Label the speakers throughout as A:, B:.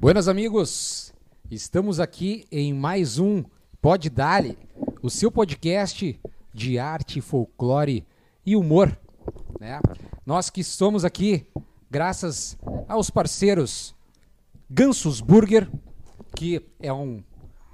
A: Buenas amigos, estamos aqui em mais um Pod Dali, o seu podcast de arte, folclore e humor, né? Nós que somos aqui graças aos parceiros Gansos Burger, que é um-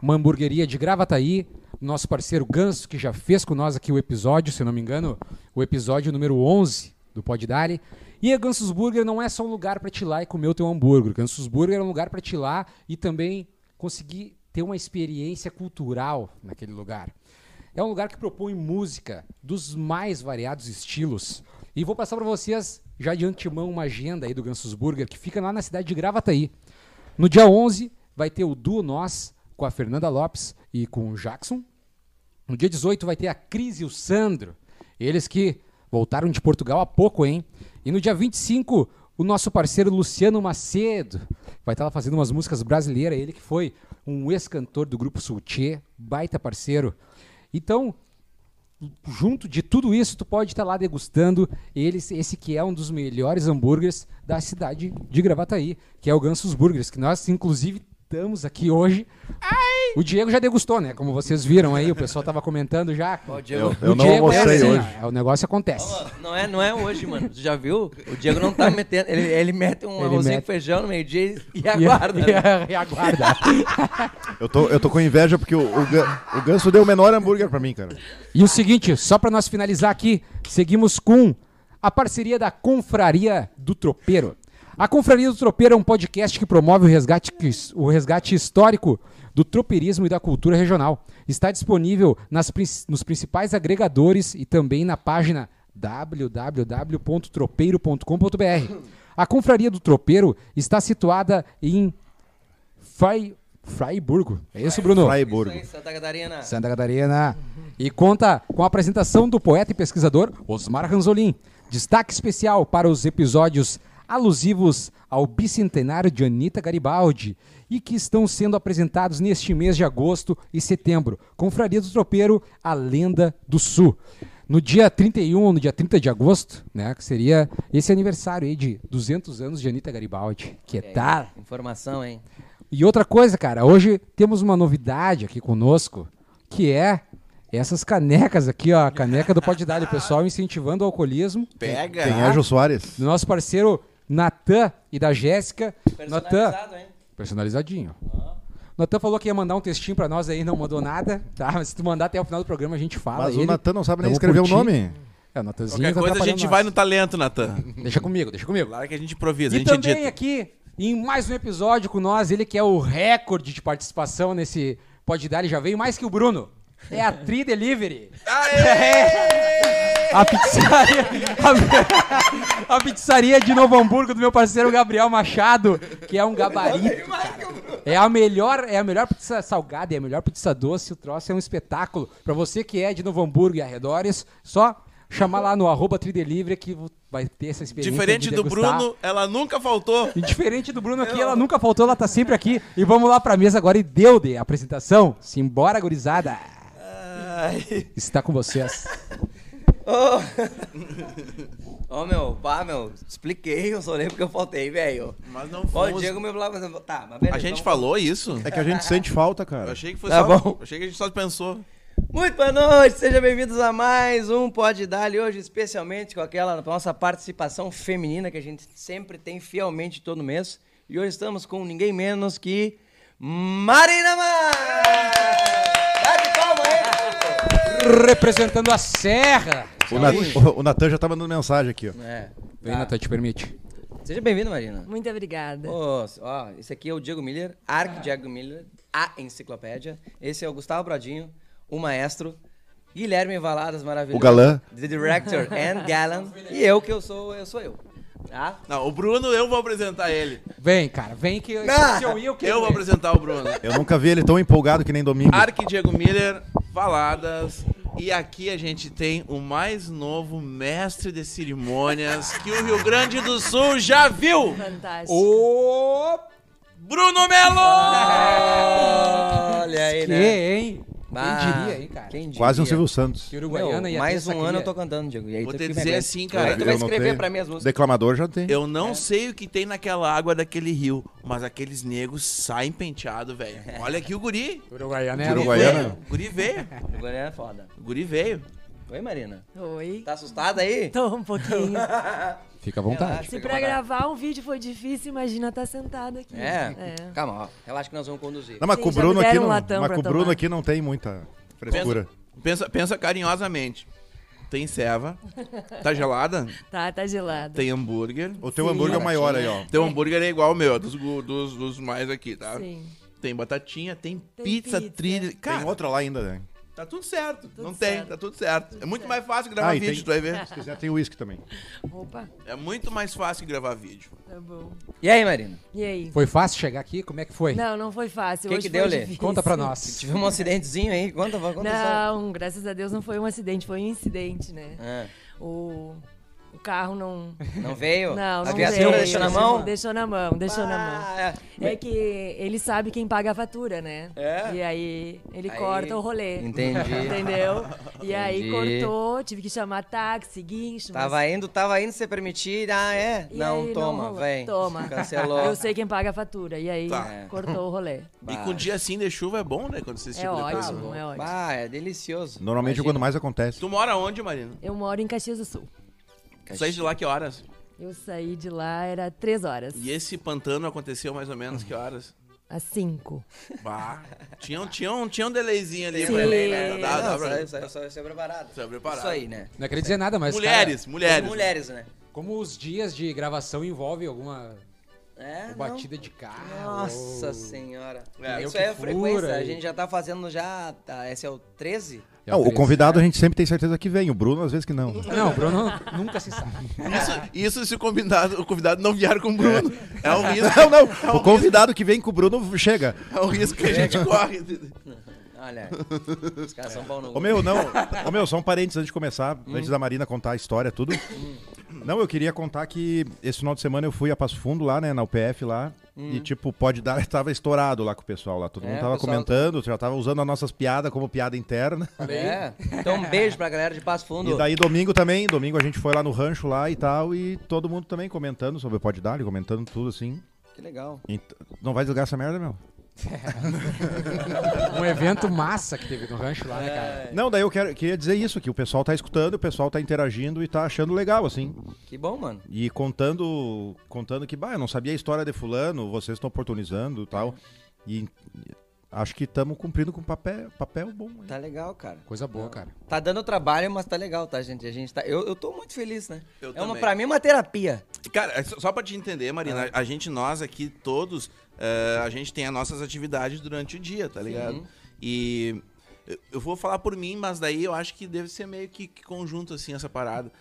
A: uma hamburgueria de Gravataí, nosso parceiro Ganso, que já fez com nós aqui o episódio, se eu não me engano, o episódio número 11 do Pod Dali. E a Gansos Burger não é só um lugar para te ir lá e comer o teu hambúrguer. Gansos Burger é um lugar para te ir lá e também conseguir ter uma experiência cultural naquele lugar. É um lugar que propõe música dos mais variados estilos. E vou passar para vocês, já de antemão, uma agenda aí do Gansos Burger, que fica lá na cidade de Gravataí. No dia 11, vai ter o Duo Nós com a Fernanda Lopes e com o Jackson. No dia 18 vai ter a Cris e o Sandro. Eles que voltaram de Portugal há pouco, hein? E no dia 25, o nosso parceiro Luciano Macedo vai estar lá fazendo umas músicas brasileiras. Ele que foi um ex-cantor do grupo Sultier, baita parceiro. Então, junto de tudo isso, tu pode estar lá degustando eles, esse que é um dos melhores hambúrgueres da cidade de Gravataí, que é o Gansos Burgers, que nós, inclusive, estamos aqui hoje. O Diego já degustou, né? Como vocês viram aí, o pessoal tava comentando já.
B: Ó, o Diego-
A: O
C: Eu não
A: Diego é
C: almocei
A: assim,
C: hoje.
A: ó, é, o negócio acontece.
B: Ó, Não é, não é hoje, mano. Tu já viu? O Diego não tá metendo. Ele, ele mete um
A: Ele
B: arrozinho
A: mete.
B: com feijão no meio-dia e, e
A: E- é
B: aguarda.
A: e-
B: né?
A: e aguarda.
C: Eu tô, eu tô com inveja porque o, o, Gan- o Ganso deu o menor hambúrguer pra mim, cara.
A: E o seguinte, só para nós finalizar aqui, seguimos com a parceria da Confraria do Tropeiro. A Confraria do Tropeiro é um podcast que promove o resgate, o resgate histórico do tropeirismo e da cultura regional. Está disponível nas prin- nos principais agregadores e também na página www.tropeiro.com.br. A Confraria do Tropeiro está situada em Frai... Fraiburgo. É isso, Bruno?
C: Freiburgo.
B: Isso aí, Santa Catarina.
A: Santa Catarina. E conta com a apresentação do poeta e pesquisador Osmar Ranzolin. Destaque especial para os episódios alusivos ao bicentenário de Anitta Garibaldi e que estão sendo apresentados neste mês de agosto e setembro. Confraria do Tropeiro, a Lenda do Sul. No dia 31, no dia 30 de agosto, né, que seria esse aniversário aí de 200 anos de Anitta Garibaldi. Que tal?
B: Informação, hein?
A: E outra coisa, cara, hoje temos uma novidade aqui conosco, que é essas canecas aqui, ó, a caneca do Pode Dar, o pessoal incentivando o alcoolismo.
B: É.
D: Pega!
C: Tem é Anjo Soares.
A: Do nosso parceiro Natan e da Jéssica. Natan,
B: Personalizado, hein?
A: personalizadinho. Natan falou que ia mandar um textinho pra nós aí, não mandou nada, tá? Mas se tu mandar até o final do programa a gente fala.
C: Mas
A: ele-
C: o Natan não sabe nem
A: Vamos
C: escrever
A: curtir.
C: o nome.
A: É, o Natanzinho
D: Qualquer
A: tá
D: coisa a
A: atrapalhando
D: gente
A: nós.
D: vai no talento, Natan.
A: Deixa comigo, deixa comigo.
D: Claro que a gente improvisa, a
A: E
D: gente
A: também
D: edita.
A: aqui, em mais um episódio com nós, ele que é o recorde de participação nesse Pode Dar, ele já veio mais que o Bruno. É a Tri Delivery. A pizzaria, a, a pizzaria de Novo Hamburgo do meu parceiro Gabriel Machado, que é um gabarito. cara. É a melhor, é a melhor pizza salgada, é a melhor pizza doce, o troço é um espetáculo. Pra você que é de Novo Hamburgo e arredores, só chamar lá no arroba Tridelivery que vai ter essa experiência
D: Diferente
A: de
D: do
A: degustar.
D: Bruno, ela nunca faltou.
A: E diferente do Bruno aqui, ela nunca faltou, ela tá sempre aqui. E vamos lá pra mesa agora e deu de apresentação. Simbora, gurizada. Está com vocês.
B: Ô, Ô, meu, pá, meu, expliquei, eu só lembro porque eu faltei, velho.
D: Mas não
B: Ó, o
D: fomos-
B: Diego me falou, mas eu- tá, mas beleza.
D: A
B: vamos-
D: gente falou isso?
C: É que a gente sente falta,
D: Eu
C: cara.
D: achei que foi
B: Tá
D: só.
B: bom.
D: Eu achei que a gente só pensou.
B: Muito boa noite, sejam bem-vindos a mais um Pode Dali, hoje especialmente com aquela nossa participação feminina que a gente sempre tem fielmente todo mês. E hoje estamos com ninguém menos que Marina Mar! Bate palma aí!
A: Representando a Serra.
C: O, Nat- o- o Natan já tá mandando mensagem aqui, ó.
B: É,
A: Vem,
B: tá.
A: Natan, te permite.
B: Seja bem-vindo, Marina.
E: Muito obrigada.
B: Ô, ó, esse aqui é o Diego Miller,
A: Ah.
B: Arc Diego Miller, a enciclopédia. Esse é o Gustavo Brodinho, o maestro. Guilherme Valadas, maravilhoso.
C: O galã.
B: The director and galã. E eu, que eu sou, eu sou eu. Tá?
D: Não, o Bruno, eu vou apresentar ele.
A: Vem, cara, vem que
B: Não,
A: se eu ir, eu quero.
D: Eu vou
A: ver.
D: apresentar o Bruno.
C: Eu nunca vi ele tão empolgado que nem domingo.
D: Arc Diego Miller, Valadas. E aqui a gente tem o mais novo mestre de cerimônias que o Rio Grande do Sul já viu!
E: Fantástico.
A: Ô,
D: Bruno Melo!
B: Olha aí,
A: que,
B: né?
A: hein? diria, hein, cara?
B: quem
C: Quase um
B: diria?
C: Silvio Santos.
A: Que uruguaiana
B: Meu,
A: ia ter
B: mais
A: essa
B: um ano
A: cria.
B: eu tô cantando, Diego. E aí
D: Vou
B: tu
D: te
B: que me Tá
D: dizer
B: aguenta.
D: assim, cara,
B: Aí tu
C: Eu
B: vai
C: não
B: escrever
C: tenho.
B: pra mim as músicas.
C: Declamador já tem.
D: Eu
E: É.
D: não sei o que tem naquela água daquele rio, mas aqueles negros saem penteado, velho. Olha aqui o guri.
A: Uruguaiana
D: O
A: é
D: guri
C: Uruguaiana.
D: veio, O guri veio.
B: Agora é foda.
D: O guri veio.
B: Oi, Marina.
E: Oi.
B: Tá assustada aí?
E: Tô um pouquinho.
A: Fica à vontade.
B: Relaxa.
E: Se pra gravar um vídeo foi difícil, imagina estar sentada aqui.
B: É. Calma, ó. Relaxa que nós vamos conduzir.
C: Não, mas
E: Sim,
C: com o
E: já
C: Bruno
E: me deram
C: aqui
E: um
C: não,
E: latão
C: mas
E: pra
C: com o Bruno
E: tomar.
C: aqui não tem muita frescura.
D: Pensa, pensa, pensa carinhosamente. Tem ceva, tá gelada,
E: Tá, tá gelado.
D: tem hambúrguer.
C: O teu hambúrguer é o maior aí, ó.
D: Teu hambúrguer é igual ao meu, dos, gu- dos, dos mais aqui, tá?
E: Sim.
D: Tem batatinha, tem,
E: Tem
D: pizza,
E: pizza.
D: trilha. Cara,
C: Tem outra lá ainda, né?
D: tá tudo certo. não
E: certo.
D: tem, tá tudo certo. é muito mais fácil gravar
C: Ah, e
D: vídeo,
C: tem-
D: tu vai ver.
C: Se quiser, tem uísque também.
E: Opa,
D: É muito mais fácil que gravar vídeo.
E: tá bom.
B: E aí, Marina?
E: E aí?
A: Foi fácil chegar aqui? Como é que foi?
E: Não, não foi fácil.
B: Que que
E: Hoje
B: deu,
E: foi
B: Lê?
E: difícil.
A: Conta pra nós.
B: Tive um acidentezinho aí. Conta, conta só.
E: Não, graças a Deus não foi um acidente, foi um incidente, né?
B: Ah,
E: O, o carro não.
B: não veio?
E: Não,
B: A
E: não
B: viatura
E: veio.
B: deixou na mão?
E: Deixou na mão, deixou na mão.
B: Ah,
E: É que ele sabe quem paga a fatura, né?
B: É?
E: E aí ele
B: Aí-
E: corta o rolê.
B: Entendi.
E: Entendeu? E aí
B: Entendi.
E: cortou, tive que chamar táxi, guincho. mas-
B: Tava indo, tava indo, se permitir. Ah, é?
E: e
B: não,
E: aí
B: toma,
E: rolou.
B: vem.
E: Toma.
B: Cancelou.
E: Eu sei quem paga a fatura. E aí
D: Tá.
E: cortou o rolê.
D: E com um dia assim de chuva é bom, né? Quando você
E: É ótimo, é ótimo.
B: Ah, é delicioso.
C: Normalmente quando mais acontece.
D: Tu mora onde, Marina?
E: Eu moro em Caxias do Sul.
D: Tu Sai de lá que horas?
E: Eu saí de lá, era três horas.
D: E esse pantano aconteceu mais ou menos que horas?
E: Às cinco.
D: Bah. Tinha, um- tinha, um, tinha um delayzinho ali
E: Sim.
D: pra ele, né? Dá, dá
B: Não,
D: pra...
B: só- só- só- só preparado.
D: Só preparado.
B: Isso aí, né?
A: Não queria dizer nada, mas. cara,
D: Mulheres, mulheres.
B: Mulheres, né?
A: como os dias de gravação envolvem alguma
E: Ah,
B: É, não.
A: batida de carro.
B: Nossa
A: ou-
B: senhora.
D: É,
B: Isso
A: eu que
B: aí é a
A: fura,
B: frequência. A
A: e-
B: gente já tá fazendo já. tá, esse é o 13?
A: É
C: Não, o
A: triste.
C: convidado a gente sempre tem certeza que vem, o Bruno às vezes que não.
A: Não, o Bruno nunca se sabe.
D: Isso, isso se o convidado, o convidado não vier com o Bruno. É um risco.
C: Não, não, o convidado que vem com o Bruno chega.
D: É um risco que a gente corre.
B: Olha. os caras são pau no.
C: Ô meu, não, ô meu, só um parênteses antes de começar,
B: Hum.
C: antes da Marina contar a história, tudo. Não, eu queria contar que esse final de semana eu fui a Passo Fundo lá, né, na UPF lá, e tipo, pode dar, tava estourado lá com o pessoal lá, todo
B: Hum. É,
C: mundo
B: o
C: tava
B: pessoal-
C: comentando, já tava usando as nossas piadas como piada interna.
B: É. Então, um beijo pra galera de Passo Fundo.
C: E daí domingo também, domingo a gente foi lá no rancho lá e tal, e todo mundo também comentando sobre o Pode Dar, comentando tudo assim.
B: Que legal.
C: Ent- Não vai desligar essa merda, meu?
A: Um evento massa que teve no rancho lá, né,
B: É.
A: cara?
C: Não, daí eu quero, queria dizer isso, que o pessoal tá escutando, o pessoal tá interagindo e tá achando legal, assim.
B: Que bom, mano.
C: E contando, contando que, bah, eu não sabia a história de fulano, vocês estão oportunizando e tal. E e acho que estamos cumprindo com papel, papel bom. hein?
B: Tá legal, cara.
A: Coisa boa, cara.
B: Tá dando trabalho, mas tá legal, tá, gente? A gente tá. Eu, eu tô muito feliz, né?
D: Eu
B: é uma,
D: também.
B: pra mim, uma terapia.
D: Cara, é só só pra te entender, Marina, a gente, nós aqui todos, eh, a gente tem as nossas atividades durante o dia, tá ligado? E eu- eu vou falar por mim, mas daí eu acho que deve ser meio que, que conjunto, assim, essa parada.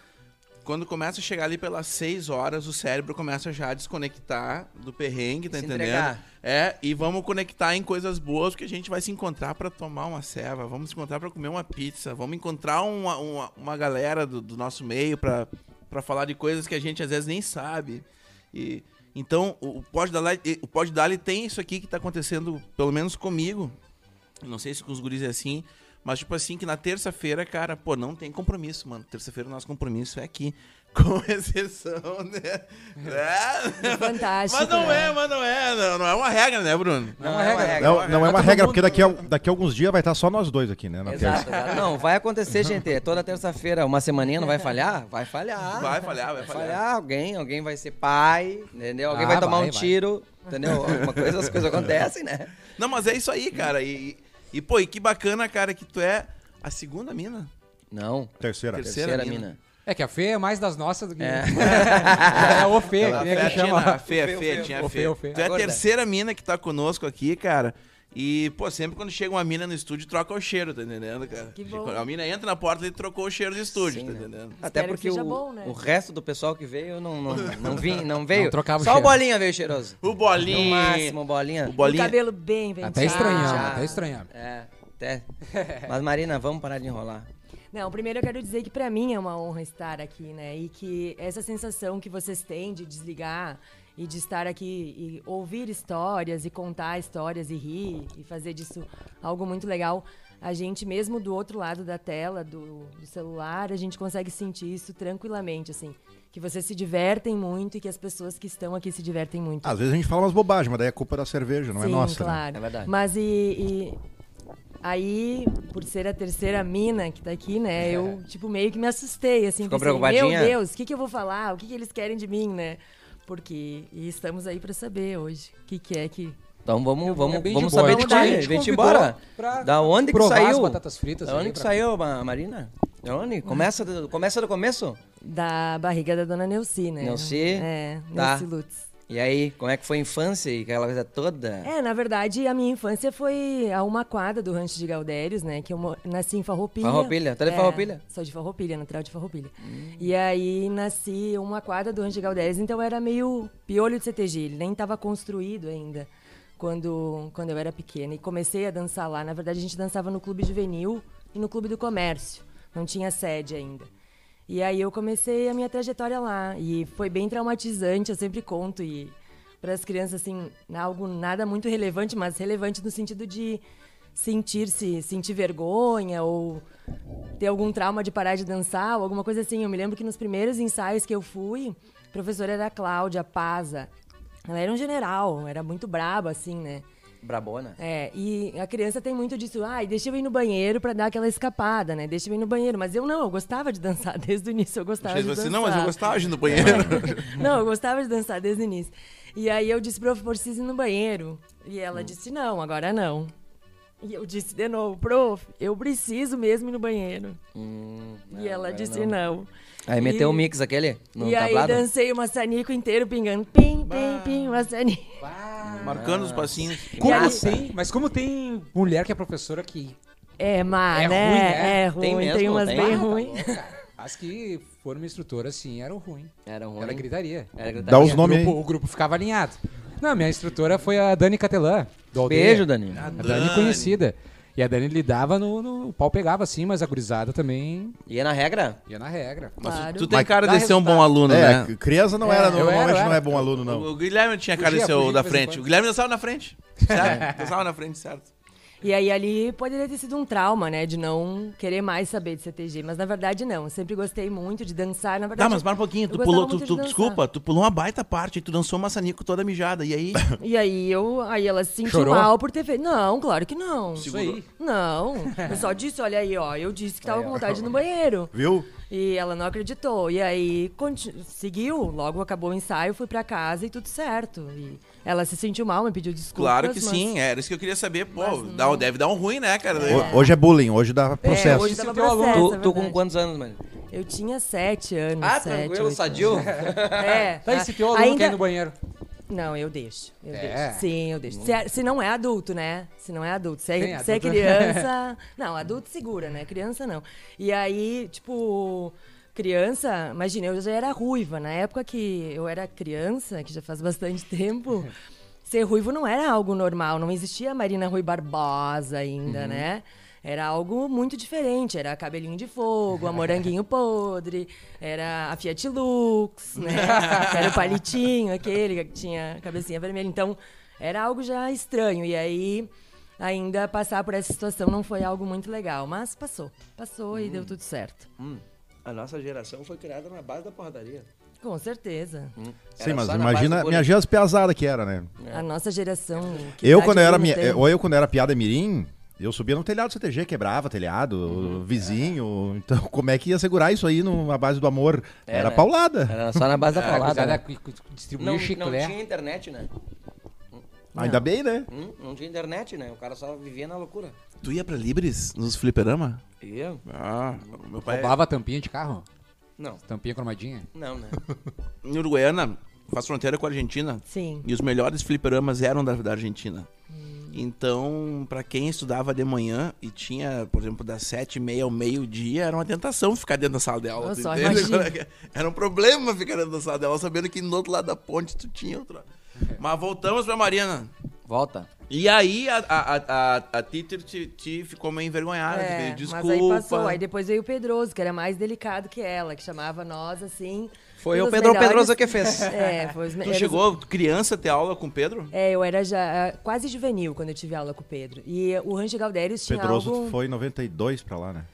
D: Quando começa a chegar ali pelas 6 horas, o cérebro começa já a desconectar do perrengue, tá
B: Se
D: entendendo?
B: entregar.
D: É, e vamos conectar em coisas boas, porque a gente vai se encontrar pra tomar uma ceva, vamos se encontrar pra comer uma pizza, vamos encontrar uma, uma, uma galera do, do nosso meio pra pra falar de coisas que a gente às vezes nem sabe. E então o, o Pod Dali, o Pod Dali tem isso aqui que tá acontecendo, pelo menos comigo. Não sei se com os guris é assim, mas tipo assim que na terça-feira, cara, pô, não tem compromisso, mano. Terça-feira o nosso compromisso é aqui. Com exceção, né? É.
E: Fantástico,
D: Mas não
E: né?
D: é, mas não é. Não, não é uma regra, né, Bruno?
B: Não, é uma regra.
C: Não, não é uma regra, porque daqui a, daqui a alguns dias vai estar só nós dois aqui, né? Na
B: Exato,
C: terça.
B: exato. Não, vai acontecer, gente. É Toda terça-feira, uma semaninha, não vai falhar? Vai falhar.
D: Vai falhar, tá. vai
B: Vai
D: falhar.
B: falhar alguém, alguém vai ser pai, entendeu? Alguém
A: Ah,
B: vai tomar
A: vai,
B: um
A: vai.
B: tiro, entendeu? Alguma coisa, as coisas acontecem, né?
D: Não, mas é isso aí, cara. E, e pô, e que bacana, cara, que tu é a segunda mina.
B: Não.
C: Terceira.
D: Terceira.
B: Terceira
D: mina.
B: mina.
A: É que a Fê é mais das nossas do que. É, o Fê,
D: A
A: que
D: Fê,
A: nem que chama.
D: Tina, a Fê, a
B: Fê, o
D: Fê,
B: Fê.
D: tinha
A: O
D: a
A: Fê,
D: Fê.
A: o Fê.
D: Tu é a
B: Agora.
D: terceira mina que tá conosco aqui, cara. E, pô, sempre quando chega uma mina no estúdio, troca o cheiro, tá entendendo, cara?
E: Que bom.
D: A mina entra na porta e trocou o cheiro do estúdio,
B: Sim,
D: tá
B: né?
D: entendendo?
B: Até
E: que
B: porque
E: seja
B: o,
E: bom, né?
B: o resto do pessoal que veio não, não, não, vim, não veio.
A: Não trocava o
B: Só o
A: cheiro.
B: bolinha veio cheiroso.
D: O
B: No
D: bolinho.
B: máximo, o bolinha.
D: O
E: O
D: bolinho.
E: cabelo bem penteado.
B: Tá
A: Até estranhando,
E: ah.
B: já.
A: até estranhando.
B: É, até. Mas, Marina, vamos parar de enrolar.
E: Não, primeiro eu quero dizer que pra mim é uma honra estar aqui, né? E que essa sensação que vocês têm de desligar e de estar aqui e ouvir histórias e contar histórias e rir e fazer disso algo muito legal, a gente, mesmo do outro lado da tela, do, do celular, a gente consegue sentir isso tranquilamente, assim. Que vocês se divertem muito e que as pessoas que estão aqui se divertem muito.
C: Às vezes a gente fala umas bobagens, mas daí é culpa da cerveja, não é
E: Sim,
C: nossa. né?
E: claro.
B: É verdade.
E: Mas e, e- aí, por ser a terceira mina que tá aqui, né? Eu, tipo, meio que me assustei, assim.
B: É. Ficou
E: pensei,
B: preocupadinha?
E: Meu Deus, o que, que eu vou falar? O que, que eles querem de mim, né? Porque e estamos aí pra saber hoje o que, que é que...
B: Então vamos, vamos,
A: É bem de
B: vamos
A: boa.
B: saber
A: A gente
B: de ti.
A: convidou
B: A gente embora.
A: pra
B: Da onde que
A: provar as
B: saiu?
A: batatas fritas
B: Da
A: ali
B: onde que
A: pra-
B: saiu, Ma- Marina? Da onde? Começa do, começa do começo?
E: Da barriga da dona Neuci, né?
B: Neuci?
E: É,
B: Tá.
E: Neuci Lutz.
B: E aí, como é que foi a infância e aquela coisa toda?
E: É, na verdade, a minha infância foi a uma quadra do rancho de Galdérios, né? Que eu mo- nasci em Farroupilha. É,
B: Farroupilha, tá de Farroupilha? Hum.
E: Sou de Farroupilha, natural de Farroupilha. E aí nasci a uma quadra do rancho de Galdérios, então era meio piolho de CTG, ele nem estava construído ainda quando, quando eu era pequena. E comecei a dançar lá, na verdade a gente dançava no Clube Juvenil e no Clube do Comércio, não tinha sede ainda. E aí eu comecei a minha trajetória lá e foi bem traumatizante, eu sempre conto e para as crianças assim, algo nada muito relevante, mas relevante no sentido de sentir-se, sentir vergonha ou ter algum trauma de parar de dançar ou alguma coisa assim. Eu me lembro que nos primeiros ensaios que eu fui, a professora era a Cláudia Paza. Ela era um general, era muito braba assim, né?
B: Brabona.
E: É, e a criança tem muito disso. Ai, deixa eu ir no banheiro pra dar aquela escapada, né? Deixa eu ir no banheiro. Mas eu não, eu gostava de dançar desde o início. Eu gostava
D: Vocês
E: de
D: vão assim,
E: dançar.
D: não, mas eu gostava de ir no banheiro.
E: Não, eu gostava de dançar desde o início. E aí eu disse, prof, preciso ir no banheiro. E ela
D: Hum.
E: disse, não, agora não. E eu disse de novo, prof, eu preciso mesmo ir no banheiro. e ela disse, não.
B: Hum. Aí meteu
E: E-
B: o mix aquele no
E: E aí
D: tá
B: tablado.
E: dancei o maçanico inteiro pingando. Pim, pim, pim, maçanico. Ah.
D: Marcando os passinhos.
A: Como
E: E aí-
A: tem, mas como tem mulher que é professora que
E: É má,
A: É
E: né?
A: ruim, né?
E: É ruim,
B: Tem
E: tem,
B: mesmo,
E: umas
B: tem?
E: bem
B: Ah, tá
E: ruins.
A: as que foram instrutora assim eram ruim.
B: Era É, ruim.
A: Ela gritaria.
B: Era
C: Dá
A: um
B: gritaria.
C: os nomes aí.
A: Grupo- o grupo ficava alinhado. Não, minha instrutora foi a Dani Catelã. do Aldeia.
B: Beijo, Dani.
A: A Dani
D: Dani.
A: conhecida. E a Dani lidava no, no- O pau pegava assim, mas a gurizada também
B: E é na regra?
A: ia na regra.
B: assim?
D: Nossa,
E: Claro.
D: tu tem
C: Mas
D: cara
A: dá
D: de ser um bom aluno,
C: É,
D: né?
C: criança não
A: eu
C: era,
A: era,
C: normalmente
A: eu
C: não
A: era.
C: é bom aluno, não.
D: O Guilherme tinha cara de
A: Podia,
D: ser o
A: podia
D: da
A: de vez em
D: frente.
A: quando.
D: O Guilherme dançava na frente. Certo? dançava na frente, certo.
E: E aí ali poderia ter sido um trauma, né? De não querer mais saber de CTG. Mas na verdade não. Eu sempre gostei muito de dançar. Na
D: Tá,
E: verdade.
D: mas para um pouquinho.
E: eu
D: Tu
E: gostava
D: pulou, tu,
E: muito de
D: tu-
E: dançar.
D: desculpa, tu pulou uma baita parte. Tu dançou um maçanico toda mijada. E aí?
E: E aí eu. Aí ela se sentiu
A: Chorou?
E: mal por ter feito. Não, claro que não.
A: Isso aí.
E: Não. Eu só disse, olha aí, ó. Eu disse que tava com vontade de ir no banheiro.
C: Viu?
E: E ela não acreditou. E aí conti- seguiu, logo acabou o ensaio, fui pra casa e tudo certo. E ela se sentiu mal, me pediu desculpas.
D: Claro que
E: mas-
D: sim, é um era isso que eu queria saber. Pô, dá, deve dar um ruim, né, cara? Daí-
C: Ho- Hoje é bullying, hoje dá processo.
E: hoje
A: Isso
E: dava
A: é teu aluno.
E: processo, é
B: tu, tu com
E: verdade.
B: quantos anos, mano?
E: Eu tinha sete anos.
B: Ah,
E: sete,
B: tranquilo,
E: oito anos.
B: sadio.
E: É.
A: Tá, e se teu aluno quer ir no banheiro?
E: Não, eu deixo. Eu
A: É?
E: deixo. Sim, eu deixo. Se, é- se não é adulto, né? Se não é adulto. Se
A: Tem
E: é, se é
A: adulto.
E: criança. Não, adulto segura, né? Criança não. E aí, tipo. Criança, imagina, eu já era ruiva. Na época que eu era criança, que já faz bastante tempo, ser ruivo não era algo normal. Não existia Marina Rui Barbosa ainda, né? Era algo muito diferente. Era cabelinho de fogo, a moranguinho podre, era a Fiat Lux, né? Era o palitinho, aquele que tinha a cabecinha vermelha. Então, era algo já estranho. E aí, ainda passar por essa situação não foi algo muito legal. Mas passou. Passou e deu tudo certo.
B: Hum. A nossa geração foi criada na base da porradaria.
E: Com certeza.
C: Sim,
B: Era
C: mas
B: só na base
C: imagina,
B: do
C: minha
B: bullying.
C: as piazadas que era, né?
E: A nossa geração. que tá
C: eu
E: idade
C: quando eu era
E: não
C: minha,
E: tem.
C: ou eu quando eu era piada mirim, eu subia no telhado do CTG, quebrava telhado,
E: Uhum.
C: vizinho. Então, como é que ia segurar isso aí numa base do amor?
B: É,
C: era
B: né?
C: paulada.
B: Era só na base da
A: É, A
B: palavra.
A: gurizada
B: né?
A: que- que distribuía
B: Não, não
A: chiclé.
B: tinha internet, né?
C: Ainda bem, né?
B: Hum? Não tinha internet, né? O cara só vivia na loucura.
D: Tu ia pra Libres nos fliperama?
B: E eu?
D: Ah, meu pai.
A: Roubava a tampinha de carro.
B: Não.
A: Tampinha cromadinha.
B: Não, né?
D: Em Uruguaiana, faz fronteira com a Argentina.
E: Sim.
D: E os melhores fliperamas eram da, da Argentina. Então, pra quem estudava de manhã e tinha, por exemplo, das sete e meia ao meio-dia, era uma tentação ficar dentro da sala de aula.
E: Eu
D: tu
E: só
D: entende?
E: imagino.
D: Era um problema ficar dentro da sala de aula, sabendo que do outro lado da ponte tu tinha outra. Mas voltamos pra Mariana.
B: Volta.
D: E aí a, a, a, a- a teacher te, te ficou meio envergonhada, te
E: É,
D: pediu desculpa.
E: Mas aí passou, aí depois veio o Pedroso, que era mais delicado que ela, que chamava nós assim.
B: Foi o
E: um dos
B: Pedro
E: melhores.
B: Pedroso que fez.
E: É, foi os me-
D: Tu
E: era os-
D: chegou criança a ter aula com o Pedro?
E: É, eu era já ah, quase juvenil quando eu tive aula com o Pedro. E eh, o Range Galderes tinha
C: Pedroso
E: algo...
C: foi em 92 pra lá, né?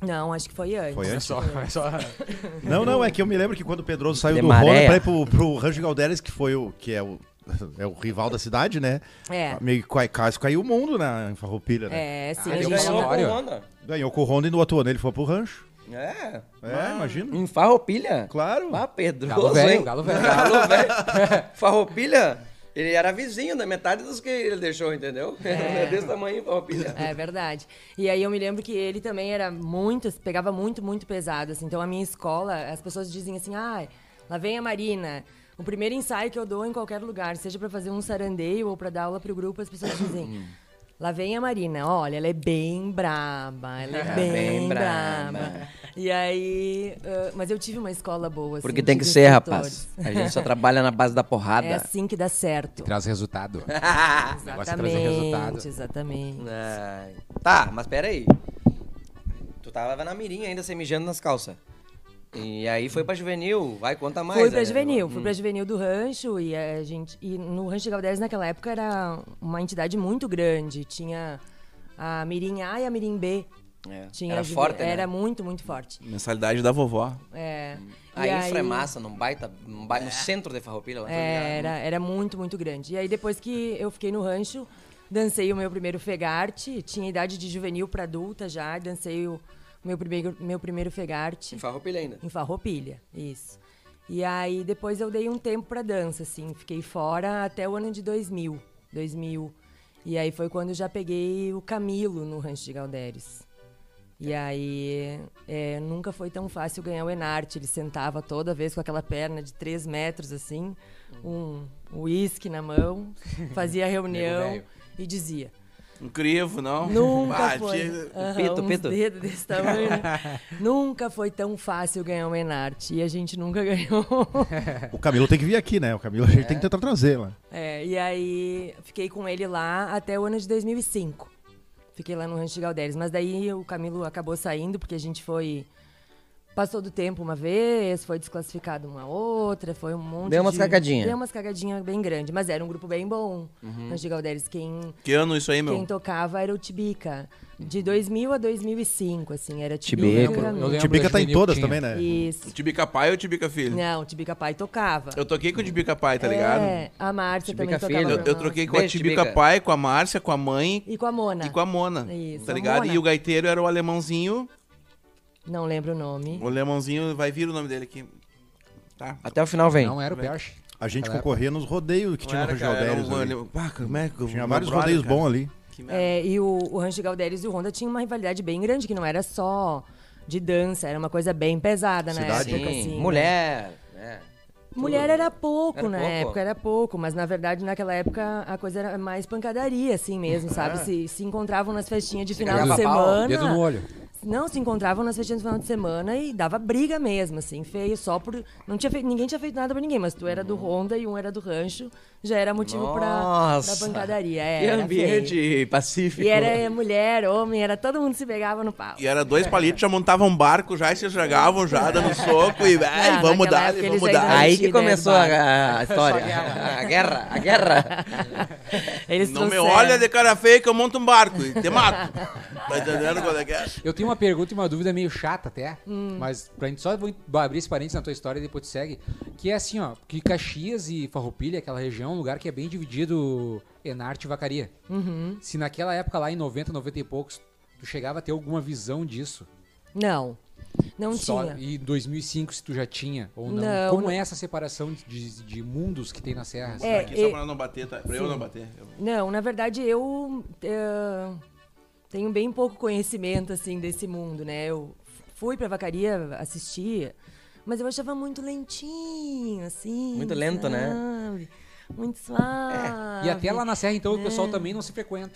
E: Não, acho que foi antes.
C: Foi antes?
A: Só, só.
C: Não, não, é que eu me lembro que quando o Pedroso saiu
B: De
C: do
B: Maré.
C: Rony pra ir pro, pro Rancho Galderes, que foi o que é o, é o rival da cidade, né?
E: É.
C: Meio que quase quase caiu o mundo na em Farroupilha, né?
E: É, sim.
A: Ah,
E: a
A: ele
B: Ele
E: gente
A: ganhou.
B: ganhou
E: tava-
B: com
A: Olha.
B: o Honda.
C: Ganhou com o Honda e no outro ano ele foi pro rancho.
B: É.
E: Ah.
C: É, imagina.
B: Em Farroupilha.
C: Claro.
B: Ah, Pedroso,
A: Galo velho,
B: hein?
A: galo velho.
B: Galo velho. Farroupilha, ele era vizinho da metade dos que ele deixou, entendeu? É. Desse tamanho, Farroupilha.
E: É verdade. E aí eu me lembro que ele também era muito, pegava muito, muito pesado. assim. Então a minha escola, as pessoas dizem assim, ah, lá vem a Marina. O primeiro ensaio que eu dou em qualquer lugar, seja pra fazer um sarandeio ou pra dar aula pro grupo, as pessoas dizem.
B: Hum.
E: Lá vem a Marina, olha, ela é bem braba, ela é, bem,
B: bem
E: braba.
B: braba.
E: E aí, ah, mas eu tive uma escola boa, assim,
B: Porque tem que
E: tive
B: ser,
E: instrutores.
B: rapaz. A gente só trabalha na base da porrada.
E: É assim que dá certo.
A: Traz resultado. negócio é trazer resultado.
E: Exatamente, exatamente.
B: Ai. Tá, mas peraí. Tu tava na mirinha ainda, se mijando nas calças. E aí foi pra juvenil, vai, conta mais.
E: Fui pra
B: né?
E: juvenil, fui pra juvenil do rancho e a gente. E no Rancho Galderes naquela época era uma entidade muito grande. Tinha a Mirim A e a Mirim B.
B: É,
E: Tinha
B: era
E: a juve-
B: forte, né?
E: Era muito, muito forte.
D: Mensalidade da vovó.
E: É.
B: A
E: E
B: infra é
E: aí-
B: massa, num baita, num baita no centro de Farroupilha. lá, tô tá ligado.
E: É, era, era muito, muito grande. E aí depois que eu fiquei no rancho, dancei o meu primeiro fegarte. Tinha idade de juvenil pra adulta já, e dancei o meu primeiro, meu primeiro fegarte.
B: Em Farroupilha ainda.
E: Em Farroupilha, isso. E aí depois eu dei um tempo pra dança, assim, fiquei fora até o ano de 2000, 2000. E aí foi quando eu já peguei o Camilo no Rancho de Galderes. E aí é, nunca foi tão fácil ganhar o Enarte, ele sentava toda vez com aquela perna de 3 metros, assim, um uísque na mão, fazia reunião
A: velho.
E: e dizia...
D: Um crivo, não?
E: Nunca
D: Ah,
E: foi.
D: tinha-
E: Aham,
B: pito,
E: uns
B: pito.
E: dedos desse tamanho. né? nunca foi tão fácil ganhar o Enarte. E a gente nunca ganhou.
C: O Camilo tem que vir aqui, né? O Camilo a gente tem que tentar trazer lá.
E: É, e aí fiquei com ele lá até o ano de 2005. Fiquei lá no Rancho de Galderes. Mas daí o Camilo acabou saindo porque a gente foi. Passou do tempo uma vez, foi desclassificado uma outra, foi um monte
B: Deu umas
E: de-
B: cagadinha. Uhum.
E: Deu umas cagadinhas bem grandes, mas era um grupo bem bom. Rancho de Galderes, quem
D: Que ano isso aí,
E: Quem
D: meu?
E: tocava era o Tibica. De 2000 a 2005, assim, era
B: Tibica.
E: Tibica.
B: Eu
E: Camilo.
A: Eu lembro
C: Tibica
A: da
C: tá em
A: juvenil
C: todas
A: que
C: também,
A: tinha.
C: né?
E: Isso.
D: Tibica pai ou Tibica filho?
E: Não, o Tibica Pai tocava.
D: Eu toquei com o Tibica pai, tá ligado?
E: É, a Márcia
B: Tibica
E: também tocava.
B: Filho.
D: Eu,
E: com
D: eu
E: nós.
D: troquei com a
B: Beijo,
D: Tibica
B: Tibica.
D: pai, com a Márcia, com a mãe
E: E com a Mona.
D: e com a Mona.
E: Isso,
D: tá
E: a
D: ligado?
E: Mona.
D: E o gaiteiro era o alemãozinho.
E: Não lembro o nome.
D: O alemãozinho, vai vir o nome dele aqui. Tá.
B: Até o final vem.
A: Não era o Perche.
C: A gente concorria nos rodeios que tinha no
D: Não era,
C: Rancho
D: cara, era
C: Galderes.
D: um
C: ali.
D: ale- Ah, como é que eu-
C: Tinha
D: meu
C: vários
D: brother,
C: rodeios
D: cara.
C: bons ali.
D: Que merda.
E: É, e o, o Rancho Galderes e o Honda tinham uma rivalidade bem grande, que não era só de dança, era uma coisa bem pesada na
C: Cidade.
E: época.
B: Sim,
E: Assim, né?
B: mulher. né?
E: Mulher era pouco
B: Era
E: na
B: pouco.
E: época, era pouco, mas na verdade naquela época a coisa era mais pancadaria, assim mesmo, sabe? Se, se encontravam nas festinhas de final de
A: cagava pau,
E: semana.
A: dedo no olho.
E: Não, se encontravam nas festinhas de final de semana e dava briga mesmo, assim, feio, só por. Não tinha feito, ninguém tinha feito nada pra ninguém, mas tu era do
D: Uhum.
E: Honda e um era do rancho, já era motivo pra, pra
B: Nossa.
E: pancadaria. É,
B: Que
E: era
B: ambiente
E: feio.
B: pacífico.
E: E era mulher, homem, era todo mundo se pegava no pau.
D: E é, era dois palitos, já montavam um barco, já e se jogavam, já dando soco e ai,
E: Ah,
D: vamos
E: É. naquela
D: dar,
E: época
D: vamos
E: eles ainda-
D: dar.
B: Aí que
E: Né,
B: começou
E: do bar.
B: a, a história. a guerra, a guerra.
E: Eles
D: Não me
E: trouxeram.
D: olha de cara feia que eu monto um barco e te mato. tá entendendo qual é que é?
A: Eu tenho uma pergunta e uma dúvida meio chata até,
E: Hum.
A: mas pra gente só vou abrir esse parênteses na tua história e depois tu segue, que é assim, ó, que Caxias e Farroupilha, aquela região, é um lugar que é bem dividido Enarte e Vacaria.
E: Uhum.
A: Se naquela época lá em 90, 90 e poucos, tu chegava a ter alguma visão disso.
E: Não. Não
A: Só-
E: tinha.
A: E em 2005 se tu já tinha ou não.
E: Não,
A: Como
E: não.
A: é essa separação de, de mundos que tem nas serras?
E: É,
D: Aqui né, só
E: e-
D: pra não bater, tá? Pra eu não bater. Eu-
E: Não, na verdade eu eh, tenho bem pouco conhecimento assim desse mundo, né? Eu fui pra vacaria assistir, mas eu achava muito lentinho, assim.
B: Muito lento, né?
E: sabe? muito suave.
A: E até lá na Serra,
E: né?
A: então, o pessoal também não se frequenta.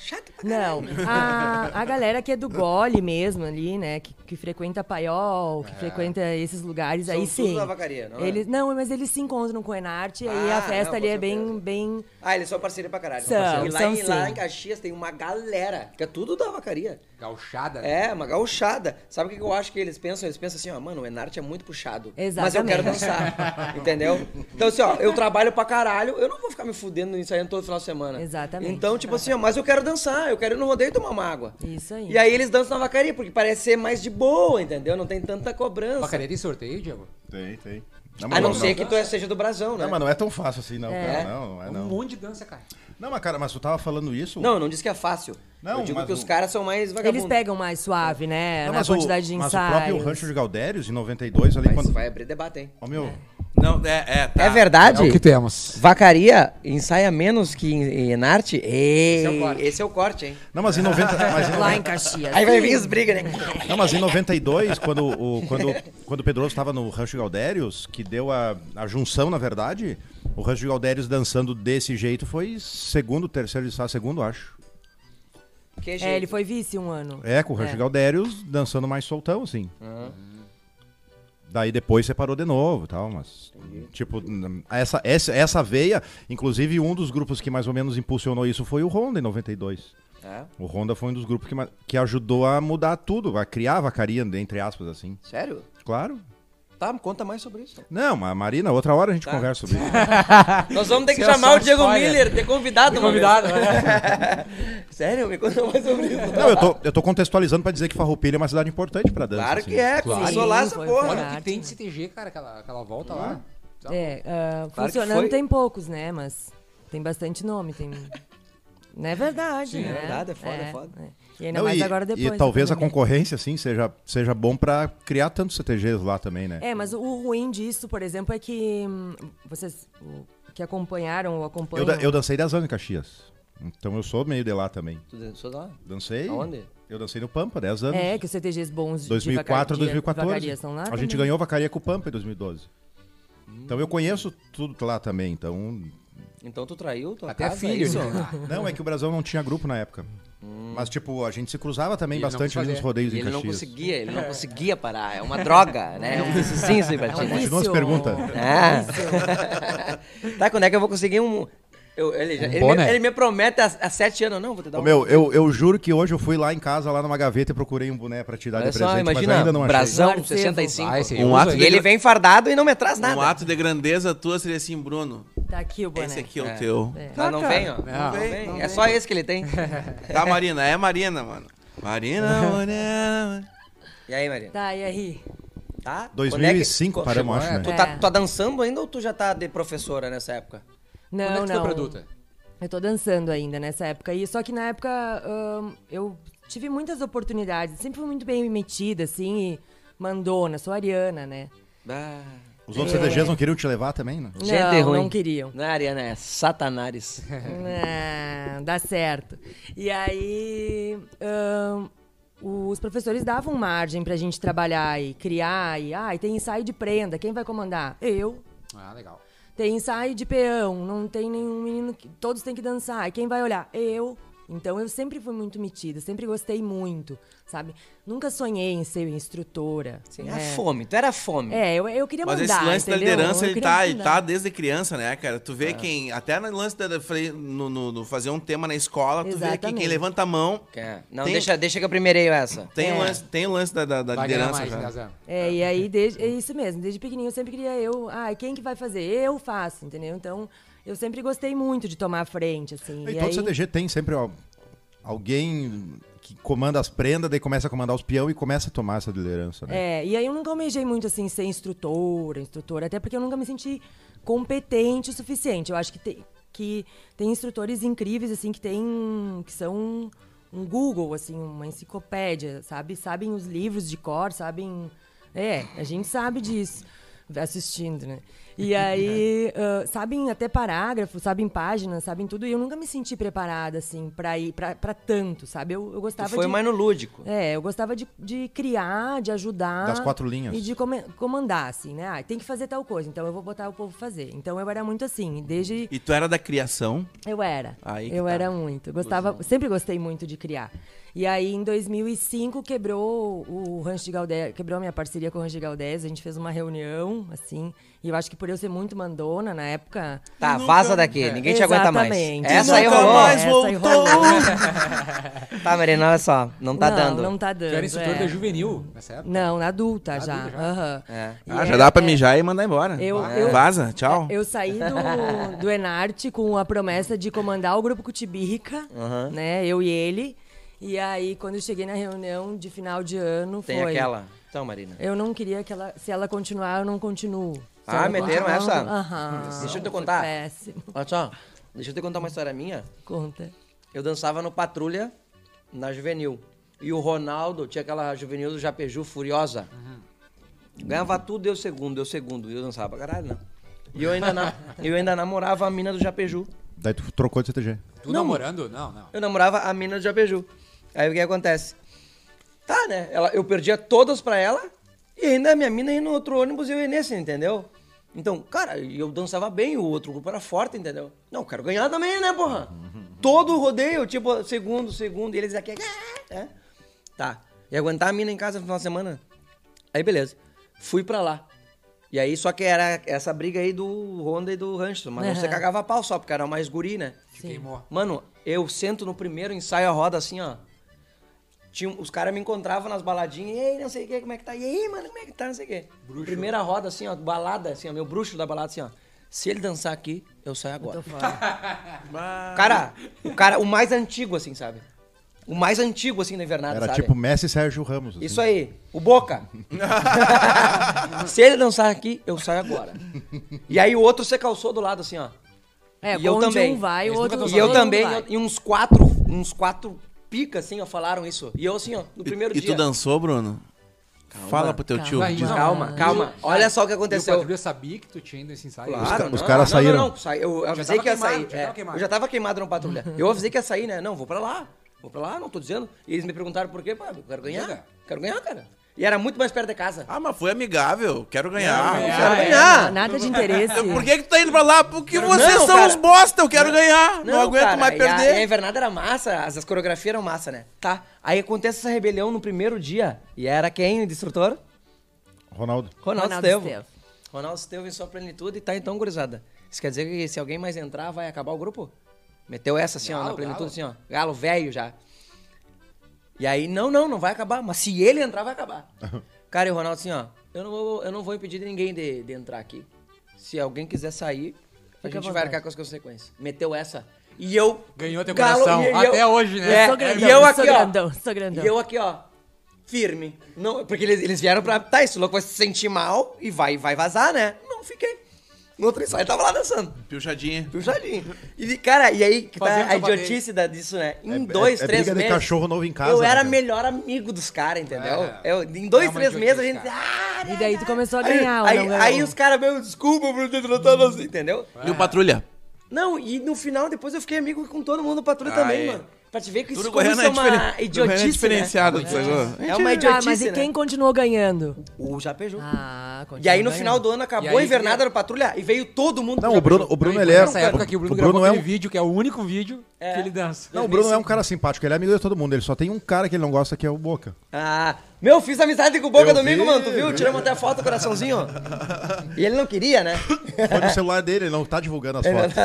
E: Não, a, a galera que é do gole mesmo ali, né? Que, que frequenta paiol, que frequenta esses lugares,
B: É. São
E: aí
B: tudo
E: sim.
B: da vacaria, não é?
E: eles, não, mas eles se encontram com o Enarte, aí
B: Ah,
E: a festa
B: não,
E: ali
B: com
E: é bem,
B: certeza.
E: bem.
B: Ah, eles são parceria pra caralho.
E: São,
B: parceiro. e lá,
E: são
B: em, lá
E: sim.
B: em Caxias tem uma galera, que é tudo da vacaria.
A: Galchada. né?
B: É, uma gauchada. Sabe o que eu acho que eles pensam? Eles pensam assim, ó, mano, o Enarte é muito puxado. Mas eu
E: Exatamente.
B: quero dançar. entendeu? Então, assim, ó, eu trabalho pra caralho, eu não vou ficar me fudendo ensaiando todo final de semana.
E: Exatamente.
B: Então, tipo assim, ó, mas eu quero dançar, eu quero ir no rodeio e tomar uma água.
E: Isso aí.
B: E aí eles dançam na vacaria, porque parece ser mais de boa, entendeu? Não tem tanta cobrança.
A: Vacaria tem sorteio, Diego?
C: Tem, tem.
B: A não ser que tu é- seja do Brasão, né?
C: Não, mas não é tão fácil assim, não, cara. Não, não é
A: Um
C: não.
A: monte de dança, cara.
C: Não, mas cara, mas tu tava falando isso?
B: Não, eu não disse que é fácil.
C: Não,
B: eu digo
C: mas
B: que
C: o-
B: os caras são mais vagabundos.
E: Eles pegam mais suave,
B: é,
E: né?
C: Não,
E: na
C: mas
E: quantidade
C: o,
E: de
C: Mas
E: ensaios.
C: o próprio Rancho de Galdérios, em 92, ali
B: Mas
C: quando...
B: vai abrir debate, hein?
C: Ó, meu,
D: Não, é, é, tá.
B: É verdade?
A: É o que temos.
B: Vacaria ensaia menos que em, em arte? Ei,
A: é o corte.
B: esse é o corte, hein?
C: Não, mas em 90... Mas em
E: Lá
C: 90
E: em Caxias.
B: Aí vai vir as brigas, né?
C: Não, mas em 92, quando o, quando, quando o Pedroso estava no Rancho Galdérios, que deu a, a junção, na verdade, o Rancho Galdérios dançando desse jeito foi segundo, terceiro de sala, segundo, acho.
B: Que
E: É, ele
B: jeito.
E: foi vice um ano.
C: É, com o Rancho Galdérios dançando mais soltão, assim. Daí depois separou de novo e tal, mas. Tipo, n- essa, essa, essa veia, inclusive um dos grupos que mais ou menos impulsionou isso foi o Honda em 92.
B: É?
C: O Honda foi um dos grupos que, ma- que ajudou a mudar tudo, a criar a vacaria, entre aspas, assim.
B: Sério?
C: Claro.
B: Tá, conta mais sobre isso.
C: Não, mas Marina, outra hora a gente
B: Tá.
C: conversa sobre isso.
B: Nós vamos ter que
A: Isso é
B: chamar
A: só
B: o Diego
A: spoiler.
B: Miller, ter convidado, uma vez.
A: Convidado, né?
B: Sério, me conta mais sobre isso.
C: Não, eu tô, eu tô contextualizando pra dizer que Farroupilha é uma cidade importante pra dança.
B: Claro
C: assim.
B: que é,
A: Claro.
B: começou lá essa
E: Sim, foi
B: porra.
E: fora.
A: Olha o que tem de CTG, cara, aquela, aquela volta lá.
E: É, ah,
B: Claro que
E: funcionando
B: foi.
E: tem poucos, né? Mas tem bastante nome, tem... Não é verdade,
B: Sim,
E: né?
B: é verdade, é foda, é foda.
E: E ainda
C: Não,
E: mais
C: e,
E: agora depois. né?
C: e talvez
E: também.
C: a concorrência, assim, seja, seja bom pra criar tantos CTGs lá também, né?
E: É, mas o ruim disso, por exemplo, é que hum, vocês o- que acompanharam ou
C: eu,
E: acompanham...
C: da- eu dancei 10 anos em Caxias. Então eu sou meio de lá também.
B: Tu dançou lá?
C: Dancei.
B: Aonde?
C: Eu dancei no Pampa, 10 anos.
E: É, que os CTGs bons
C: 2004 a
E: de vacaria-
C: 2014.
E: vacaria são lá né?
C: a gente
E: também.
C: ganhou vacaria com o Pampa em 2012. Então eu conheço tudo lá também. Então
B: Então tu traiu tua
A: Até
B: casa,
A: filho,
B: é isso?
A: né?
C: Não, é que o Brasil não tinha grupo na época.
B: Hum.
C: Mas, tipo, a gente se cruzava também
A: E ele não
C: bastante
A: quis
C: ali nos
A: fazer.
C: rodeios
B: E
C: em
B: ele não
C: Caxias.
B: conseguia, ele não conseguia parar. É uma droga, né? É um vício, sim, Sebastião.
C: Continua as
E: Vício.
C: perguntas.
B: Ah. tá, quando é que eu vou conseguir um. eu- ele, já-
A: Um
B: ele
A: boné.
B: me, ele me promete há, há sete anos, não, vou te dar
C: Ô,
B: um.
C: meu, eu, eu juro que hoje eu fui lá em casa, lá numa gaveta, e procurei um boné pra te dar
B: Olha
C: de
B: só,
C: presente, mas
B: imagina,
C: ainda não achei.
B: Brasão
E: Arcevo.
B: 65.
A: Ah, esse aí
D: Um
A: eu uso
D: ato
B: e
A: ainda.
B: ele vem fardado e não me traz nada.
D: Um ato de grandeza tua seria assim, Bruno.
E: Tá aqui o boné.
D: Esse aqui é o teu.
B: Mas não vem, ó.
A: Não.
B: Não vem.
D: Não
B: é
D: vem.
B: só esse que ele tem.
D: Tá, Marina? É Marina, mano. Marina, Marina.
B: E aí, Maria?
E: Tá, e aí?
B: Tá? Quando é que-
C: 2005
B: co-
C: paramos,
A: chegou,
C: acho,
A: é,
C: né?
B: Tu tá, tu tá dançando ainda ou tu já tá de professora nessa época?
E: Não,
A: Quando é que tu
E: não.
A: foi pra adulta?
E: Eu tô dançando ainda nessa época. E só que na época ahn, eu tive muitas oportunidades. Sempre fui muito bem metida, assim, e mandona, sou ariana, né?
C: Os outros CDGs não queriam te levar também, né?
B: Gente
E: não,
B: ruim.
E: não queriam.
B: Não é Ariana, é Satanares.
E: Ah, dá certo. E aí, ahn, os professores davam margem pra gente trabalhar e criar. E, ah, e tem ensaio de prenda, quem vai comandar? Eu.
A: Ah, legal.
E: Tem ensaio de peão, não tem nenhum menino que. Todos têm que dançar. E quem vai olhar? Eu. Então eu sempre fui muito metida, sempre gostei muito, sabe? Nunca sonhei em ser instrutora.
B: Sim,
E: né?
B: a fome, tu era fome.
E: É, eu, eu queria
D: É Mas
E: mandar,
D: esse lance
E: entendeu?
D: da liderança,
E: Eu
D: ele
E: queria
D: tá, ele
E: mandar.
D: tá desde criança, né, cara? Tu vê quem. Até no lance da, da- falei, no, no- no fazer um tema na escola, tu vê que
E: Exatamente.
D: quem levanta a mão.
B: É. Não,
D: Tem-
B: deixa, deixa que eu primeireio essa.
D: Tem,
E: É.
D: o lance, tem o lance da, da- da
A: Vai ganhar
D: liderança,
A: mais, né?
D: cara.
A: Gazan.
E: É, e aí, desde, é isso mesmo, desde pequenininho eu sempre queria eu. Ah, quem que vai fazer? Eu faço, entendeu? Então, eu sempre gostei muito de tomar a frente, assim.
C: E
E: E
C: todo
E: aí,
C: CDG tem sempre ó, alguém que comanda as prendas, daí começa a comandar os peão e começa a tomar essa liderança, né?
E: É, e aí eu nunca almejei muito assim ser instrutora, instrutora, até porque eu nunca me senti competente o suficiente. Eu acho que tem, que tem instrutores incríveis assim que tem que são um, um Google assim, uma enciclopédia, sabe? Sabem os livros de cor, sabem É, a gente sabe disso assistindo, né? E aí, ah, sabem até parágrafo, sabem página, sabem tudo. E eu nunca me senti preparada, assim, pra ir pra, pra tanto, sabe? Eu, eu
B: Tu
E: gostava
B: foi
E: de...
B: mais no lúdico.
E: É, eu gostava de, de criar, de ajudar.
C: Das quatro linhas.
E: E de come- comandar, assim, né? Ah, tem que fazer tal coisa, então eu vou botar o povo fazer. Então eu era muito assim, desde.
D: E tu era da criação.
E: Eu era.
D: Aí que
E: eu
D: tá.
E: era muito. Eu Gostava, sempre gostei muito de criar. E aí, em 2005, quebrou o Rancho de Galdés, quebrou a minha parceria com o Rancho de Galdés. A gente fez uma reunião, assim. E eu acho que por eu ser muito mandona na época.
B: Tá,
D: Nunca-
B: vaza daqui, ninguém te aguenta mais.
E: Exatamente.
B: Essa aí
D: Nunca
B: rolou.
D: mais
E: Essa aí
D: voltou.
E: rolou.
B: Tá, Marina, olha só, não tá
E: não,
B: dando.
E: Não tá
A: Tu
E: dando.
A: era instrutor
E: é.
A: da juvenil, tá nessa época?
E: Não, na adulta já.
A: adulta já.
E: aham.
B: É.
E: E
D: Ah, já
E: é-
D: dá pra
E: é-
D: mijar e mandar embora.
E: Eu-
D: Vai.
E: eu-
D: Vaza, tchau.
E: É, Eu saí do, do Enarte com a promessa de comandar o grupo Cutibirrica, né? Eu e ele. E aí, quando eu cheguei na reunião de final de ano,
B: Tem
E: foi.
B: aquela. Então, Marina.
E: Eu não queria que ela. Se ela continuar, eu não continuo. Se
B: Ah,
E: ela
B: meteram
E: continuar,
B: essa?
E: eu não- Aham.
B: Deixa eu te
E: Foi
B: contar.
E: Péssimo.
B: Olha só, deixa eu te contar uma história minha.
E: Conta.
B: Eu dançava no Patrulha, na Juvenil. E o Ronaldo tinha aquela Juvenil do Japeju Furiosa. Ganhava tudo, eu segundo, eu segundo. E eu dançava pra caralho, né? E eu ainda, na- eu ainda namorava a mina do Japeju.
C: Daí tu trocou de CTG.
A: Tu namorando? Não, não.
B: Eu namorava a mina do Japeju. Aí o que acontece? Tá, né? Ela, eu perdia todas pra ela e ainda a minha mina ia no outro ônibus e eu ia nesse, entendeu? Então, cara, e eu dançava bem, o outro grupo era forte, entendeu? Não, quero ganhar também, né, porra? Todo o rodeio, tipo, segundo, segundo, e eles aqui, ah, né? Tá. E aguentar a mina em casa no final de semana. Aí, beleza. Fui pra lá. E aí, só que era essa briga aí do Honda e do Rancho. Mas você
E: Aham.
B: cagava pau só, porque era mais guri, né?
A: Te queimou.
B: Mano, eu sento no primeiro ensaio a roda assim, ó. Tinha, um, os caras me encontravam nas baladinhas, e aí, não sei o que, como é que tá? E aí, mano, como é que tá? Não sei o que. Primeira roda, assim, ó, balada, assim, ó, meu bruxo da balada, assim, ó. Se ele dançar aqui, eu saio agora.
E: Tô fora.
B: Cara, o cara, o mais antigo, assim, sabe? O mais antigo, assim, da invernada,
C: Era
B: sabe?
C: tipo Messi e Sérgio Ramos. assim.
B: Isso é- aí, o Boca. Se ele dançar aqui, eu saio agora. E aí o outro se calçou do lado, assim, ó.
E: É,
B: E eu
E: onde
B: também.
E: um vai, o
A: Eles nunca
E: outro
A: tão
B: E eu
E: todo mundo
B: também,
E: vai.
B: eu- e uns quatro, uns quatro pica, assim, ó, falaram isso. E eu, assim, ó, no primeiro
D: e,
B: dia.
D: e tu dançou, Bruno? Fala pro teu
E: calma.
D: tio.
A: Vai,
D: diz-
A: não.
B: Calma, calma. Olha só o que
A: E o
B: aconteceu.
A: patrulha sabia que tu tinha ido esse ensaio?
B: Claro,
C: ca- os
B: não,
C: caras
B: não, não,
C: saíram.
B: Não, sai- eu avisei
A: tava
B: que ia
A: queimado,
B: sair.
A: já
B: é,
A: tava queimado.
B: eu já tava queimado no patrulha. Eu avisei que ia sair, né? Não, vou pra lá. Vou pra lá, não tô dizendo. E eles me perguntaram por quê, pá, eu quero ganhar.
A: Liga.
B: Quero ganhar, cara. E era muito mais perto de casa.
D: Ah, mas foi amigável. Quero ganhar.
B: quero
E: É,
B: ganhar.
E: Nada de interesse.
D: Então Por que, que tu tá indo pra lá? Porque vocês
B: Não,
D: são
B: cara.
D: os bosta, eu quero ganhar. Não, aguento
B: cara,
D: mais
B: e a- E a,
D: perder.
E: é-
B: invernada era massa, as, as coreografias eram massa, né? Tá. Aí acontece essa rebelião no primeiro dia. E era quem o destrutor?
C: Ronaldo.
B: Ronaldo,
E: Ronaldo
B: Estevam.
E: Estevam.
B: Ronaldo Estevam em sua plenitude e tá então, gurizada. Isso quer dizer que se alguém mais entrar, vai acabar o grupo? Meteu essa assim, ó,
A: Galo,
B: na plenitude,
A: galo.
B: assim, ó. Galo velho já. E aí, não, não, não vai acabar. Mas se ele entrar, vai acabar. Cara, e o Ronaldo assim, ó. Eu não vou, eu não vou impedir ninguém de, de entrar aqui. Se alguém quiser sair, a
E: Fica à
B: gente vai
E: vontade.
B: arcar com as consequências. Meteu essa. E eu.
A: Ganhou teu coração. Até hoje, né?
B: É,
E: Sou grandão,
B: e eu
E: sou
B: aqui, ó.
E: grandão, sou grandão.
B: E eu aqui, ó. Firme. Não, é porque eles, eles vieram pra. Tá, esse louco vai se sentir mal e vai, vai vazar, né? Não, fiquei. No outro ensaio, tava lá dançando.
D: Piochadinha.
B: Puxadinho. E, cara, e aí que tá
A: Fazendo
B: a
A: trabalho.
B: idiotice da, disso, né? Em
C: É-
B: dois,
C: é- é
B: três
C: briga de
B: meses.
C: cachorro novo em casa,
B: Eu
C: né,
B: era
C: cara?
B: melhor amigo dos caras, entendeu?
A: É.
B: Eu, em dois,
A: É uma
B: três meses a
A: idiotice,
B: gente. Ah,
E: E daí tu começou a
B: aí,
E: ganhar, né, ou
B: aí,
E: não ganhou?
B: aí os caras, meu, desculpa por ter tratado assim, entendeu?
E: É.
D: E o patrulha?
B: Não, e no final, depois eu fiquei amigo com todo mundo do patrulha
D: Ah,
B: também,
D: é.
B: mano. Pra te ver que isso,
D: Tudo
B: como
D: correndo
B: isso
D: é
B: é uma
D: diferen- correndo é
B: idiotice, né?
D: diferenciado. sacou?
B: É uma
E: Ah,
B: idiotice,
E: mas e
B: né?
E: quem continuou ganhando?
B: O é Japeju.
E: Ah,
B: e aí, no
E: continuou
B: final
E: ganhando.
B: do ano,
A: E
B: acabou
A: aí
B: a invernada
A: que-
B: no Patrulha e veio todo mundo
C: Não,
B: pro
C: o Bruno, o
B: Japeju.
C: Bruno
A: Não, e
C: ele
A: foi
C: é.
A: Nessa época que o Bruno, gravou
C: é
A: aquele
C: um.
A: vídeo, que é o único vídeo
B: É.
A: que ele dança.
C: Não, o Bruno é um cara simpático, ele é amigo de todo mundo, ele só tem um cara que ele não gosta que é o Boca.
B: Ah, meu, fiz amizade com o Boca
C: Eu
B: domingo,
C: vi.
B: mano, tu viu? Tiramos até a foto, coraçãozinho. e ele não queria, né?
C: Foi no celular dele, ele não tá divulgando as fotos.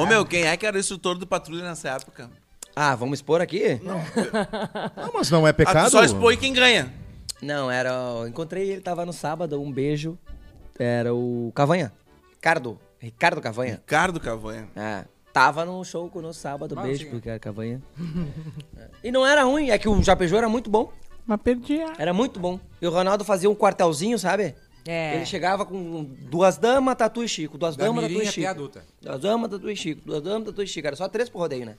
D: Ô meu, quem é que era o instrutor do patrulha nessa época?
B: Ah, vamos expor aqui? Não,
C: Não, mas não é
D: Ah,
C: pecado.
D: tu só expõe quem ganha.
B: era... eu Encontrei ele, tava no sábado, um beijo. Era o Cavanha. Ricardo. Ricardo Cavanha.
D: Ricardo Cavanha.
B: É, tava no show conosco sábado,
A: Ah,
B: beijo
A: sim.
B: pro Ricardo Cavanha. É. e não era ruim, é que o Japeju era muito bom.
D: Mas perdi a...
B: Era muito bom. E o Ronaldo fazia um quartelzinho, sabe?
E: É.
B: Ele chegava com duas damas, tatu e Chico. Duas
A: Da
B: damas,
A: mirim
B: tatu e
A: até
B: Chico.
A: adulta.
B: Duas damas, tatu e Chico. Duas damas, tatu e Chico. Era só três por rodeio, né?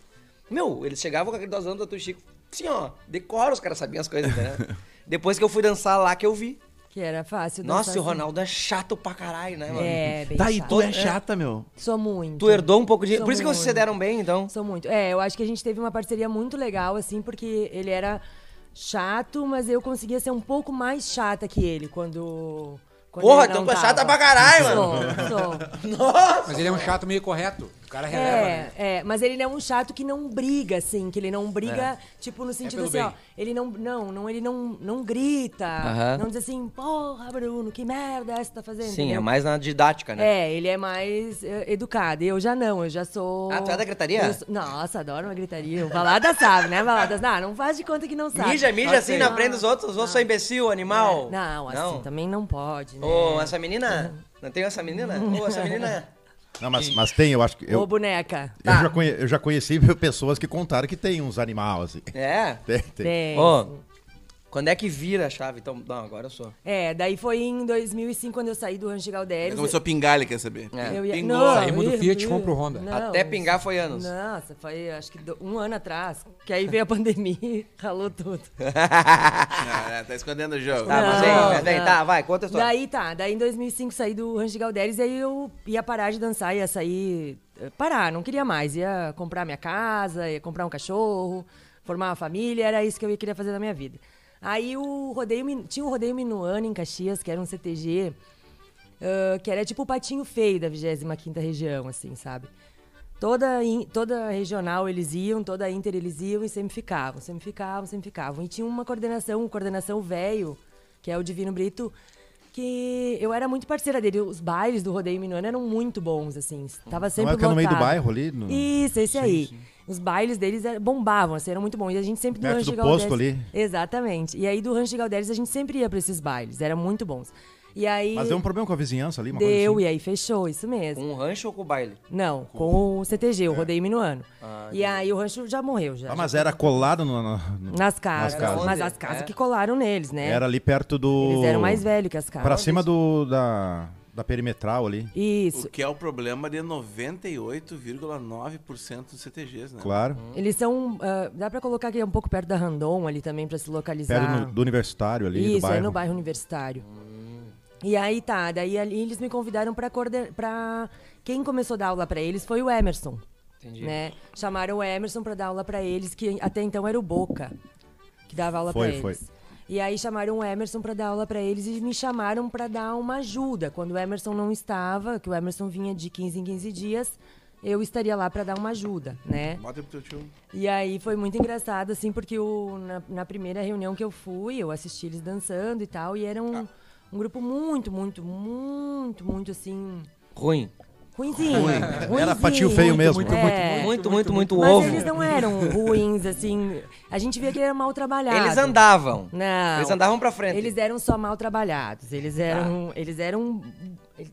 B: Meu, eles chegavam com aquele duas damas, tatu e Chico. Assim, ó, decora, os caras sabiam as coisas, né? Depois que eu fui dançar lá, que eu vi.
E: Que Que era fácil dançar
B: Nossa, e o
E: assim.
B: Ronaldo é chato pra caralho, né, mano?
E: É, bem
D: Tá, e
E: chato.
D: tu é chata, meu.
E: Sou muito.
B: Tu herdou um pouco de.
E: Sou
B: Por isso que vocês se
E: muito.
B: deram bem, então.
E: Sou muito. É, eu acho que a gente teve uma parceria muito legal, assim, porque ele era chato, mas eu conseguia ser um pouco mais chata que ele quando. quando
B: Porra,
E: ele não
B: então tu é
E: tava.
B: chata pra caralho,
E: Sou, sou.
B: Nossa!
A: Mas ele é um chato meio correto. O cara releva, né?
E: É, é, mas ele é um chato que não briga, assim, que ele
B: É.
E: não briga, tipo, no sentido
A: pelo
E: assim, ó,
A: bem.
E: ele não, não, não, ele não, não grita,
B: Aham.
E: não diz assim, porra, Bruno, que merda essa tá fazendo?
B: Sim,
E: entendeu?
B: é mais na didática, né?
E: É, ele é mais eh, educado. Eu já não, eu já sou.
B: Ah, tu é da gritaria?
E: Eu sou- Nossa, adoro uma gritaria. O Balada sabe, né, Baladas? Não, não faz de conta que não sabe.
B: Mija, mija
E: Ah,
B: assim,
E: sei.
B: não aprende os outros, os outros são imbecil, animal.
E: Não, assim também não pode, né?
B: Ô, essa menina. Não tem essa menina? Ô, essa menina.
C: Não, mas, mas tem, eu acho que. Eu,
E: Ô, tá. boneca.
C: eu
B: Tá.
C: já conhe- eu já conheci pessoas que contaram que tem uns animais, assim.
B: É.
C: Tem, tem.
E: Tem.
B: Ô, quando é que vira a chave? Então, não, agora eu sou.
E: É, daí foi em 2005, quando eu saí do Rancho Galdério.
D: Começou a pingar, ele é- quer saber.
E: Eu ia...
D: Pingou.
E: Não,
A: Saímos do
E: eu-
A: Fiat,
E: eu-
A: fomos pro Honda.
E: não.
B: Até pingar foi anos.
E: Nossa, foi acho que do- um ano atrás, que aí veio a pandemia, ralou tudo.
D: Ah, é, tá escondendo o jogo.
B: Tá, mas
E: Não,
B: aí, mas aí,
E: não.
B: tá, vai, conta a história.
E: Daí tá, daí em 2005 saí do Rancho de Galderes, aí eu ia parar de dançar, ia sair, eh, parar, não queria mais, ia comprar minha casa, ia comprar um cachorro, formar uma família, era isso que eu queria fazer na minha vida. Aí o rodeio, Min- tinha um rodeio Minuano em Caxias, que era um CTG, ah, que era tipo o patinho feio da 25ª região, assim, sabe? Toda, in- toda regional eles iam, toda inter eles iam e sempre ficavam, sempre ficavam, sempre ficavam. E tinha uma coordenação, um coordenação velho, que é o Divino Brito, que eu era muito parceira dele. Os bailes do Rodeio Minuano eram muito bons, assim. Tava sempre
C: Não é que é no meio do
E: lotado.
C: bairro ali? No...
E: Isso, esse aí. Os bailes deles era- bombavam, assim, eram muito bons. E a gente sempre do
C: Perto
E: Rancho
C: do
E: Galdéres-
C: posto ali.
E: Exatamente. E aí do Rancho Galdéres a gente sempre ia pra esses bailes, eram muito bons. E aí
C: Mas deu um problema com a vizinhança ali, uma
E: deu,
C: coisa assim.
E: e aí fechou, isso mesmo.
B: Com o rancho ou com o baile?
E: Não, com o CTG, o Rodeio Minuano. e aí o rancho já morreu,
C: assim.
E: já.
C: É. Ah, mas era colado no, no- no-
E: Nas casas.
C: casas.
E: Mas as casas
B: É.
E: que colaram neles, né?
C: Era ali perto do...
E: Eles eram mais velhos que as casas.
C: Pra cima do, da, da perimetral ali,
E: Isso.
D: O que é o problema de 98,9% dos CTGs, né?
C: claro.
E: Eles são. ah, dá pra colocar que é um pouco perto da Randon ali também, pra se localizar.
C: Perto no- do universitário ali, do
E: Isso,
C: bairro.
E: é no bairro universitário. E aí tá, daí ali eles me convidaram pra coordenar. Pra... Quem começou a dar aula pra eles foi o Emerson.
B: Entendi.
E: Né? Chamaram o Emerson pra dar aula pra eles, que até então era o Boca, que dava aula
C: Foi,
E: pra
C: foi.
E: eles. E aí chamaram o Emerson pra dar aula pra eles e me chamaram pra dar uma ajuda. Quando o Emerson não estava, que o Emerson vinha de 15 em 15 dias, eu estaria lá pra dar uma ajuda, né?
D: Bota aí pro teu tio.
E: E aí foi muito engraçado, assim, porque o, na, na primeira reunião que eu fui, eu assisti eles dançando e tal, e era um,
B: Ah.
E: um grupo muito, muito, muito, muito, assim,
B: Ruim.
E: ruinzinho.
C: Era
E: ruinzinho.
C: patinho feio mesmo.
A: muito,
E: É.
A: muito,
B: Muito, muito, muito,
E: Mas
B: ovo.
E: eles não eram ruins, assim, a gente via que era mal trabalhado.
B: Eles andavam.
E: Não.
B: Eles andavam pra frente. Ah.
E: Eles eram só mal trabalhados, eles eram, eles eram,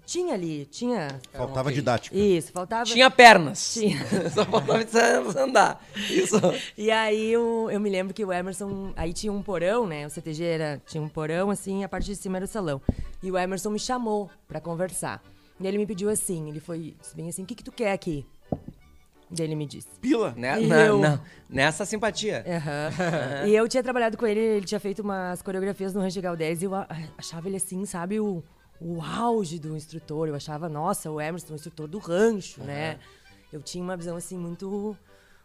E: tinha ali, tinha,
C: Faltava
A: Ok.
C: didática.
E: isso, faltava...
B: Tinha pernas.
E: Tinha.
B: Só faltava eles andar. Isso.
E: E aí eu, eu me lembro que o Emerson. Aí tinha um porão, né? O CTG era, tinha um porão, assim, e a parte de cima era o salão. E o Emerson me chamou pra conversar. E ele me pediu assim, ele foi disse bem assim, o que, que tu quer aqui? Daí ele me disse.
D: Pila.
B: Né?
E: E
B: na-
E: eu? É.
B: na- nessa simpatia.
E: Aham. E eu tinha trabalhado com ele, ele tinha feito umas coreografias no Rancho Galdés e eu a- achava ele assim, sabe, o, o auge do instrutor. Eu achava, nossa, o Emerson, o instrutor do rancho, né? Eu tinha uma visão, assim, muito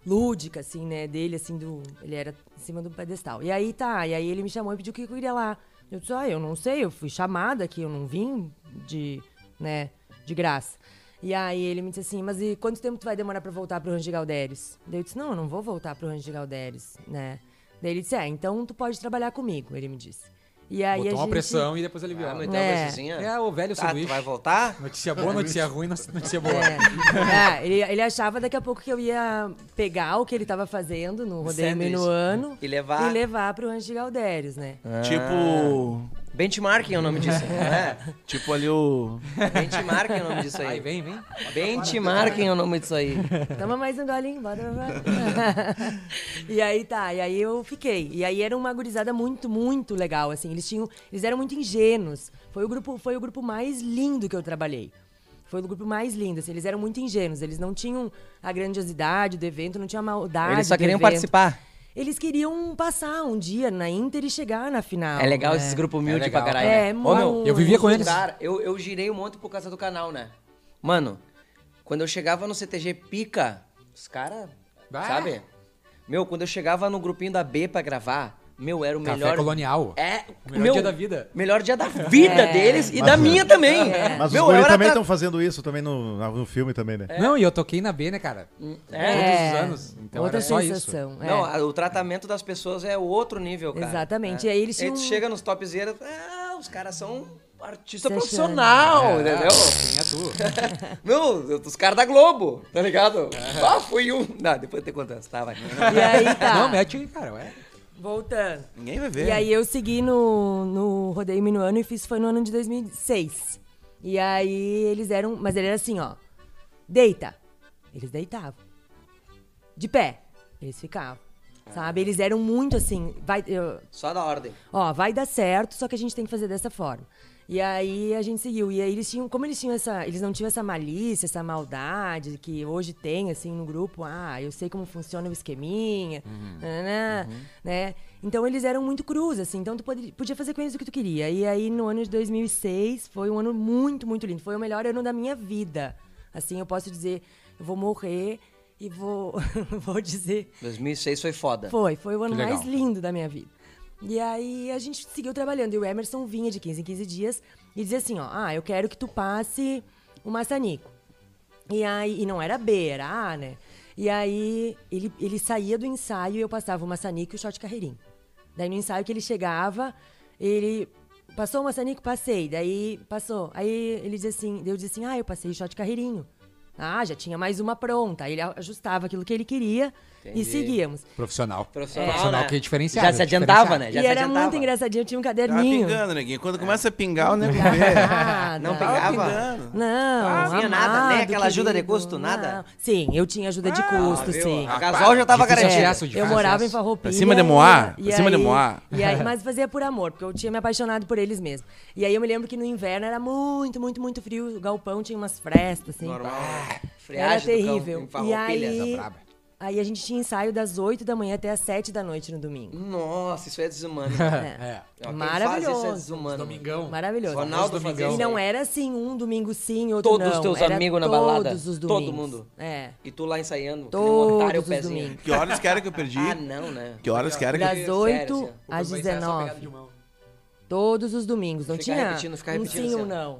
E: lúdica, assim, né, dele, assim, do... Ele era em cima do pedestal. E aí, tá, e aí ele me chamou e pediu que eu iria lá. Eu disse, ah, eu não sei, eu fui chamada aqui, eu não vim de, né, de graça. E aí ele me disse assim, mas e quanto tempo tu vai demorar pra voltar pro Rancho de Galderes? Daí eu disse, não, eu não vou voltar pro Rancho de Galderes, né? Daí ele disse, é, então tu pode trabalhar comigo, ele me disse. E aí
A: Botou
E: a
A: uma
E: gente...
A: pressão e depois aliviou.
B: Ah, mas
A: É.
B: então,
E: É.
B: coisinha.
A: É, o velho
B: Tá, tu
A: sanduíche.
B: vai É. voltar?
A: Notícia boa, notícia ruim, notícia boa.
E: É, É, ele, ele achava daqui a pouco que eu ia pegar o que ele tava fazendo no rodeio
B: Sanduíche.
E: minuano
B: E levar.
E: e levar pro Rancho de Galderes, né?
D: É. Tipo.
B: Benchmarking é o nome disso. né?
D: Tipo ali o.
B: Benchmarking é o nome disso aí.
A: Aí vem, vem.
B: Benchmarking é o nome disso aí.
E: Toma mais um golinho, bora. bora. e aí tá, e aí eu fiquei. E aí era uma gurizada muito, muito legal, assim. Eles tinham. Eles eram muito ingênuos. Foi o grupo, foi o grupo mais lindo que eu trabalhei. Foi o grupo mais lindo, assim. Eles eram muito ingênuos. Eles não tinham a grandiosidade do evento, não tinha a maldade.
B: Eles só
E: do
B: queriam
E: evento.
B: participar.
E: eles queriam passar um dia na Inter e chegar na final.
B: É legal esses grupos humildes
A: É
B: pra
A: legal.
B: caralho. né?
E: É, mano.
A: Eu vivia com
B: os
A: eles.
B: lugar- eu, eu girei um monte por causa do canal, né? Mano, quando eu chegava no CTG Pica, os caras,
A: Ah.
B: sabe? Meu, quando eu chegava no grupinho da B pra gravar, meu, era o
A: Café
B: melhor...
A: colonial.
B: É,
A: O melhor
B: meu,
A: dia da vida.
B: Melhor dia da É. vida deles e da minha também.
C: Mas
B: É. meu,
C: os
B: eu
C: guri
B: era
C: também
B: tra-
C: estão fazendo isso, também no, no filme também, né?
B: É.
A: Não, e eu toquei na B, né, cara?
B: Hum,
E: É,
A: Todos os anos. Então
E: outra
A: era só
E: sensação. é.
B: Não, a- o tratamento das pessoas é outro nível, cara. É.
E: Exatamente. E aí eles
B: Aí
E: tinham. um
B: tu chega nos topzeiros, ah, os caras são artista
E: Se achando.
B: profissional,
A: isso. É,
B: entendeu?
A: Quem é tu?
B: Meu, os caras da Globo, tá ligado?
A: É.
B: Ah, fui um. Não, depois eu te conto essa, tá, vai.
E: E aí tá.
A: Não, mete aí, cara. Ué.
E: Voltando.
D: Ninguém vai ver.
E: E aí eu segui no, no rodeio minuano e fiz foi no ano de 2006. E aí eles eram, mas ele era assim, ó. Deita. Eles deitavam. De pé. Eles ficavam. Sabe? Eles eram muito assim, vai, eu-
B: Só da ordem.
E: ó, vai dar certo, só que a gente tem que fazer dessa forma. E aí a gente seguiu. E aí eles tinham, como eles tinham essa, eles não tinham essa malícia, essa maldade que hoje tem assim no grupo. Ah, eu sei como funciona o esqueminha, nananã, né? Então eles eram muito cruz assim. Então tu poderia- podia fazer com eles o que tu queria. E aí no ano de 2006 foi um ano muito, muito lindo. Foi o melhor ano da minha vida. Assim, eu posso dizer, eu vou morrer e vou vou dizer
B: 2006 foi foda.
E: foi, foi o ano
A: Que legal.
E: mais lindo da minha vida. E aí a gente seguiu trabalhando. E o Emerson vinha de 15 em 15 dias e dizia assim, ó, ah, eu quero que tu passe o maçanico. E aí, e não era B, era A, né? E aí ele, ele saía do ensaio e eu passava o maçanico e o shot carreirinho. Daí no ensaio que ele chegava, ele passou o maçanico, passei. Daí passou. Aí ele dizia assim, daí eu dizia assim, ah, eu passei o shot carreirinho. Ah, já tinha mais uma pronta. Aí ele ajustava aquilo que ele queria e seguíamos.
A: Profissional.
B: Profissional,
A: Profissional
B: né?
A: que é diferenciado.
B: Já se adiantava,
A: diferenciado.
B: né? Já
E: e
B: se
E: era
B: adiantava.
E: muito engraçadinho, eu tinha um
D: Tava
E: caderninho.
D: Tá pingando, neguinho. Quando começa a pingar, o nego
E: Tava
D: vê.
E: nada.
B: É, Não
D: Tava
B: pingava?
D: pingando.
E: Não,
B: Ah, tinha nada, né?
E: amado,
B: Aquela ajuda de custo,
E: não.
B: nada?
E: Sim, eu tinha ajuda
D: Ah,
E: de custo,
B: Ah, viu?
E: sim.
B: A gasol já tava
A: Difícil
B: garantida.
A: tirar
E: É,
A: acesso de
E: eu
A: casa,
E: morava em
A: acesso.
D: Pra
E: Farroupilha.
D: cima de Moá,
E: e
D: pra cima de
E: aí-
D: Moá.
E: E aí, mas fazia por amor, porque eu tinha me apaixonado por eles mesmo. E aí eu me lembro que no inverno era muito, muito, muito frio. O galpão tinha umas frestas, assim.
B: Normal. né?
E: Era
B: Friagem do cão,
E: terrível.
B: em
E: E
B: Farroupilha, essa
E: aí,
B: braba.
E: aí a gente tinha ensaio das 8 da manhã até as 7 da noite no domingo.
B: Nossa, isso é desumano. né?
E: É.
B: Ó, quem
E: Maravilhoso.
B: Faz isso é desumano.
A: Domingão.
E: Maravilhoso.
B: Ronaldo fazia
E: E
B: isso.
E: não era assim, um domingo sim, outro
B: Todos
E: não.
B: os teus
E: Era
B: amigos na balada?
E: Todos os
B: Todo
E: domingos.
B: mundo?
E: É.
B: E tu lá ensaiando, que nem um otário
E: Todos
B: o
E: os
B: pezinho.
E: domingos.
D: Que horas que era que eu perdi?
B: Ah, não, né?
D: Que horas que era que eu
E: Das
B: sério,
E: 8
B: assim,
E: às
A: Vai sair só pegada
E: 19.
A: de mão.
E: Todos os domingos. Não
B: Ficar
E: tinha
B: repetindo, ficar repetindo,
E: um sim ou
B: assim, ó.
E: não.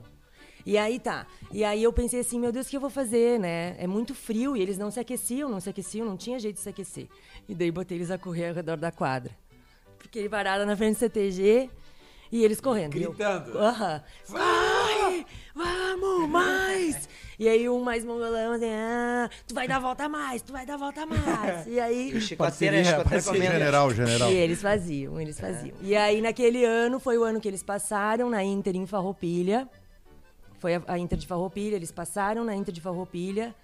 E: E aí tá. E aí eu pensei assim, meu Deus, o que eu vou fazer, né? É muito frio e eles não se aqueciam, não se aqueciam, não tinha jeito de se aquecer. E daí botei eles a correr ao redor da quadra. Fiquei parada na frente do CTG e eles correndo. E eu-
A: Gritando.
E: Aham. Vai! Vamos, mais! E aí um mais mongolão assim, ah, tu vai dar a volta a mais, tu vai dar a volta a mais. E aí...
B: Chicoteira,
A: Parceria,
B: chicoteira
A: parceria.
B: comendo.
C: General, general.
E: E
B: É.
E: eles faziam, eles faziam. E aí, naquele ano, foi o ano que eles passaram na Inter em Farroupilha. Foi a, a Inter de Farroupilha, eles passaram na Inter de Farroupilha.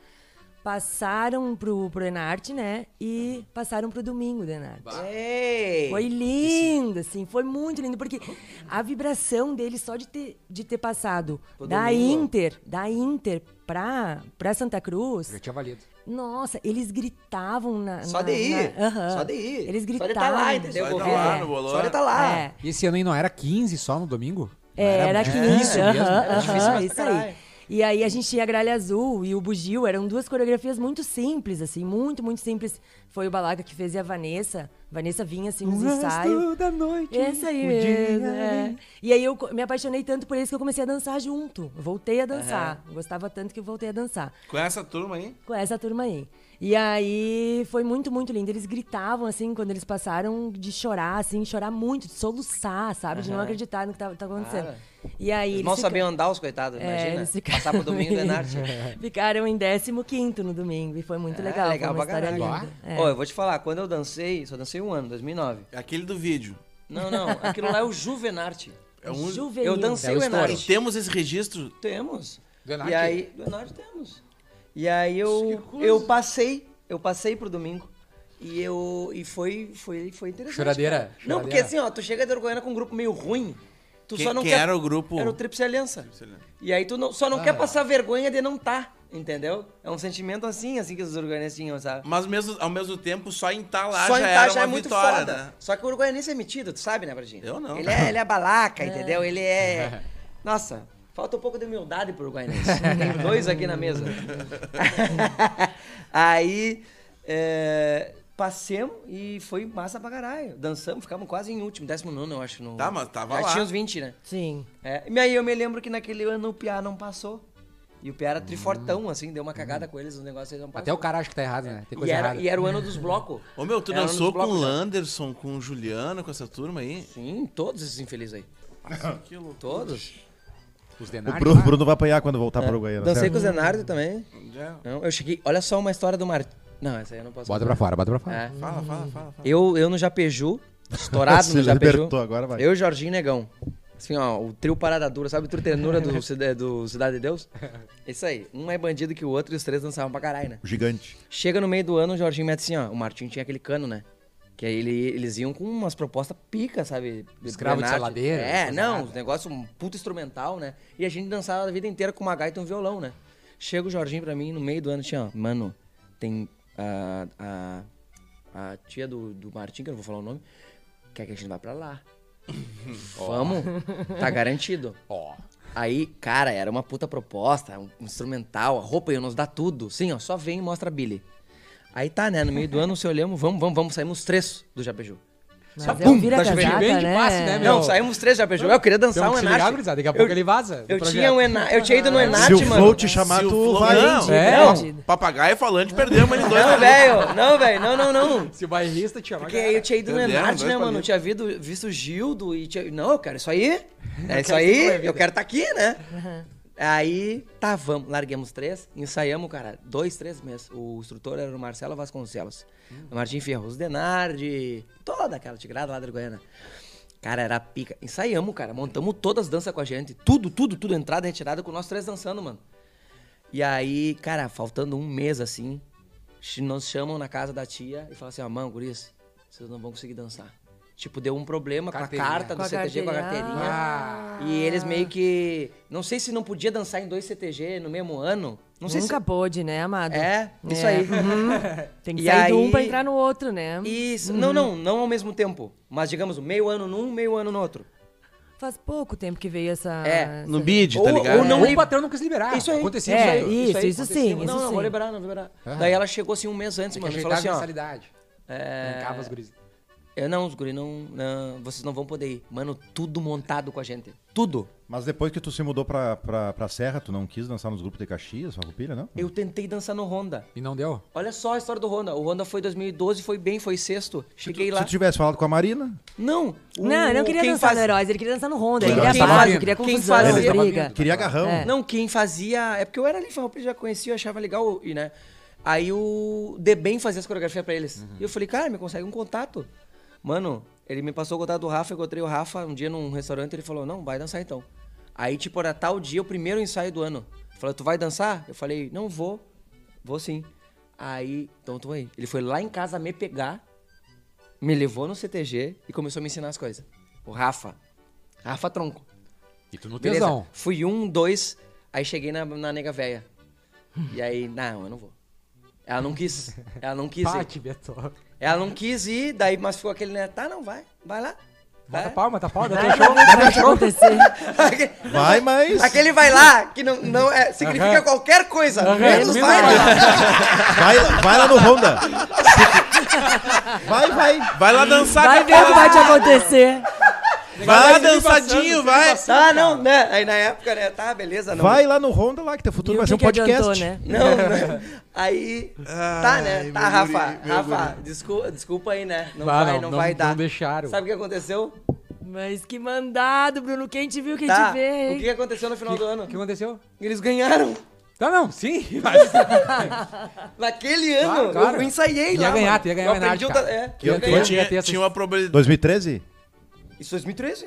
E: Passaram pro, pro Enarte, né? E passaram pro domingo do Enarte.
B: Ei!
E: Foi lindo, assim, foi muito lindo, porque a vibração dele só de ter, de ter passado
B: Pro
E: da
B: domingo.
E: Inter, da Inter pra, pra Santa Cruz,
A: Já tinha valido.
E: nossa, eles gritavam na.
B: Só
E: na-
B: de ir.
E: na- Aham.
B: Só de ir.
E: Eles gritavam.
B: Só de tá lá, entendeu?
D: Só de tá
B: Vovô?
D: lá no bolão.
B: Só de tá lá.
E: É.
A: E esse ano aí não era 15 só no domingo? Não
E: É, era
A: muito
E: 15.
A: difícil
E: Aham,
A: mesmo.
B: Era difícil,
E: aham,
B: mas
E: isso
B: caralho.
E: aí. E aí a gente tinha a Gralha Azul e o Bugio, eram duas coreografias muito simples, assim, muito, muito simples. Foi o Balaga que fez e a Vanessa. Vanessa vinha, assim, nos ensaios.
A: da noite.
E: Essa aí mesmo, é. E aí eu co- me apaixonei tanto por eles que eu comecei a dançar junto. Eu Voltei a dançar. Gostava tanto que eu voltei a dançar
D: Com essa turma aí?
E: com essa turma aí. E aí foi muito, muito lindo. Eles gritavam, assim, quando eles passaram, de chorar, assim, chorar muito, de soluçar, sabe? De não acreditar no que tá, tá acontecendo.
B: Claro.
E: E aí.
B: Eles mal
E: fica-
B: sabiam andar, os coitados,
E: É,
B: imagina.
E: eles ficaram-
B: Passar pro domingo é Enarte.
E: Ficaram em 15 no domingo. E foi muito legal.
B: É, legal
E: foi uma
B: pra
E: história
B: caralho.
E: linda. É.
B: Ó, eu vou te falar, quando eu dancei, só dancei um ano, 2009.
D: É Aquele do vídeo.
B: Não, não, aquilo lá é o Juvenarte.
D: É um...
E: Juvenil.
B: Eu dancei
A: É o
B: o
A: estouro.
B: Enarte.
D: Temos esse registro.
B: Temos.
A: Do Enarte?
B: E aí, do Enarte temos. E aí eu, eu passei, eu passei pro domingo. E eu e foi foi foi interessante.
A: Choradeira,
B: cara. Não,
A: choradeira.
B: porque assim, ó, tu chega de Uruguaiana com um grupo meio ruim, tu
D: Quem-
B: só não
D: quem
B: quer
D: era o grupo? Ah.
B: Era o Tríplice Aliança. E aí tu não- só não quer passar vergonha de não tá. Entendeu? É um sentimento assim, assim que os uruguaianenses tinham, sabe?
D: Mas mesmo, ao mesmo tempo, só em estar lá
B: Só
D: já
B: em
D: era
B: Itaja
D: uma
B: é muito
D: vitória,
B: foda.
D: né?
B: Só que o uruguaianense é metido, tu sabe, né, Brandinho?
D: Eu não.
B: Ele é, ele é balaca, entendeu? Ele é... Nossa, falta um pouco de humildade pro uruguaianense. Tem dois aqui na mesa. Aí, é, passemos e foi massa pra caralho. Dançamos, ficamos quase em último, décimo nono, eu acho. No...
D: Tá, mas tava
B: Já
D: lá.
B: tinha uns 20, né?
E: Sim.
B: É, e aí eu me lembro que naquele ano o Piá não passou. E o Piá era trifortão, assim, deu uma cagada com eles, os negócios eles não passaram.
A: Hum. Até o cara acha que tá errado, né? Tem
B: e
A: coisa
B: era,
A: errada.
B: e era o ano dos blocos.
D: Ô meu, tu
B: Era um
D: dançou
B: dos
D: com o
B: blocos, né?
D: Landerson, com o Juliano, com essa turma aí?
B: Sim, todos esses infelizes aí. Todos.
A: Os
C: O
A: denários.
C: Bruno,
A: lá.
C: Bruno vai apanhar quando voltar para o Uruguaiana.
B: É. Dancei
C: certo?
B: com o Zenardo também.
D: Já.
B: Não, eu cheguei. Olha só uma história do Martin. Não, essa aí eu não posso.
A: Bota pra fora, bota pra fora.
B: É.
D: Fala, fala, fala. fala.
B: Eu, eu no Japeju, estourado
C: Se
B: no Japeju.
C: libertou, agora vai.
B: Eu e Jorginho Negão. Assim, ó, o trio Parada Dura, sabe o trio Ternura do, Cida- do Cidade de Deus? Isso aí. Um é bandido que o outro e os três dançavam pra caralho, né?
C: Gigante.
B: Chega no meio do ano, o Jorginho mete assim, ó. O Martinho tinha aquele cano, né? Que aí ele- eles iam com umas propostas pica, sabe?
A: Escravo de
B: Grenade.
A: saladeira,
B: É,
A: coisa
B: não,
A: errada.
B: um negócio um puto instrumental, né? E a gente dançava a vida inteira com uma gaita e um violão, né? Chega o Jorginho pra mim no meio do ano, tinha, ó, mano, tem a, a, a tia do, do Martim, que eu não vou falar o nome, quer que a gente vá pra lá. Vamos, tá garantido.
A: Ó.
B: Aí, cara, era uma puta proposta, um instrumental, a roupa ia nos dar tudo. Sim, ó, só vem e mostra a Billy. Aí tá, né? No meio do ano, se olhamos, vamos, vamos, vamos, saímos os três do Japeju.
E: Mas
B: Só
E: é
B: pum,
E: um vira
B: tá
E: casaca,
A: bem de
E: né?
A: passe, né, meu?
B: Não, saímos os três do Japeju. Eu queria dançar
A: Então,
B: um
A: se ligar,
B: Enate.
A: gurizada, daqui a
B: Eu-
A: pouco ele vaza. do
B: Eu
A: projeto.
B: tinha, um ena... eu tinha ido no
C: Se
B: Enate,
C: o
B: mano.
C: Flow te chamar,
D: Se o
C: Ah, tu
D: Flow-
C: vai.
B: Ah.
D: Não,
A: É.
D: não. papagaio falante perdeu, mas eles dois
B: Não, velho. Não, velho. Não, não, não.
A: Se o bairrista te chamar.
B: Porque aí eu tinha ido no
D: Eu dei um, dois
B: Enate, né,
D: pra
B: mano?
D: mim.
B: Eu tinha visto, visto o Gildo e tinha... Não, eu quero isso aí. É isso aí. Eu quero estar aqui, né? Aí, tá, vamos. Larguemos três, ensaiamos, cara, dois, três meses. O instrutor era o Marcelo Vasconcelos. O Martim Ferros Denardi, toda aquela tigrada lá da Goiânia. Cara, era pica. Ensaiamos, cara, montamos todas as danças com a gente. Tudo, tudo, tudo, entrada e retirada com nós três dançando, mano. E aí, cara, faltando um mês assim, ch- nos chamam na casa da tia e falam assim: ó, mano, guris, vocês não vão conseguir dançar. Tipo, deu um problema com a
A: Carteirinha.
B: carta do
E: Com a
B: CTG, com a
E: carteirinha.
B: carteirinha.
A: Ah.
B: E eles meio que. Não sei se não podia dançar em dois CTG no mesmo ano. Não sei
E: Nunca pôde, né, amado?
B: se. É, isso
E: É.
B: aí.
E: Tem que
B: E
E: sair de
B: aí-
E: um pra entrar no outro, né?
B: Isso. Não, não, não ao mesmo tempo. Mas digamos, meio ano num, meio ano no outro.
E: Faz pouco tempo que veio essa.
B: É,
D: No
E: essa-
D: bid, tá
B: Ou-
D: ligado?
B: ou
C: né?
B: não-
A: Um bateu, não quis liberar.
B: Isso aí.
A: Acontecia
E: É,
A: isso aí.
E: isso,
B: aí
E: isso
B: aconteceu.
E: sim,
B: Não,
E: isso
B: não,
E: sim.
B: vou liberar, não vou liberar.
A: Aham.
B: Daí ela chegou assim um mês antes,
A: Tem Ah. É que
B: mano, e
A: ajeitar a
B: falou
A: tá
B: assim, ó.
A: mensalidade.
B: É,
A: Trancava as guris.
B: eu não, os guri não, não, vocês não vão poder ir. Mano, tudo montado com a gente. Tudo.
C: Mas depois que tu se mudou pra, pra, pra Serra, tu não quis dançar nos grupos de Caxias, Farroupilha, não?
B: Eu tentei dançar no Honda.
A: E não deu.
B: Olha só a história do Honda. O Honda foi 2012, foi bem, foi sexto. Cheguei
C: Se
B: lá.
C: tu tivesse falado com a Marina,
B: Não, o-
E: Não, eu não queria
B: quem
E: dançar
B: faz-
E: no Heróis, ele queria dançar no Honda, ele
A: Quem
E: queria
A: tava
E: vaso,
A: vindo?
E: ele queria
B: Quem
E: confusão,
B: fazia-
E: ele
B: Ele tava
E: briga.
C: queria agarrão.
E: É.
B: Então, Não, quem fazia. É porque eu era ali em Farroupilha, já conhecia, eu achava legal, e né? Aí o Debem fazia as coreografias pra eles. E eu falei, cara, me consegue um contato. Mano, ele me passou o contato do Rafa, eu encontrei o Rafa um dia num restaurante, ele falou, não, vai dançar então. Aí, tipo, era tal dia, o primeiro ensaio do ano. Falou, tu vai dançar? Eu falei, não vou, vou sim. Aí, então tu aí. Ele foi lá em casa me pegar, me levou no CTG e começou a me ensinar as coisas. O Rafa. Rafa Tronco.
A: E tu no
B: Beleza.
A: tesão.
B: Fui um, dois, aí cheguei na, na nega véia. E aí, não, eu não vou. Ela não quis. Ela não quis ir.
A: Pate, Beto.
B: Ela não quis ir, daí, mas ficou aquele, né? Tá, não, vai. Vai lá.
A: Bota
B: É? Vai.
A: palma, tá palma.
E: Vai vai acontecer.
B: Aquele-
C: vai, mas.
B: Aquele vai lá, que não, não é, significa qualquer coisa. Menos
A: menos
B: vai lá.
C: Vai, lá- vai lá no Honda. Vai, vai.
D: Vai lá dançar,
E: Vai ver o que vai te acontecer.
D: Vai lá Tá dançadinho, vai.
B: Tá, não, né? Aí na época, né? Tá, beleza, não.
C: Vai lá no Honda lá, que teu
E: E
C: futuro
E: o
C: vai ser
E: que
C: um
E: que
C: podcast.
E: adiantou, né?
B: Não, não. Aí. Tá, né?
D: Ai,
B: Tá,
D: meu
B: Rafa.
D: guri, meu
B: Rafa, desculpa, desculpa aí, né? Não
A: Ah,
B: vai,
A: não,
B: não,
A: não-
B: vai
A: não
B: dar.
A: deixaram.
B: Sabe o que aconteceu?
E: Mas que mandado, Bruno. Quem te viu, quem
B: Tá.
E: te vê, hein?
B: O que aconteceu no final do ano?
A: O que aconteceu?
B: Eles ganharam.
A: Tá, não, sim. Mas...
B: Naquele ano,
A: claro.
B: eu ensaiei
A: Ia
B: lá.
A: ganhar,
B: mano.
A: ia ganhar
B: eu aprendi
A: homenagem,
B: o
A: cara.
B: ta- é.
A: Que ano
B: eu
A: que
B: ganhei.
A: é?
D: Tinha,
A: Tinha essa-
D: tinha uma probabilidade.
C: 2013?
B: Isso foi 2013.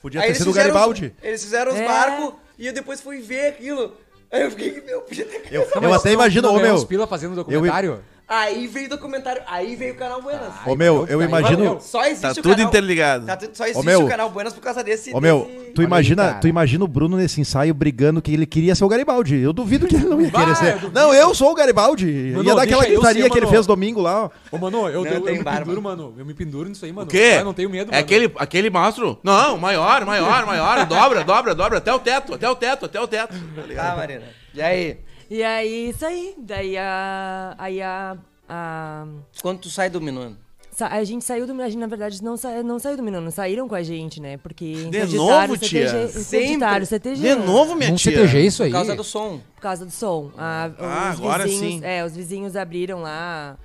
C: Podia
B: Aí
C: ter
B: eles
C: sido o
B: fizeram os-
C: Garibaldi.
B: Eles fizeram os
E: É.
B: barcos e eu depois fui ver aquilo. Aí eu fiquei, meu, podia ter
C: Eu, eu até imagino, ô
A: Não é ganhou
C: meu.
A: uns pila fazendo
C: Eu,
A: documentário.
B: Aí veio o documentário, aí veio o canal Buenas.
C: Ô meu, eu imagino.
B: Valeu. Só existe
D: Tá
B: o
D: tudo
B: canal-
D: interligado.
B: tá tudo- só existe
C: meu.
B: o canal Buenas por causa desse.
C: Ô meu,
B: desse-
C: tu
A: aí,
C: imagina,
A: cara.
C: tu imagina o Bruno nesse ensaio brigando que ele queria ser o Garibaldi. Eu duvido que ele não ia
F: Bah,
C: querer
F: eu
C: ser.
F: duvido.
C: não, eu sou o Garibaldi.
F: Mano,
C: ia dar aquela
F: deixa eu
C: gritaria
F: ser,
C: que ele
F: mano.
C: fez domingo lá, ó.
F: Ô, mano, eu,
B: Não,
F: eu, eu
B: tem
F: me
B: barba.
F: penduro, mano. Eu me penduro nisso aí, mano.
D: O quê?
F: Eu não tenho medo,
D: É
F: mano.
D: aquele, aquele monstro? Não, maior, maior, maior. Dobra, dobra, dobra. Até o teto, até o teto, até o teto. Tá ligado?
B: Tá, Marina. E aí?
E: E aí, isso aí. Daí a. Aí a. a
B: Quando tu sai dominando?
E: sa- a gente saiu do. A gente, na verdade, não, sa, não saiu do Minuano, saíram com a gente, né? Porque.
D: novo,
E: interditaram o CTG,
D: tia?
E: interditaram o CTG.
D: De novo, minha
A: Um
D: tia.
A: CTG isso
B: Por
A: aí.
B: causa do som.
E: Por causa do som. A-
D: Ah,
E: os
D: agora sim.
E: vizinhos, É, os vizinhos abriram lá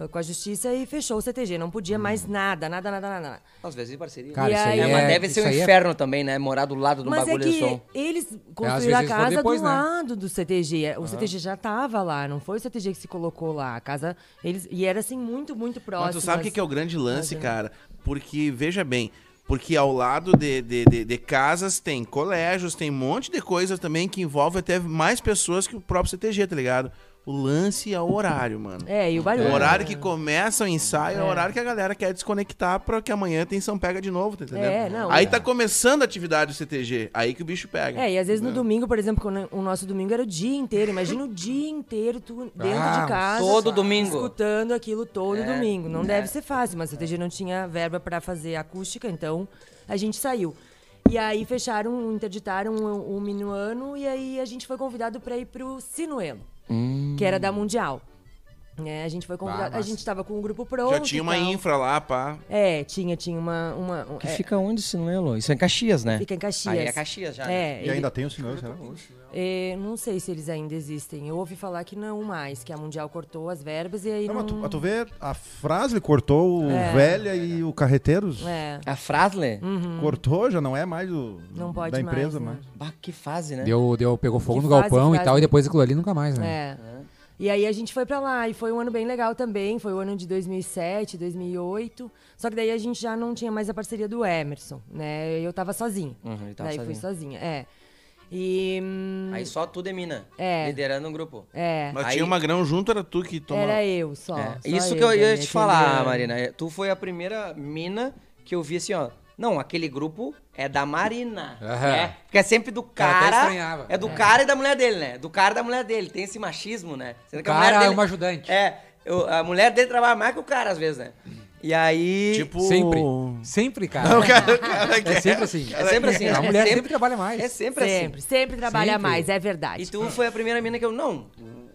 E: uh, com a justiça e fechou o CTG. Não
D: Hum.
E: podia mais nada, nada, nada, nada. nada.
B: Às vezes em parceria.
A: Cara,
E: E
A: isso aí
E: aí-
B: É, mas
A: é-
B: deve ser
A: isso
B: um
A: aí é-
B: inferno também, né? Morar do lado do
E: Mas é
B: bagulho do som.
E: que eles
A: vezes
E: construíram a
A: eles vão
E: casa
A: depois,
E: do
A: né?
E: lado do CTG. É, O CTG já tava lá, não foi o CTG que se colocou lá. A casa, eles, e era assim, muito, muito próximo.
D: Mas tu sabe o que, que é o grande lance,
E: Mas, né?
D: cara? Porque, veja bem, porque ao lado de, de, de- de casas tem colégios, tem um monte de coisa também que envolve até mais pessoas que o próprio CTG, tá ligado? O lance é o horário, mano.
E: É, e o barulho.
D: O horário que começa o ensaio é. o horário que a galera quer desconectar pra que amanhã tem São Pega de novo, tá entendendo?
E: É, não,
D: aí
E: é.
D: tá começando a atividade do CTG, aí que o bicho pega.
E: É, e às vezes
B: Né?
E: no domingo, por exemplo, quando o nosso domingo era o dia inteiro. Imagina o dia inteiro tu dentro
A: Ah,
E: de casa.
B: um todo domingo.
E: Escutando aquilo todo
B: É,
E: domingo. Não deve ser fácil, mas o TG não tinha verba pra fazer acústica, então a gente saiu. E aí fecharam, interditaram o, o Minuano e aí a gente foi convidado pra ir pro Sinuelo,
B: Hum.
E: que era da Mundial. É, a gente foi convidado, a
A: massa.
E: gente tava com um grupo pronto.
D: Já tinha
E: e
D: uma
E: tal.
D: infra lá, pá.
E: É, tinha, tinha uma. uma
B: Que
E: é,
B: fica onde esse Noelo? Isso é em Caxias, né?
E: fica em Caxias.
B: Aí é Caxias já. né?
E: É,
C: E ainda tem o senhor, será?
E: É, não sei se eles ainda existem. Eu ouvi falar que não mais, que a Mundial cortou as verbas e aí
C: Não,
E: não...
C: mas É tu, mas tu vê, a Frasle cortou o Velha e o Carreteiros.
E: É,
B: A Frasle?
C: Cortou, já não é mais o
E: Não pode
C: da empresa mais.
E: mais, né?
B: Bah, que fase, né?
A: Deu, deu, pegou fogo
E: Que
A: no
E: fase,
A: galpão e
E: fase.
A: tal, e depois aquilo ali nunca mais, né?
E: é. E aí a gente foi pra lá e foi um ano bem legal também. Foi o ano de 2007, 2008. Só que daí a gente já não tinha mais a parceria do Emerson, né? Eu tava sozinha.
B: Uhum, ele tava
E: daí fui
B: sozinho.
E: sozinha, é. E... hum,
B: Aí só tu, Demina.
E: É.
B: Liderando um grupo.
E: É,
D: Mas
B: Aí-
D: tinha uma grão junto, era tu que tomava.
E: era eu só.
B: É,
E: só
B: Isso que eu ia
E: né,
B: te falar,
E: que-
B: Marina. É, Tu foi a primeira mina que eu vi assim, ó. Não, aquele grupo é da Marina.
A: Aham.
B: né? Porque é sempre do
A: Cara, até
B: cara.
A: estranhava.
B: É do cara e da mulher dele, né? Do cara e da mulher dele. Tem esse machismo, né? Sendo que a
A: Cara
B: mulher
A: é
B: dele-
A: uma ajudante.
B: É. eu- a mulher dele trabalha mais que o cara, às vezes, né? E aí.
D: Tipo.
A: É. Sempre. Sempre, cara. é sempre assim.
B: É sempre assim,
A: A
B: é
A: mulher sempre,
B: sempre-
A: trabalha mais.
B: É sempre assim.
E: Sempre, sempre trabalha
A: Sempre.
E: mais, é verdade.
B: E tu foi a primeira mina que eu. Não,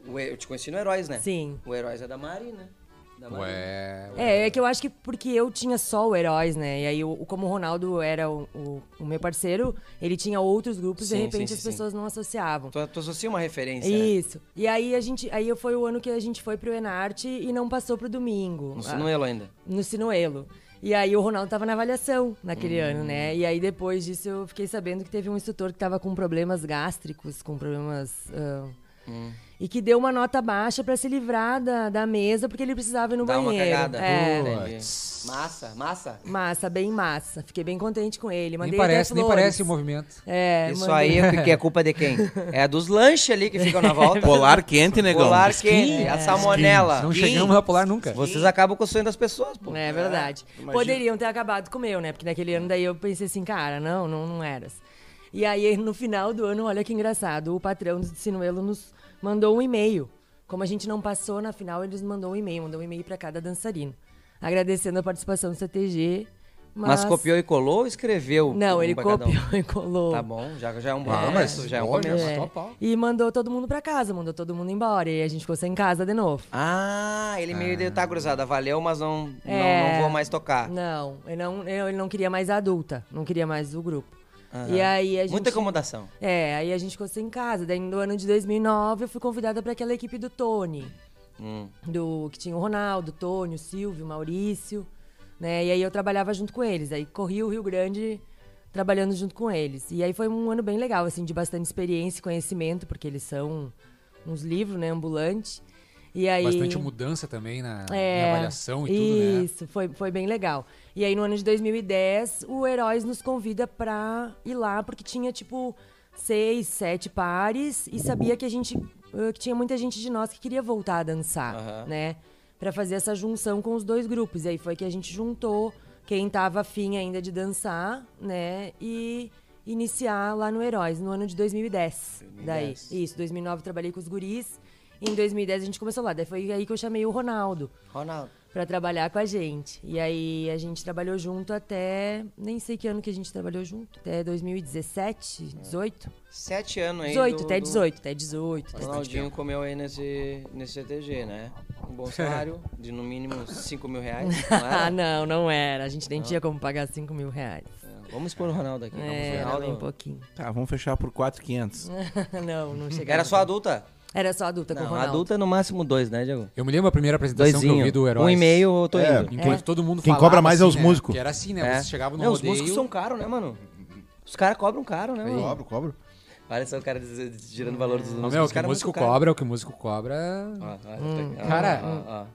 B: o- o- eu te conheci no Heróis, né?
E: Sim.
B: O Heróis é da Marina. Da Marina.
A: Ué,
E: É, é que eu acho que porque eu tinha só o Heróis, né? E aí, o, o- como o Ronaldo era o, o- o meu parceiro, ele tinha outros grupos,
B: Sim,
E: de
B: sim,
E: repente
B: sim,
E: as
B: sim.
E: pessoas não associavam.
B: Então, Tu, tu associa uma referência. né?
E: Isso. E aí a gente, aí foi o ano que a gente foi pro Enarte e não passou pro domingo.
B: No
E: Ah,
B: Sinuelo ainda.
E: no Sinuelo. E aí o Ronaldo tava na avaliação naquele
B: Hum.
E: ano, né? E aí depois disso eu fiquei sabendo que teve um instrutor que tava com problemas gástricos, com problemas. ah,
B: Hum.
E: E que deu uma nota baixa pra se livrar da, da mesa, porque ele precisava ir no
B: Dá uma
E: banheiro.
B: cagada.
E: É.
B: Entendi. Massa, massa.
E: Massa, bem massa. Fiquei bem contente com ele. Mandei
A: nem
E: até
A: parece, nem
E: flores.
A: parece o movimento.
E: É,
B: Isso
E: mandei-
B: aí é porque é culpa de quem? É dos lanches ali que ficam na volta.
D: Polar quente, negão.
B: Polar quente,
E: É.
B: a salmonela.
A: Não
B: Skin.
A: chegamos a pular nunca.
B: Vocês acabam com o sonho das pessoas, pô.
E: É verdade.
D: imagina.
E: Poderiam ter acabado com o meu, né? Porque naquele ano daí eu pensei assim, cara, não, não, não eras. E aí no final do ano, olha que engraçado, o patrão do Sinuelo nos mandou um e-mail. Como a gente não passou na final, eles mandou um e-mail, mandou um e-mail pra cada dançarino, agradecendo a participação do CTG. Mas,
B: Mas copiou e colou ou escreveu?
E: Não,
B: um
E: ele
B: pra cada um?
E: copiou e colou.
B: Tá bom, já, já é um
A: Ah,
B: começo,
A: mas
B: já é um
A: olha,
B: começo.
A: mas
E: É.
A: total.
E: E mandou todo mundo pra casa, mandou todo mundo embora. E aí a gente ficou sem casa de novo.
B: Ah, ele meio deu, tá, cruzada, valeu, mas não, não,
E: É.
B: não vou mais tocar.
E: Não, ele não, eu- ele não queria mais a adulta, não queria mais o grupo. E aí a gente.
B: Muita acomodação.
E: É, aí a gente ficou sem casa. Daí no ano de 2009 eu fui convidada para aquela equipe do Tony,
B: Hum.
E: do que tinha o Ronaldo, o Tony, o Silvio, o Maurício, né? E aí eu trabalhava junto com eles. Aí corri o Rio Grande trabalhando junto com eles. E aí foi um ano bem legal, assim, de bastante experiência e conhecimento, porque eles são uns livros, né, ambulante. E aí
A: Bastante mudança também na, na
E: é,
A: avaliação e tudo, né?
E: Isso, foi, foi bem legal. E aí, no ano de 2010, o Heróis nos convida pra ir lá, porque tinha, tipo, seis, sete pares e sabia que a gente. eh, que tinha muita gente de nós que queria voltar a dançar,
B: Aham.
E: né? para fazer essa junção com os dois grupos. E aí foi que a gente juntou quem tava afim ainda de dançar, né? E iniciar lá no Heróis, no ano de 2010.
B: 2010.
E: Daí, isso, 2009 eu trabalhei com os guris. E em 2010 a gente começou lá. Daí foi aí que eu chamei o Ronaldo
B: Ronaldo.
E: para trabalhar com a gente. E aí a gente trabalhou junto até, nem sei que ano que a gente trabalhou junto, até 2017, 18,
B: Sete anos aí.
E: 18,
B: do-
E: até
B: do-
E: 18, até 18,
B: O
E: até
B: Ronaldinho comeu aí nesse, nesse CTG, né? Um bom salário de no mínimo 5 mil reais. não era?
E: Ah, não, não era. A gente nem tinha como pagar 5 mil reais.
B: É, Vamos expor o Ronaldo aqui. vamos
E: É,
B: ver.
E: era bem
B: Ronaldo...
E: pouquinho.
D: Tá, vamos fechar por 4,500.
E: não, não chegava.
B: Era só adulta?
E: Era só adulta com o
B: Não,
E: Ronaldo.
B: adulta no máximo dois, né, Diego?
A: Eu me lembro a primeira apresentação que eu vi
B: Doisinho.
A: do Heróis.
B: Um e meio, eu tô
C: É,
B: indo.
A: Em que todo mundo
C: Quem
A: falava
C: cobra mais é os
A: assim, né?
C: músicos.
A: Que era assim, né?
B: É.
A: Você chegava no
B: Não, os
A: rodeio...
B: músicos são caros, né, mano? Os caras cobram caro, né, mano?
C: Cobro, cobro.
B: Olha só o cara tirando valor dos
A: Não,
B: músicos.
A: É. meu, o
B: os
A: que
B: caras
A: músico
B: muito caro.
A: cobra, o que músico cobra...
B: Ó, ó, tá aqui, ó,
A: Hum, Cara,
B: ó, ó,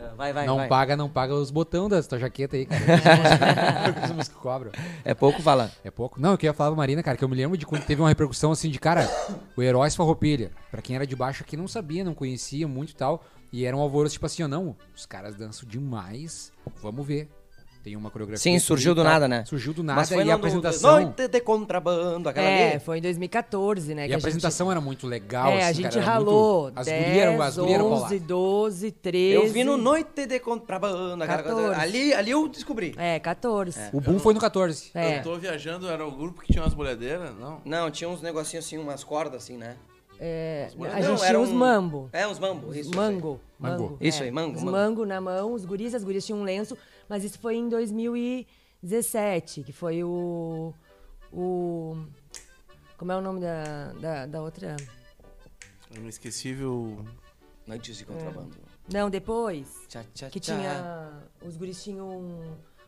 E: É,
B: ó. vai, vai,
A: não
B: vai.
A: paga, não paga os botão da tua jaqueta aí, cara. Os músicos cobram.
B: É pouco falar.
A: É pouco? Não, eu queria falar pra Marina, cara, que eu me lembro de quando teve uma repercussão assim de, cara, o Heróis Farroupilha. Pra quem era de baixo aqui não sabia, não conhecia muito e tal. E era um alvoroço tipo assim, ó, não, os caras dançam demais, vamos ver. Tem uma coreografia.
B: Sim, surgiu
A: e
B: do
A: tal.
B: nada, né?
A: Surgiu do nada
B: Mas foi
A: e
B: no-
A: a
B: no-
A: apresentação.
B: Noite de contrabando, aquela
E: É,
B: ali.
E: foi em 2014, né?
A: E
E: que
A: a
E: gente-
A: apresentação era muito legal,
E: É, a
A: assim,
E: gente
A: cara, era
E: ralou.
A: muito- As
E: 10,
A: gurias eram, as gurias eram
E: 11,
A: boladas.
E: 12, 13.
B: Eu vi no Noite de Contrabando, aquela coisa.
E: 14.
B: Ali, ali eu descobri.
E: É, 14. É.
A: O boom foi no 14.
E: É,
D: Eu tô viajando, era o grupo que tinha umas boleadeiras? Não.
B: Não, tinha uns negocinhos assim, umas cordas assim, né?
E: é, a gente
B: Não,
E: tinha
B: era
E: os
B: um-
E: mambo.
B: É, uns mambo. Isso,
E: mango. É.
A: Mango.
B: Isso aí, mango,
E: Os
B: mango.
E: mango na mão, os guris, as gurias tinham um lenço, mas isso foi em 2017, que foi o. O. Como é o nome da, da, da outra?
D: Inesquecível.
B: isso aí. Noites de Contrabando.
E: Não, depois.
B: Tchá, tchá,
E: É. Que
B: tchá.
E: tinha. Os guris tinham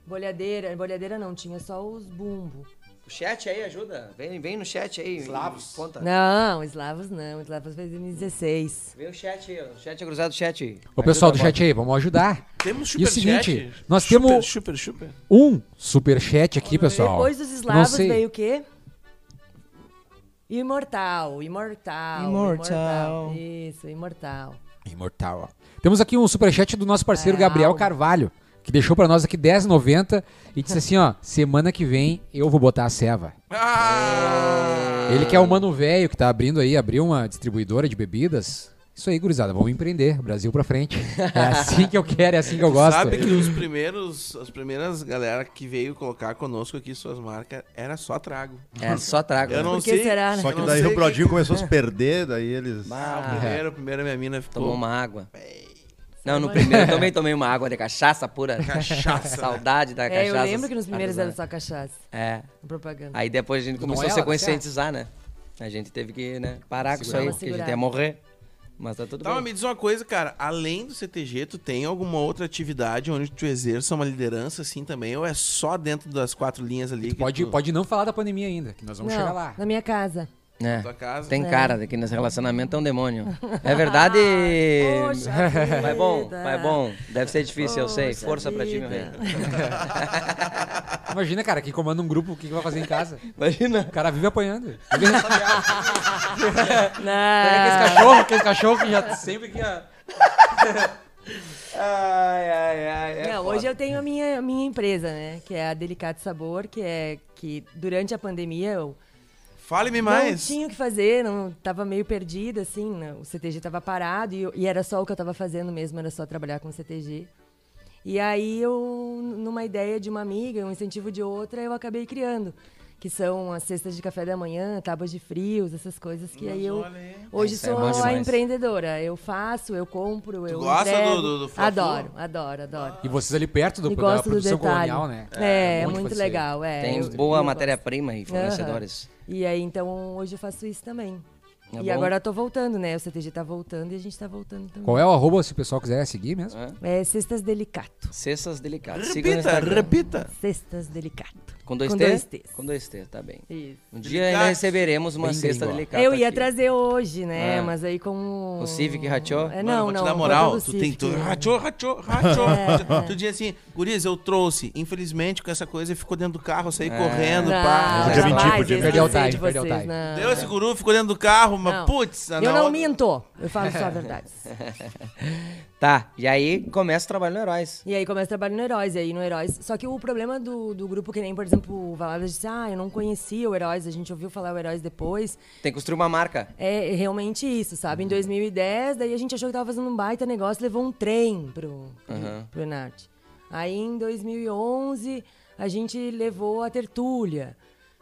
E: bolhadeira. Bolhadeira não, tinha só os bumbo.
B: O chat aí ajuda. Vem, vem no chat aí. Slavos. Conta.
E: Não, eslavos não. Eslavos fez em 2016.
B: Vem o chat aí, ó. Chat é cruzado, chat.
A: Ô, pessoal do chat aí, vamos ajudar.
D: Temos
A: E o
D: superchat?
A: seguinte, nós
D: Super,
A: temos-
D: Super, super.
A: Um superchat aqui, pessoal.
E: Depois dos
A: Não
E: eslavos
A: sei.
E: veio o quê? Imortal, imortal.
B: Imortal.
E: Isso, imortal.
A: Imortal. Temos aqui um superchat do nosso parceiro
E: É,
A: Gabriel
E: alma.
A: Carvalho, que deixou pra nós aqui 10,90 e disse assim, ó, semana que vem eu vou botar a ceva.
D: Ah!
A: Ele que é o mano velho que tá abrindo aí, abriu uma distribuidora de bebidas. Isso aí, gurizada, vamos empreender, Brasil pra frente. É assim que eu quero, é assim que eu gosto.
D: Sabe que os primeiros, as primeiras galera que veio colocar conosco aqui suas marcas era só trago.
B: É, só trago.
D: Eu não
E: Por que
D: sei.
E: será, né?
D: eu
C: Só que
D: não
C: daí
D: sei
C: o Brodinho
D: que-
C: começou a se perder, daí eles.
D: Ah, o primeiro, o primeiro minha mina ficou.
B: Tomou uma água. Não, no primeiro eu também tomei uma água de cachaça né? pura.
D: Cachaça.
B: Saudade da
E: É,
B: cachaça.
E: eu lembro que nos primeiros era
B: artesanal.
E: só cachaça.
B: É.
E: Propaganda.
B: Aí depois a gente começou
A: Noela,
B: a se conscientizar, né? A gente teve que né, parar com isso aí,
E: Segurar.
B: porque a gente ia morrer. Mas tá tudo
D: Tá, mas
B: bem.
D: me diz uma coisa, cara. Além do CTG, tu tem alguma outra atividade onde tu exerça uma liderança assim também? Ou é só dentro das quatro linhas ali? que
A: Pode,
D: tu-
A: pode não falar da pandemia ainda, que nós vamos
E: Não,
A: chegar lá.
E: Na minha casa.
B: É.
D: Tua casa?
B: Tem cara de que nesse relacionamento é um demônio. É verdade.
E: Poxa
B: Vai bom,
E: vida.
B: vai bom. Deve ser difícil, eu sei.
E: Poxa
B: Força pra ti, meu rei.
E: vida.
A: Imagina, cara, quem comanda um grupo, o que, que vai fazer em casa?
B: Imagina.
A: O cara vive apanhando. Vive
E: Não.
A: aqueles cachorro, aqueles cachorro que já sempre que... a-
B: Ai, ai, ai. é
E: Não,
B: foda.
E: hoje eu tenho a minha, a minha empresa, né? Que é a Delicato Sabor, que é que durante a pandemia eu
D: Fale-me
E: Não
D: mais.
E: tinha o que fazer, não tava meio perdida, assim, né? o CTG tava parado e, eu- e era só o que eu tava fazendo mesmo, era só trabalhar com o CTG. E aí eu, numa ideia de uma amiga, um incentivo de outra, eu acabei criando. Que são as cestas de café da manhã, tábuas de frios, essas coisas que aí eu.
D: olha aí.
E: Hoje
B: Isso é
E: sou
B: bom
E: a
B: demais.
E: empreendedora. Eu faço, eu compro, eu.
D: gosta do-
E: entrego.
D: do- do Fla-Flu?
E: Adoro, adoro, adoro.
A: E vocês ali perto do,
E: e
A: da
E: gosto do
A: é produção
E: detalhe.
A: colonial, né?
E: É, é
A: um monte de
E: muito
A: coisa aí.
E: legal. É,
B: Tem
E: eu-
B: boa
E: eu gosto.
B: matéria-prima e fornecedores.
E: E aí, então, hoje eu faço isso também.
B: É
E: e
B: bom.
E: agora eu tô voltando, né? O CTG tá voltando e a gente tá voltando também.
A: Qual é o arroba se o pessoal quiser seguir mesmo?
E: É Cestas Delicato.
B: Cestas delicadas. Siga no
D: Repita,
B: Instagram.
D: repita.
E: Cestas Delicato.
B: Com dois
E: Com
B: T?
E: dois Ts.
B: Com dois T, tá bem.
E: Isso.
B: Um dia ainda
D: Delicados.
B: receberemos uma
A: Bem
B: cesta
A: gringo, ó.
B: delicada.
E: Eu ia
B: aqui.
E: trazer hoje, né?
B: É.
E: Mas aí com
B: O Civic rachou?
E: É,
D: Mano,
E: não,
D: vou
E: não.
D: te dar
E: por
D: moral.
E: causa
D: Tu
E: do
D: tem
E: Civic,
D: tu.
E: né?
D: Rachou, rachou, rachou.
E: É,
D: Tu diz assim, Guriz, eu trouxe. Infelizmente, com essa coisa, ele ficou
A: É.
D: dentro do carro, eu saí correndo.
E: Não,
D: Pá.
C: Podia mentir,
E: jamais,
C: podia
E: eu
A: mentir.
E: esqueci de
A: Perdeu o time, perdeu o
E: vocês,
A: time.
E: não.
D: Deu esse guru, ficou dentro do carro, mas
E: Não.
D: putz, na
E: Eu não
D: outra-
E: minto, eu falo só a verdade.
B: Tá, e aí começa o trabalho no Heróis.
E: E aí começa a trabalhar no Heróis, e aí no Heróis. Só que o problema do, do grupo, que nem, por exemplo, o Valadas disse, ah, eu não conhecia o Heróis, a gente ouviu falar o Heróis depois.
B: Tem que construir uma marca.
E: É realmente isso, sabe? Em 2010, daí a gente achou que tava fazendo um baita negócio, levou um trem pro, pro, pro Enarte. Aí em 2011, a gente levou a Tertúlia.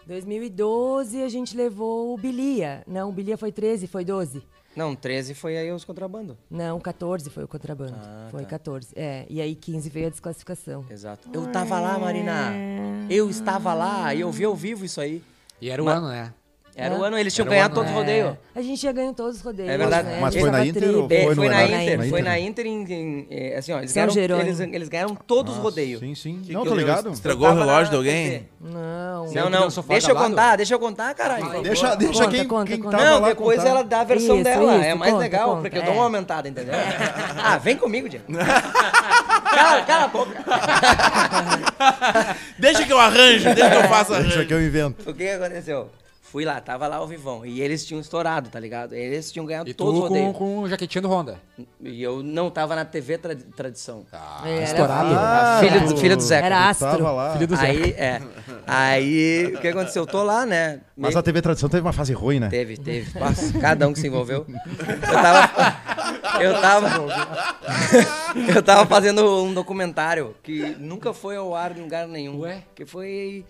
E: 2012, a gente levou o Bilia. Não, o Bilia foi 13, foi 12.
B: Não, 13 foi aí os contrabando.
E: Não, 14 foi o contrabando. foi 14. É, e aí 15 veio a desclassificação.
B: Exato. Eu tava
E: Ah,
B: lá, Marina.
E: é.
B: Eu estava lá. E eu vi ao vivo isso aí.
A: E era o ano, né?
E: Ah.
B: Era o ano, é. eles tinham
A: Era o ano,
B: ganhado todo o
A: né?
B: rodeio.
E: A gente já ganhou todos os rodeios.
B: É verdade.
E: né?
C: É. Mas
E: A gente
C: foi na
E: tava
C: Inter ou
E: tri-
B: É, foi,
C: Foi no
B: na
C: Heróis,
B: Inter,
C: na
B: foi
C: Inter.
B: na Inter em, em- eh, assim, ó, eles,
E: São
B: ganharam,
E: é Jerônimo.
B: eles, eles ganharam todos os rodeios.
C: Sim, sim.
D: Que
C: não,
D: que
C: tô
D: eu-
C: ligado.
D: Estragou o
B: Tava lá
D: relógio de
B: na
D: alguém?
B: TV.
E: Não.
A: Sim.
B: Não,
A: Sempre
B: não,
A: no sofá
B: deixa eu
A: calado?
B: contar, deixa eu contar, caralho.
C: Deixa, deixa
E: Conta,
C: quem,
E: conta,
C: quem
E: conta.
C: tava
B: Não,
C: lá
B: depois
C: contar.
B: ela dá a versão
E: Isso,
B: dela, é
E: isso,
B: mais
E: conta,
B: legal,
E: conta,
B: porque eu dou
E: é.
B: uma aumentada, entendeu? ah, vem comigo, Diego. cala, cala a boca.
D: Deixa que eu arranjo, deixa que eu faço
C: Deixa
D: arranjo.
C: que eu invento.
B: O que que aconteceu? Fui lá, tava lá ao vivão, e eles tinham estourado, tá ligado? Eles tinham ganhado
A: E
B: todos os
A: tu com,
B: rodeios.
A: com jaquetinha do Honda.
B: E eu não tava na TV tra- Tradição.
A: Tá,
E: É, era-
A: estourado.
B: Ah, Filho do- filho do Zeca.
E: Era
C: Tu Ah, tava
E: astro.
C: lá.
A: Filho do Zé.
B: Aí, é. Aí, o que aconteceu? Eu tô lá, né?
C: Mas
B: Me-
C: a TV Tradição teve uma fase ruim, né?
B: Teve, teve. Nossa, cada um que se envolveu. Eu tava. Eu tava. Eu tava fazendo um documentário que nunca foi ao ar em lugar nenhum.
A: Ué?
B: Que foi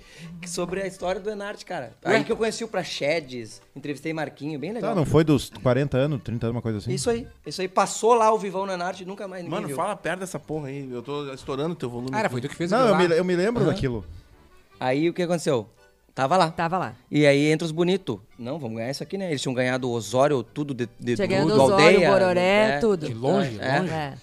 B: sobre a história do Enarte, cara. Aí que eu conheci o Praxedes, entrevistei Marquinho, bem legal.
C: Tá, não foi dos 40 anos, 30 anos, uma coisa assim?
B: Isso aí, isso aí. Passou lá o Vivão no Enarte e nunca mais ninguém
D: Mano,
B: viu.
D: fala perto dessa porra aí. Eu tô estourando teu volume.
A: Cara, foi tu que fez
C: Não, eu
A: aquilo
C: me,
A: lá.
C: eu me lembro daquilo.
B: Aí o que aconteceu? Tava lá.
E: Tava lá.
B: E aí entra os bonitos. Não, vamos ganhar isso aqui, né? Eles tinham ganhado o Osório, tudo de, de
E: Tinha
B: tudo,
E: ganhado
B: a
E: Osório,
B: aldeia,
E: Bororé,
B: é.
E: tudo.
A: De longe,
B: É.
A: longe.
E: É.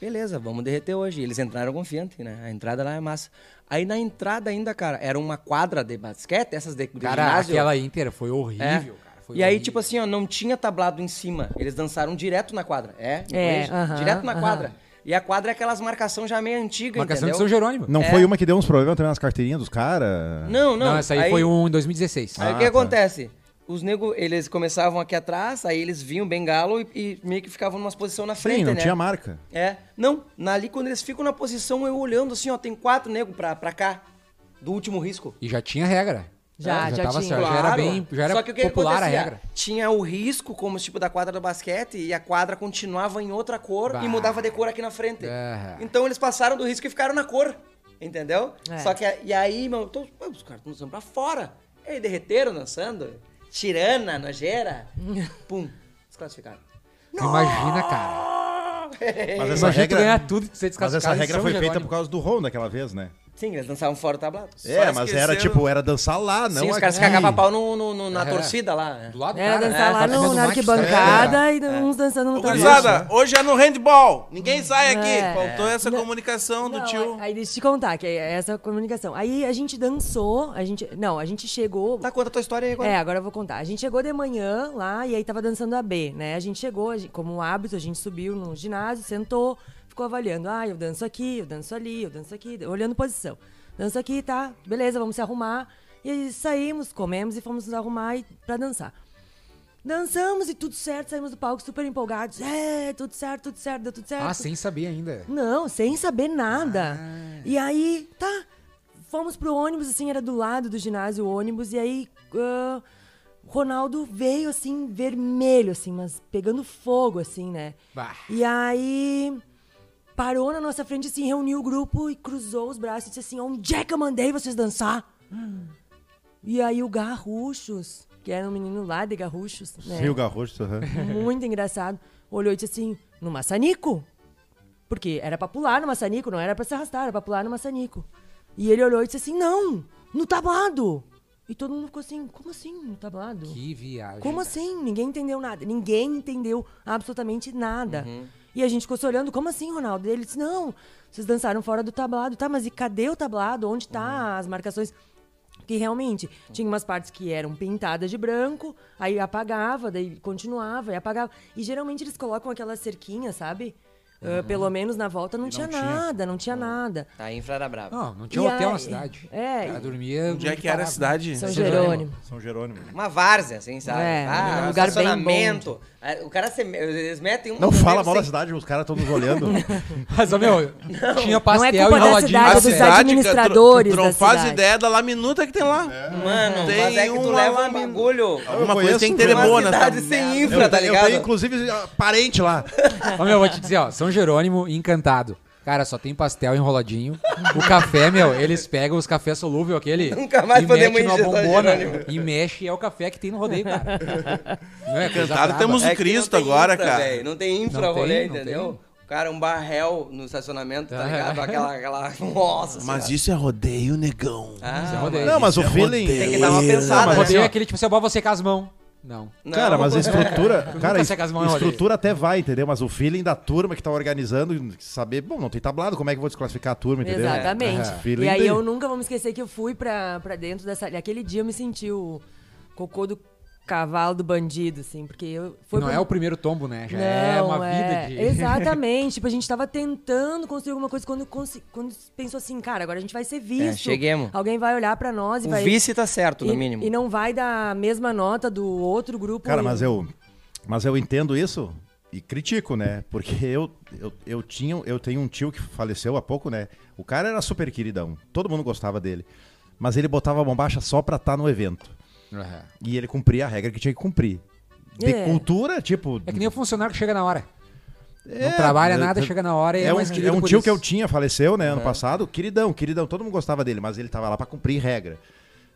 B: Beleza, vamos derreter hoje. Eles entraram confiante, né? A entrada lá é massa. Aí na entrada ainda, cara, era uma quadra de basquete, essas de, de
A: Cara,
B: ginásio.
A: aquela Inter foi
B: É.
A: horrível, cara. Foi
B: e aí,
A: horrível.
B: tipo assim, ó, não tinha tablado em cima. Eles dançaram direto na quadra. É, no
E: É,
B: colégio,
E: aham,
B: direto na
E: aham.
B: quadra. E a quadra é aquelas marcação já meio antiga,
A: Marcação de
B: entendeu?
A: São Jerônimo.
C: Não foi uma que deu uns problemas também nas carteirinhas dos caras?
B: É. Não, não.
A: Não, essa aí, foi um em 2016.
B: Aí
C: Ah,
B: o que
C: tá.
B: acontece? Os nego, eles começavam aqui atrás, aí eles vinham bem galo e, e meio que ficavam numa posição na frente,
C: Sim, não
B: né?
C: tinha marca.
B: É. Não, na- ali quando eles ficam na posição, eu olhando assim, ó, tem quatro negros pra, pra cá, do último risco.
A: E já tinha regra.
E: Já, já
A: tava
E: tinha.
A: certo, Já era
B: Claro.
A: bem, já era
B: Só que o que
A: popular a
B: acontecia?
A: regra.
B: Tinha o risco, como tipo da quadra do basquete, e a quadra continuava em outra cor
A: Bah.
B: e mudava de cor aqui na frente.
A: É.
B: Então eles passaram do risco e ficaram na cor, entendeu?
E: É.
B: Só que, a- e aí, meu, então, pô, os caras estão dançando pra fora. E aí derreteram dançando, tirana, nojeira, pum, desclassificaram.
A: Tu Então Imagina, cara.
B: É.
C: Mas essa
A: Imagina tu
C: regra,
A: ganhar tudo e ser
C: mas
A: desclassificado
C: essa
A: em
C: regra
A: São
C: foi feita
A: Jerônimo.
C: por causa do Ron daquela vez, né?
B: Sim, eles dançavam fora do tablado.
C: É, mas era
D: esqueceram.
C: tipo, era dançar lá, não
B: Sim, os caras
C: aqui.
B: cagavam a pau no, no- no- na
A: É.
B: torcida lá. né?
A: Do lado do
E: Era
A: cara,
E: É, dançar
A: né?
E: lá
A: Tá
E: no,
A: fazendo
E: na
A: macho, tá
E: arquibancada e uns dançando
D: Ô,
E: no tablado.
D: gurizada, hoje é no handball. Ninguém sai aqui.
E: É.
D: Faltou essa comunicação do
E: Não,
D: tio.
E: Aí deixa eu te contar, que é essa comunicação. Aí a gente dançou, a gente. Não, a gente chegou.
B: Tá, conta a tua história aí agora.
E: É, agora eu vou contar. A gente chegou de manhã lá e aí tava dançando a B, né? A gente chegou, a gente- como um hábito, a gente subiu no ginásio, sentou, ficou avaliando. Ah, eu danço aqui, eu danço ali, eu danço aqui, olhando posição. Danço aqui, tá? Beleza, vamos se arrumar. E aí saímos, comemos e fomos nos arrumar e, pra dançar. Dançamos e tudo certo, saímos do palco super empolgados. É, tudo certo, tudo certo, deu tudo certo.
A: Ah, sem saber ainda.
E: Não, sem saber nada. E aí, tá. Fomos pro ônibus, assim, era do lado do ginásio o ônibus, e aí. ah, Ronaldo veio, assim, vermelho, assim, mas pegando fogo, assim, né?
A: Bah.
E: E aí. Parou na nossa frente, assim, reuniu o grupo e cruzou os braços e disse assim: Onde é que eu mandei vocês dançar? E aí o Garruchos, que era um menino lá de Garruchos, né?
C: Rio Garrocho, aham.
E: muito engraçado, olhou e disse assim, no maçanico. Porque era pra pular no maçanico, não era pra se arrastar, era pra pular no maçanico. E ele olhou e disse assim, não, no tablado. E todo mundo ficou assim, como assim no tablado?
A: Que viagem.
E: Como assim? Ninguém entendeu nada. Ninguém entendeu absolutamente nada. E a gente ficou se olhando, como assim, Ronaldo? Ele disse, não, vocês dançaram fora do tablado. Tá, mas e cadê o tablado? Onde tá as marcações? Que realmente, tinha umas partes que eram pintadas de branco, aí apagava, daí continuava e apagava. E geralmente eles colocam aquela cerquinha, sabe? Ah, pelo menos na volta não, tinha,
C: tinha.
E: nada, não tinha nada.
B: Tá, A infra era brava.
A: Não, não tinha
E: E
A: hotel
E: aí-
A: na cidade.
E: é,
A: Ela dormia.
D: Onde é
A: onde
D: que era a
A: parava.
D: cidade?
E: São
A: São
E: é Jerônimo.
C: São Jerônimo.
B: Uma várzea, assim, sabe?
E: É,
B: ah,
E: um lugar bem
B: estacionamento. Ah, O cara, se, eles metem um...
C: Não fala mal da
B: sem-
C: cidade, os caras estão nos olhando.
A: Mas, ó, meu, tinha
E: Não é
A: pastel
E: culpa da
A: enroladinho.
E: cidade, é dos
A: pastel.
E: administradores
D: tu, tu não
E: da
D: faz
E: cidade.
D: ideia da laminuta que tem lá.
B: Mano,
D: Tem
B: mas é que tu
D: uma É
B: leva um
D: lâmina.
B: bagulho...
D: Alguma coisa
C: conheço
D: tem que
C: uma
D: ter boa
B: Uma
D: nessa
B: cidade
D: merda.
B: sem
C: Eu,
B: infra, tá
C: tenho- eu tenho,
B: ligado?
C: inclusive, ah, parente lá.
E: né?
A: Ó, meu, vou te dizer, ó, São Jerônimo, encantado. Cara, só tem pastel enroladinho. O café, meu, eles pegam os cafés solúvel aquele.
B: Nunca mais
A: e
B: podemos
A: mete
B: ir
A: numa
B: em São
A: bombona
B: Jerônimo.
A: E mexe, é o café que tem no rodeio, cara. Não é coisa
D: Encantado,
A: braba.
D: temos-
B: É que
D: Cristo
B: não tem
D: agora,
B: infra,
D: cara.
B: velho, Não tem infra
A: Não tem,
B: rolê,
A: não
B: entendeu?
A: tem.
B: O Cara, um barrel no estacionamento, tá
A: Ah.
B: ligado? Aquela, aquela... Nossa
D: Mas
B: senhora.
D: isso é rodeio, negão.
B: Ah,
A: Isso é rodeio.
C: Não, mas o
D: Isso é
C: feeling.
D: rodeio.
B: Tem que dar uma pensada,
A: Mas
B: né?
A: rodeio é aquele tipo assim, ó, "Bah, você com as mãos. Não.
B: não.
C: Cara, mas a estrutura. cara,
A: nunca
C: a
A: seco as mãos, olha.
C: estrutura até vai, entendeu? Mas o feeling da turma que tá organizando, saber, bom, não tem tablado, como é que eu vou desclassificar a turma, entendeu?
E: Exatamente.
C: É. Feeling
E: E aí
C: daí.
E: eu nunca vou me esquecer que eu fui pra, pra dentro dessa. Aquele dia eu me senti o cocô do cavalo do bandido, assim, porque eu. Foi
A: não
E: pra-
A: é o primeiro tombo, né? Já é uma vida
E: é,
A: de.
E: Exatamente. tipo, a gente tava tentando construir alguma coisa quando, consi- quando pensou assim, cara, agora a gente vai ser visto.
B: É, cheguemos.
E: Alguém vai olhar pra nós e
B: O
E: vai.
B: vice tá certo, no
E: e-
B: mínimo.
E: E não vai dar a mesma nota do outro grupo.
C: Cara, mas eu, mas eu entendo isso e critico, né? Porque eu, eu, eu, tinha, eu tenho um tio que faleceu há pouco, né? O cara era super queridão, todo mundo gostava dele. Mas ele botava a bombacha só pra estar no evento.
A: Aham.
C: E ele cumpria a regra que tinha que cumprir. De
E: É.
C: cultura, tipo.
A: É que nem o funcionário que chega na hora.
C: é,
A: não trabalha
C: é,
A: nada,
C: é,
A: chega na hora e é,
C: É um,
A: mais querido
C: é um
A: por
C: tio
A: isso. É.
C: que eu tinha, faleceu, né, ano passado. Queridão, queridão, todo mundo gostava dele, mas ele tava lá pra cumprir regra.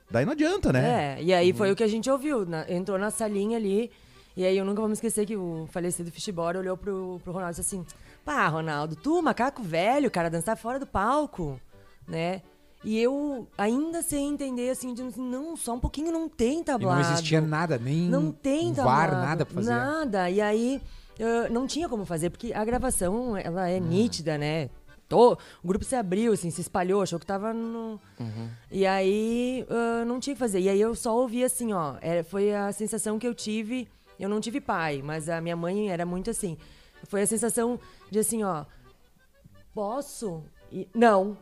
C: Daí não adianta, né?
E: É, e aí foi o que a gente ouviu. na- entrou na salinha ali. E aí eu nunca vou me esquecer que o falecido Fishbora olhou pro, pro Ronaldo e disse assim: Pá, Ronaldo, tu, macaco velho, cara, dançar fora do palco, né? E eu ainda sem entender, assim, de não, só um pouquinho não tem
A: E
E: tablado.
A: não existia nada, nem
E: Não tem
A: um
E: tablado.
A: VAR, nada pra fazer.
E: Nada. E aí ah, não tinha como fazer, porque a gravação ela é nítida, né? Tô, o grupo se abriu, assim, se espalhou, achou que tava no.
A: Uhum.
E: E aí ah, não tinha o que fazer. E aí eu só ouvi assim, ó. era- foi a sensação que eu tive. Eu não tive pai, mas a minha mãe era muito assim. Foi a sensação de assim, ó. Posso? E- não.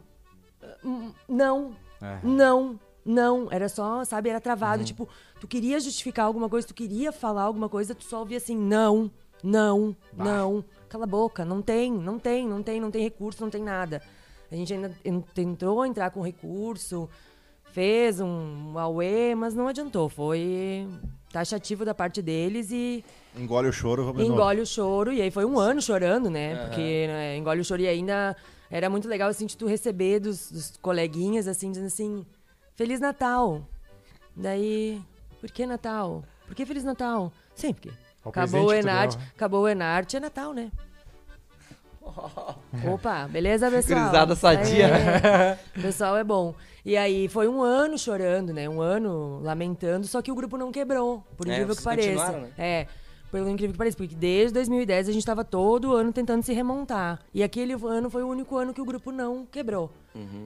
E: Hum, Não. Não. Não. Era só, sabe, era travado. Tipo, tu queria justificar alguma coisa, tu queria falar alguma coisa, tu só ouvia assim, não, não, não. Cala a boca, não tem, não tem, não tem, não tem recurso, não tem nada. A gente ainda en- tentou entrar com recurso, fez um auê, mas não adiantou. Foi taxativo da parte deles e
A: É.
C: Engole o choro, vamos de novo.
E: engole o choro. E aí foi um ano chorando,
B: É,
E: né? Porque né, engole o choro e ainda era muito legal, assim, de tu receber dos, dos coleguinhas, assim, dizendo assim, Feliz Natal. Daí, por que Natal? Por que Feliz Natal? Sim,
B: É
E: porque
C: Qual
E: acabou o
C: presente que tu
E: Enarte,
B: né?
C: ganhou?
E: acabou o Enarte, é Natal, né? Opa, beleza, pessoal?
B: Gurizada sadia.
E: É, o pessoal é bom. E aí foi um ano chorando, né? Um ano lamentando, só que o grupo não quebrou, por
B: É,
E: incrível que
B: vocês continuaram,
E: pareça.
B: né?
E: É, pelo incrível que pareça, porque desde 2010 a gente tava todo ano tentando se remontar. E aquele ano foi o único ano que o grupo não quebrou.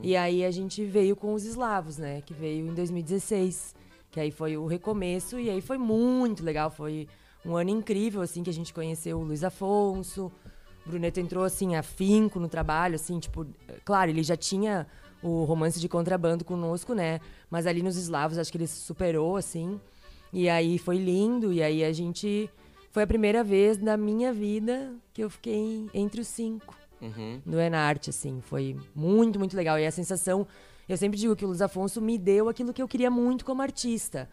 E: E aí a gente veio com os eslavos, né? Que veio em 2016. Que aí foi o recomeço e aí foi muito legal. Foi um ano incrível, assim, que a gente conheceu o Luiz Afonso. O Bruneto entrou, assim, afinco no trabalho, assim, tipo... é, Claro, ele já tinha o romance de contrabando conosco, né? Mas ali nos eslavos, acho que ele superou, assim. E aí foi lindo, e aí a gente. Foi a primeira vez na minha vida que eu fiquei entre os cinco
B: Uhum.
E: no Enarte, assim. Foi muito, muito legal. E a sensação. Eu sempre digo que o Luiz Afonso me deu aquilo que eu queria muito como artista.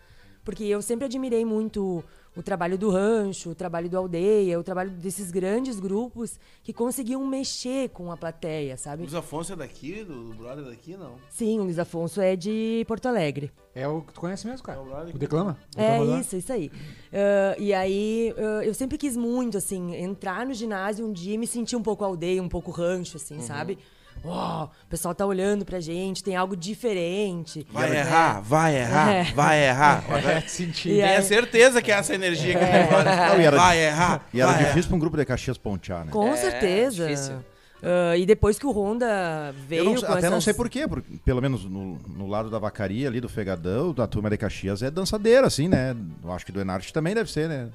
E: Porque eu sempre admirei muito o trabalho do Rancho, o trabalho do Aldeia, o trabalho desses grandes grupos que conseguiam mexer com a plateia, sabe?
D: Luiz Afonso é daqui, do, do brother daqui, não.
E: Sim, o Luiz Afonso é de Porto Alegre.
A: É o que tu conhece mesmo, cara.
D: É o brother
A: o
D: que-
A: Declama?
E: É
A: Declamador.
E: isso, isso aí. Ah, e aí, ah, eu sempre quis muito, assim, entrar no ginásio um dia e me sentir um pouco aldeia, um pouco rancho,
C: Uhum.
E: assim, sabe? Uau, o pessoal tá olhando pra gente, tem algo diferente.
D: Vai errar, vai errar,
E: É.
D: vai errar.
A: É, senti.
E: E aí-
D: Tenha certeza que é essa energia que tem agora.
C: Não, e era-
D: Vai errar.
C: E era
A: é.
D: vai
C: difícil pra um grupo de Caxias pontear, né?
E: Com
B: É,
E: certeza.
B: difícil.
E: Ah, e depois que o Honda veio
C: Eu não-
E: com
C: até não
E: essas-
C: sei porquê, porque pelo menos no, no lado da vacaria ali, do Fegadão, da turma de Caxias, é dançadeira, assim, né? Eu acho que do Enarte também deve ser, né?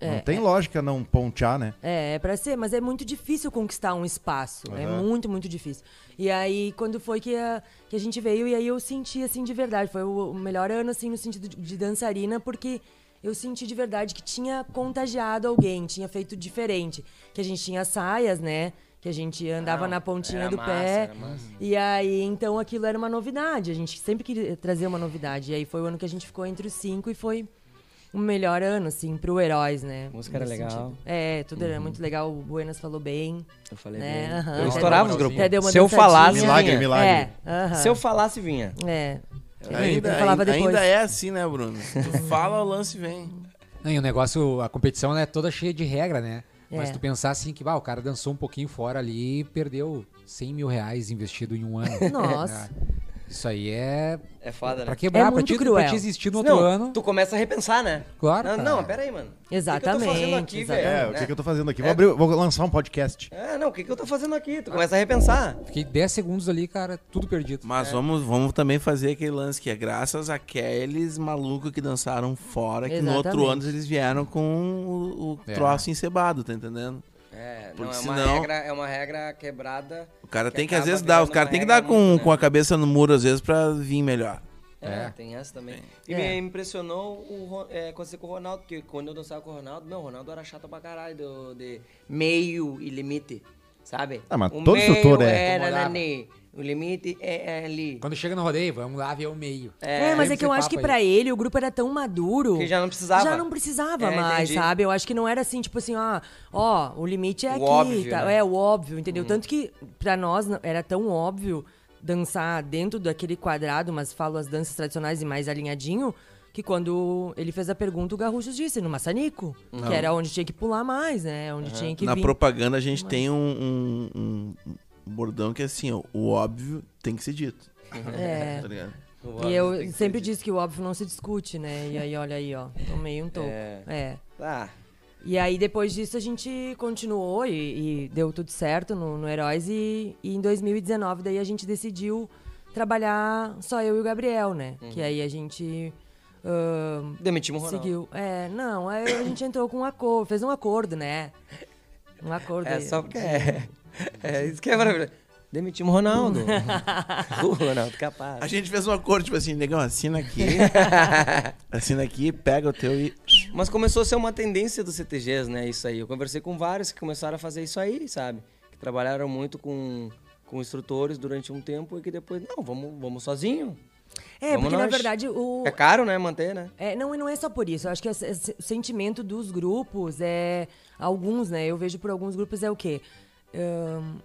C: não tem lógica não pontear, né?
E: É, é pra ser, mas é muito difícil conquistar um espaço. É
C: Aham.
E: muito, muito difícil. E aí, quando foi que a, que a gente veio, e aí eu senti, assim, de verdade. Foi o, o melhor ano, assim, no sentido de, de dançarina, porque eu senti de verdade que tinha contagiado alguém, tinha feito diferente. Que a gente tinha saias, né? Que a gente andava
B: Não,
E: na pontinha
B: era
E: do
B: massa,
E: pé.
B: era massa.
E: E aí, então, aquilo era uma novidade. A gente sempre queria trazer uma novidade. E aí foi o ano que a gente ficou entre os cinco e foi o melhor ano, assim, pro Heróis, né?
B: Música era
E: Nesse
B: legal.
E: É, tudo era muito legal. O Buenas falou bem.
B: Eu falei,
E: Né?
B: bem.
E: Aham.
B: eu
E: Até
B: estourava
A: deu
B: os
A: uma
B: grupos.
A: dancinha.
E: Até deu uma
B: Se eu
E: dançadinha.
B: falasse,
C: Milagre,
B: vinha.
C: milagre.
E: É, aham.
B: Se eu falasse, vinha.
E: É.
D: Ainda,
E: eu falava
D: ainda-
E: depois.
D: ainda é assim, né, Bruno? Tu fala, o lance vem.
A: Não, e o negócio, a competição ela é toda cheia de regra, né? Mas
E: É.
A: tu pensar assim que bah, o cara dançou um pouquinho fora ali e perdeu 100 mil reais investido em um ano.
E: Nossa.
A: É. Isso aí é
B: É foda,
A: pra
B: né?
A: quebrar, pra,
E: muito
A: ti, pra
E: cruel.
A: te existir no outro
B: Não,
A: ano.
B: Tu começa a repensar, né?
A: Claro,
B: Não,
A: cara.
B: não peraí, mano. O que que eu tô fazendo aqui,
E: Exatamente,
B: velho?
C: É,
E: exatamente.
C: o que,
B: Né?
C: que eu tô fazendo aqui? Vou, abrir, vou lançar um podcast.
B: É, não, o que, que eu tô fazendo aqui? Tu começa a repensar.
A: Fiquei 10 segundos ali, cara, tudo perdido.
B: É.
D: Mas vamos, vamos também fazer aquele lance que é graças àqueles malucos que dançaram fora, que no outro ano
E: Exatamente.
D: eles vieram com o, o
A: É.
D: troço encebado, tá entendendo?
B: É, não,
D: Porque
B: é uma
D: senão-
B: regra, é uma regra quebrada.
D: O cara
B: que
D: tem que, às
B: acaba
D: vezes, dar. O
B: virando
D: cara
B: uma
D: tem que
B: regra
D: dar com,
B: muito, né?
D: com a cabeça no muro, às vezes, pra vir melhor.
B: É,
A: É.
B: tem essa também. E
E: Tem.
B: me
E: É.
B: impressionou o, Ro- é, acontecer com o Ronaldo, porque quando eu dançava com o Ronaldo, meu, o Ronaldo era chato pra caralho, do- de meio e limite, sabe?
C: Ah, mas
B: o
C: todo
B: meio
C: instrutor é.
B: era
A: Incomodava.
B: nani, o limite é é ali.
A: Quando chega no rodeio, vamos lá ver o meio.
E: É, mas é que eu
A: Esse
E: acho que
A: papo
E: pra
A: aí.
E: ele o grupo era tão maduro.
B: Que já não precisava.
E: Já não precisava
B: É,
E: mais,
B: entendi.
E: sabe? Eu acho que não era assim, tipo assim, ó, ó, o limite é
B: O
E: aqui.
B: óbvio,
E: tá?
B: né?
E: É o óbvio, entendeu? Tanto que pra nós não- era tão óbvio dançar dentro daquele quadrado, mas falo as danças tradicionais e mais alinhadinho, que quando ele fez a pergunta, o Garruchos disse, no Maçanico, que era onde tinha que pular mais, né? Onde tinha que
D: Na
E: vir.
D: propaganda, a gente tem um, um- um bordão que é assim, ó, o óbvio tem que ser dito.
E: É.
D: Tá ligado?
E: E eu sempre disse que o óbvio não se discute, né? E aí, olha aí, ó, tomei um toco.
B: É.
E: é.
B: Tá.
E: E aí, depois disso, a gente continuou e, e deu tudo certo no, no Heróis. E, e em 2019, daí a gente decidiu trabalhar só eu e o Gabriel, né?
B: Uhum.
E: Que aí a gente ahn,
B: Demitimos o Ronaldo.
E: seguiu. É, não, aí a gente entrou com um acordo, fez um acordo, né? Um acordo.
B: É
E: aí.
B: só porque é, é isso que é maravilhoso. Demitimos o Ronaldo. o Ronaldo capaz.
D: A gente fez um acordo, tipo assim, negão, assina aqui. assina aqui, pega o teu e.
B: Mas começou a ser uma tendência dos CTGs, né? Isso aí. Eu conversei com vários que começaram a fazer isso aí, sabe? Que trabalharam muito com, com instrutores durante um tempo e que depois, não, vamos, vamos sozinho.
E: É,
B: Vamos
E: porque na
B: nós.
E: verdade o.
B: É caro, né? Manter, né?
E: É, não, e não é só por isso. Eu acho que esse- esse- o sentimento dos grupos é. Alguns, né? Eu vejo por alguns grupos é o quê? Ahn,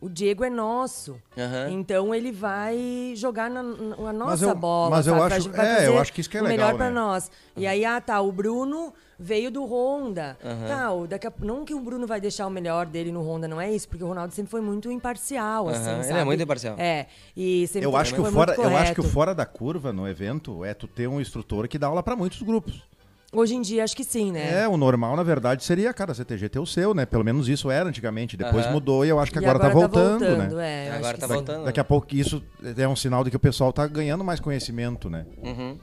E: o Diego é nosso.
B: Aham.
E: Então ele vai jogar na, na- a nossa
C: eu-
E: bola.
C: mas eu
E: sabe?
C: acho-
E: Vai- vai
C: é, eu
E: fazer
C: acho que isso que é
E: o
C: legal,
E: Melhor pra
C: né?
E: nós. E aí, ah, tá, o Bruno veio do Honda. Tal, daqui a- não que o Bruno vai deixar o melhor dele no Honda, não é isso, porque o Ronaldo sempre foi muito imparcial, assim,
B: Aham, ele é
E: sabe?
B: muito imparcial.
E: É. E sempre
C: Eu acho, que
E: foi
C: o
E: muito
C: fora, eu acho que o
E: correto.
C: fora da curva no evento é tu ter um instrutor que dá aula pra muitos grupos.
E: Hoje em dia, acho que sim, né?
C: É, o normal, na verdade, seria, cara, CTG ter o seu, né? Pelo menos isso era antigamente. Depois mudou e eu acho que
E: E
C: agora, tá voltando, né?
E: é, eu
B: Agora
E: acho que
B: tá
E: sim.
B: voltando.
C: Daqui a pouco isso é um sinal de que o pessoal tá ganhando mais conhecimento, né?
B: Uhum.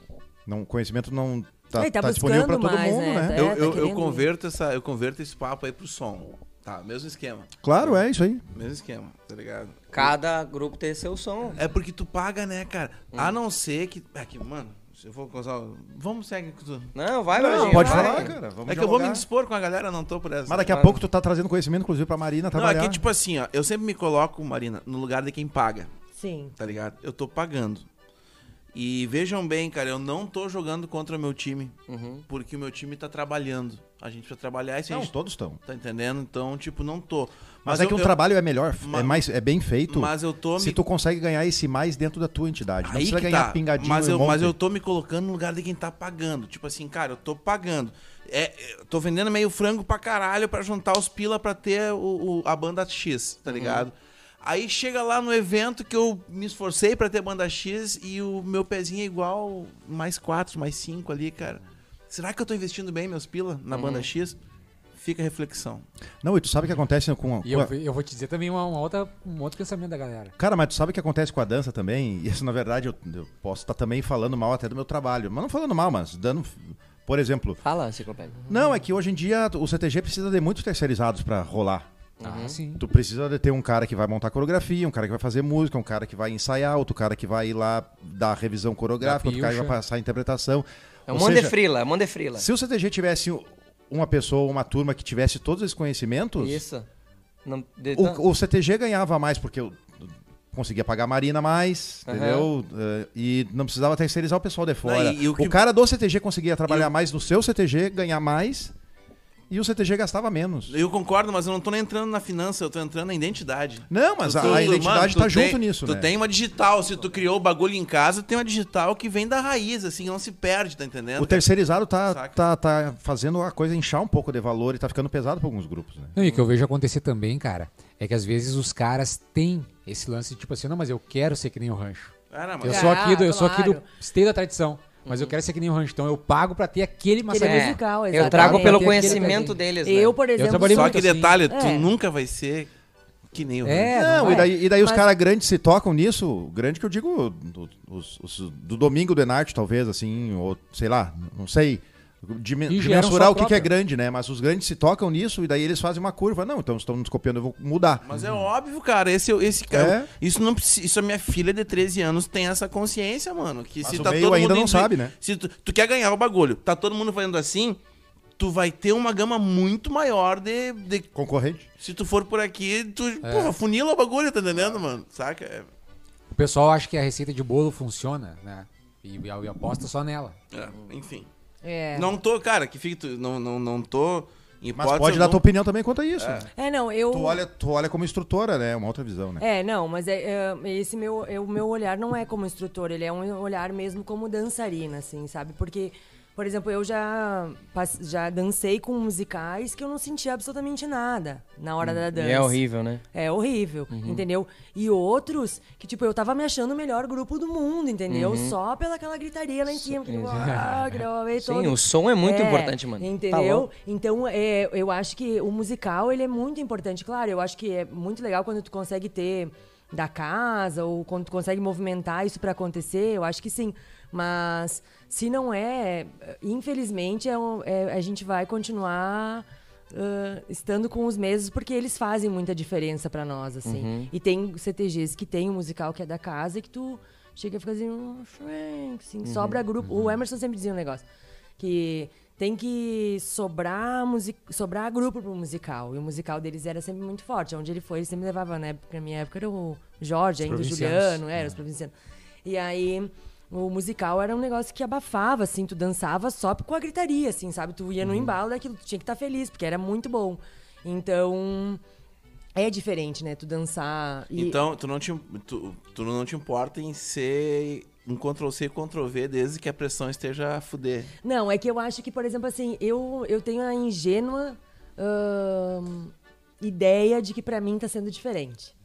C: Não, conhecimento não tá,
E: Ele tá
C: tá disponível pra
E: buscando
C: todo
E: mais,
C: mundo,
E: né?
C: né?
E: É,
D: eu,
E: tá
D: eu, eu,
E: querendo.
D: converto essa, eu converto esse papo aí pro som. Tá, mesmo esquema.
C: Claro, é isso aí.
D: Mesmo esquema, tá ligado?
B: Cada grupo tem seu som.
D: É porque tu paga, né, cara?
E: Hum.
D: A não ser que. É que, mano, se eu for causar. Vamos segue com tu.
B: Não, vai,
C: Não,
B: Brasil,
C: pode
B: vai.
C: falar, cara. Vamos
D: é que eu vou
C: dialogar.
D: me dispor com a galera, não tô por essa.
C: Mas daqui a
B: Claro.
C: pouco tu tá trazendo conhecimento, inclusive, pra Marina
D: não,
C: trabalhar.
D: é que tipo assim, ó, eu sempre me coloco, Marina, no lugar de quem paga,
E: Sim.
D: tá ligado? Eu tô pagando. E vejam bem, cara, eu não tô jogando contra o meu time, porque o meu time tá trabalhando. A gente precisa trabalhar e se a
C: Uhum. Não,
D: gente
C: todos estão.
D: tá entendendo, então, tipo, não tô.
C: Mas, é que
D: eu,
C: um
D: eu-
C: trabalho é melhor,
D: Ma-
C: é, mais, é bem feito.
D: Mas eu tô
C: se
D: me-
C: tu consegue ganhar esse mais dentro da tua entidade. Não
D: Aí
C: precisa
D: que
C: ganhar
D: tá.
C: pingadinho.
D: mas
C: e
D: eu,
C: um
D: mas eu
C: monte.
D: tô me colocando no lugar de quem tá pagando. Tipo assim, cara, eu tô pagando. É, eu tô vendendo meio frango pra caralho pra juntar os pila pra ter o, o- a banda X, tá ligado? Aí chega lá no evento que eu me esforcei pra ter banda X e o meu pezinho é igual mais quatro, mais cinco ali, cara. Será que eu tô investindo bem meus pila na banda X? Fica a reflexão.
C: Não, e tu sabe o que acontece com.
A: E
C: com
A: eu,
C: a-
A: vi- eu vou te dizer também uma, uma outra, um outro pensamento da galera.
C: Cara, mas tu sabe o que acontece com a dança tá também? Isso, na verdade, eu, eu posso estar também falando mal até do meu trabalho. Mas não falando mal, mas dando. Por exemplo,
B: Fala, enciclopédia.
C: não, é que hoje em dia o CTG precisa de muitos terceirizados pra rolar.
A: Ah, sim.
C: Tu precisa de ter um cara que vai montar coreografia, um cara que vai fazer música, um cara que vai ensaiar, outro cara que vai ir lá dar revisão coreográfica,
A: Da
C: outro cara que vai
A: pilcha.
C: passar a interpretação.
B: É
C: Ou
B: um monte de
C: seja,
B: frila, é um monte de frila.
C: Se o CTG tivesse uma pessoa, uma turma que tivesse todos esses conhecimentos,
B: Isso. Não, de-
D: então
B: não-
C: o, o CTG ganhava mais porque eu conseguia pagar a Marina mais,
B: Aham.
C: entendeu? Eh, e não precisava terceirizar o pessoal de fora.
D: e- e o
C: o,
D: que-
C: cara do CTG conseguia trabalhar mais no seu CTG, ganhar mais, e o CTG gastava menos.
D: Eu concordo, mas eu não tô nem entrando na finança, eu tô entrando na identidade.
C: Não, mas a,
D: Tu-
C: a
D: tu-
C: identidade
D: mano, tu
C: tá junto
D: tem-
C: nisso,
D: Tu
C: né?
D: tem uma digital, se tu criou o bagulho em casa, tem uma digital que vem da raiz, assim, não se perde, tá entendendo?
C: O terceirizado tá,
D: Saca.
C: tá, tá fazendo a coisa inchar um pouco de valor e tá ficando pesado pra alguns grupos, né?
A: Não, e o
E: Uhum.
A: que eu vejo acontecer também, cara, é que às vezes os caras têm esse lance de tipo assim, não, mas eu quero ser que nem o rancho.
D: Cara, mas
A: Eu
E: Ah,
A: sou aqui do, eu sou aqui do
E: claro. Uhum.
A: esteio da tradição, mas eu quero ser que nem o rancho, então eu pago pra ter aquele
E: Ele
A: massagem.
E: é musical,
B: eu trago
E: exatamente.
B: pelo
A: Tem aquele
B: conhecimento
A: pezinho.
B: deles, né?
E: Eu, por exemplo,
A: trabalhei
E: sou-
D: Só
A: muito
D: que
A: assim.
D: detalhe,
E: É.
D: tu nunca vai ser que nem o
E: Uhum.
A: É,
C: não,
A: não
C: e daí, e daí os
E: Mas-
C: caras grandes se tocam nisso. Grande que eu digo, do- os, os- do domingo de Narte, talvez, assim, ou sei lá, não sei. Dimen-
A: E geram
C: Dimensurar
A: sua
C: o que, que é
A: própria.
C: grande, né? Mas os grandes se tocam nisso e daí eles fazem uma curva. Não, então estão nos copiando, eu vou mudar.
D: Mas é óbvio, cara. Esse, esse
C: É.
D: cara. Isso não precisa. Isso a minha filha de 13 anos tem essa consciência, mano. Que
C: Mas
D: se
C: o
D: tá
C: meio
D: todo
C: ainda
D: mundo
C: não
D: indo-
C: sabe, né?
D: Se tu, tu quer ganhar o bagulho, tá todo mundo fazendo assim, tu vai ter uma gama muito maior de. de-
C: Concorrente.
D: se tu for por aqui, tu.
C: É.
D: Porra, funila o bagulho, tá entendendo, mano? Saca? É-
A: O pessoal acha que a receita de bolo funciona, né? E, e aposta só nela.
D: é, enfim.
E: É.
D: Não tô, cara, que fique. tu- Não, não, não tô. Em
C: Mas
D: hipótese,
C: pode
D: eu
C: dar
D: não-
C: tua opinião também quanto a isso. né?
E: É, não, eu.
C: Tu, olha, tu olha como instrutora, né? Uma outra visão, né?
E: É, não, mas é, é, esse meu, é, o meu olhar não é como instrutor, ele é um olhar mesmo como dançarina, assim, sabe? Porque, por exemplo, eu já, pas- já dancei com musicais que eu não sentia absolutamente nada na hora da dança.
B: E é horrível, né?
E: É horrível,
B: Uhum.
E: entendeu? E outros que, tipo, eu tava me achando o melhor grupo do mundo, entendeu?
B: Uhum.
E: Só pela aquela gritaria lá em cima, que ah, que deu uma vez
B: Sim,
E: todo.
B: o som é muito importante, mano.
E: Entendeu? Então, é, eu acho que o musical, ele é muito importante. Claro, eu acho que é muito legal quando tu consegue ter da casa ou quando tu consegue movimentar isso pra acontecer, eu acho que sim. Mas se não é, infelizmente, é um- é- a gente vai continuar ah, estando com os mesmos, porque eles fazem muita diferença pra nós, assim. E tem CTGs que tem o musical que é da casa e que tu chega e fica assim, "Ah, Frank", assim, sobra grupo. O Emerson sempre dizia um negócio, que tem que sobrar, musi- sobrar grupo pro musical. E o musical deles era sempre muito forte. Onde ele foi, ele sempre levava, né? Porque na minha época era o Jorge, ainda o
A: provincianos.
E: Juliano, era os provincianos. E aí, o musical era um negócio que abafava, assim, tu dançava só com a gritaria, assim, sabe? Tu ia no embalo daquilo, tu tinha que estar feliz, porque era muito bom. Então, é diferente, né? Tu dançar e...
D: Então, tu não, te, tu, tu não te importa em ser um Ctrl-C e Ctrl-V desde que a pressão esteja a fuder.
E: Não, é que eu acho que, por exemplo, assim, eu, eu tenho a ingênua ahn, ideia de que pra mim tá sendo diferente.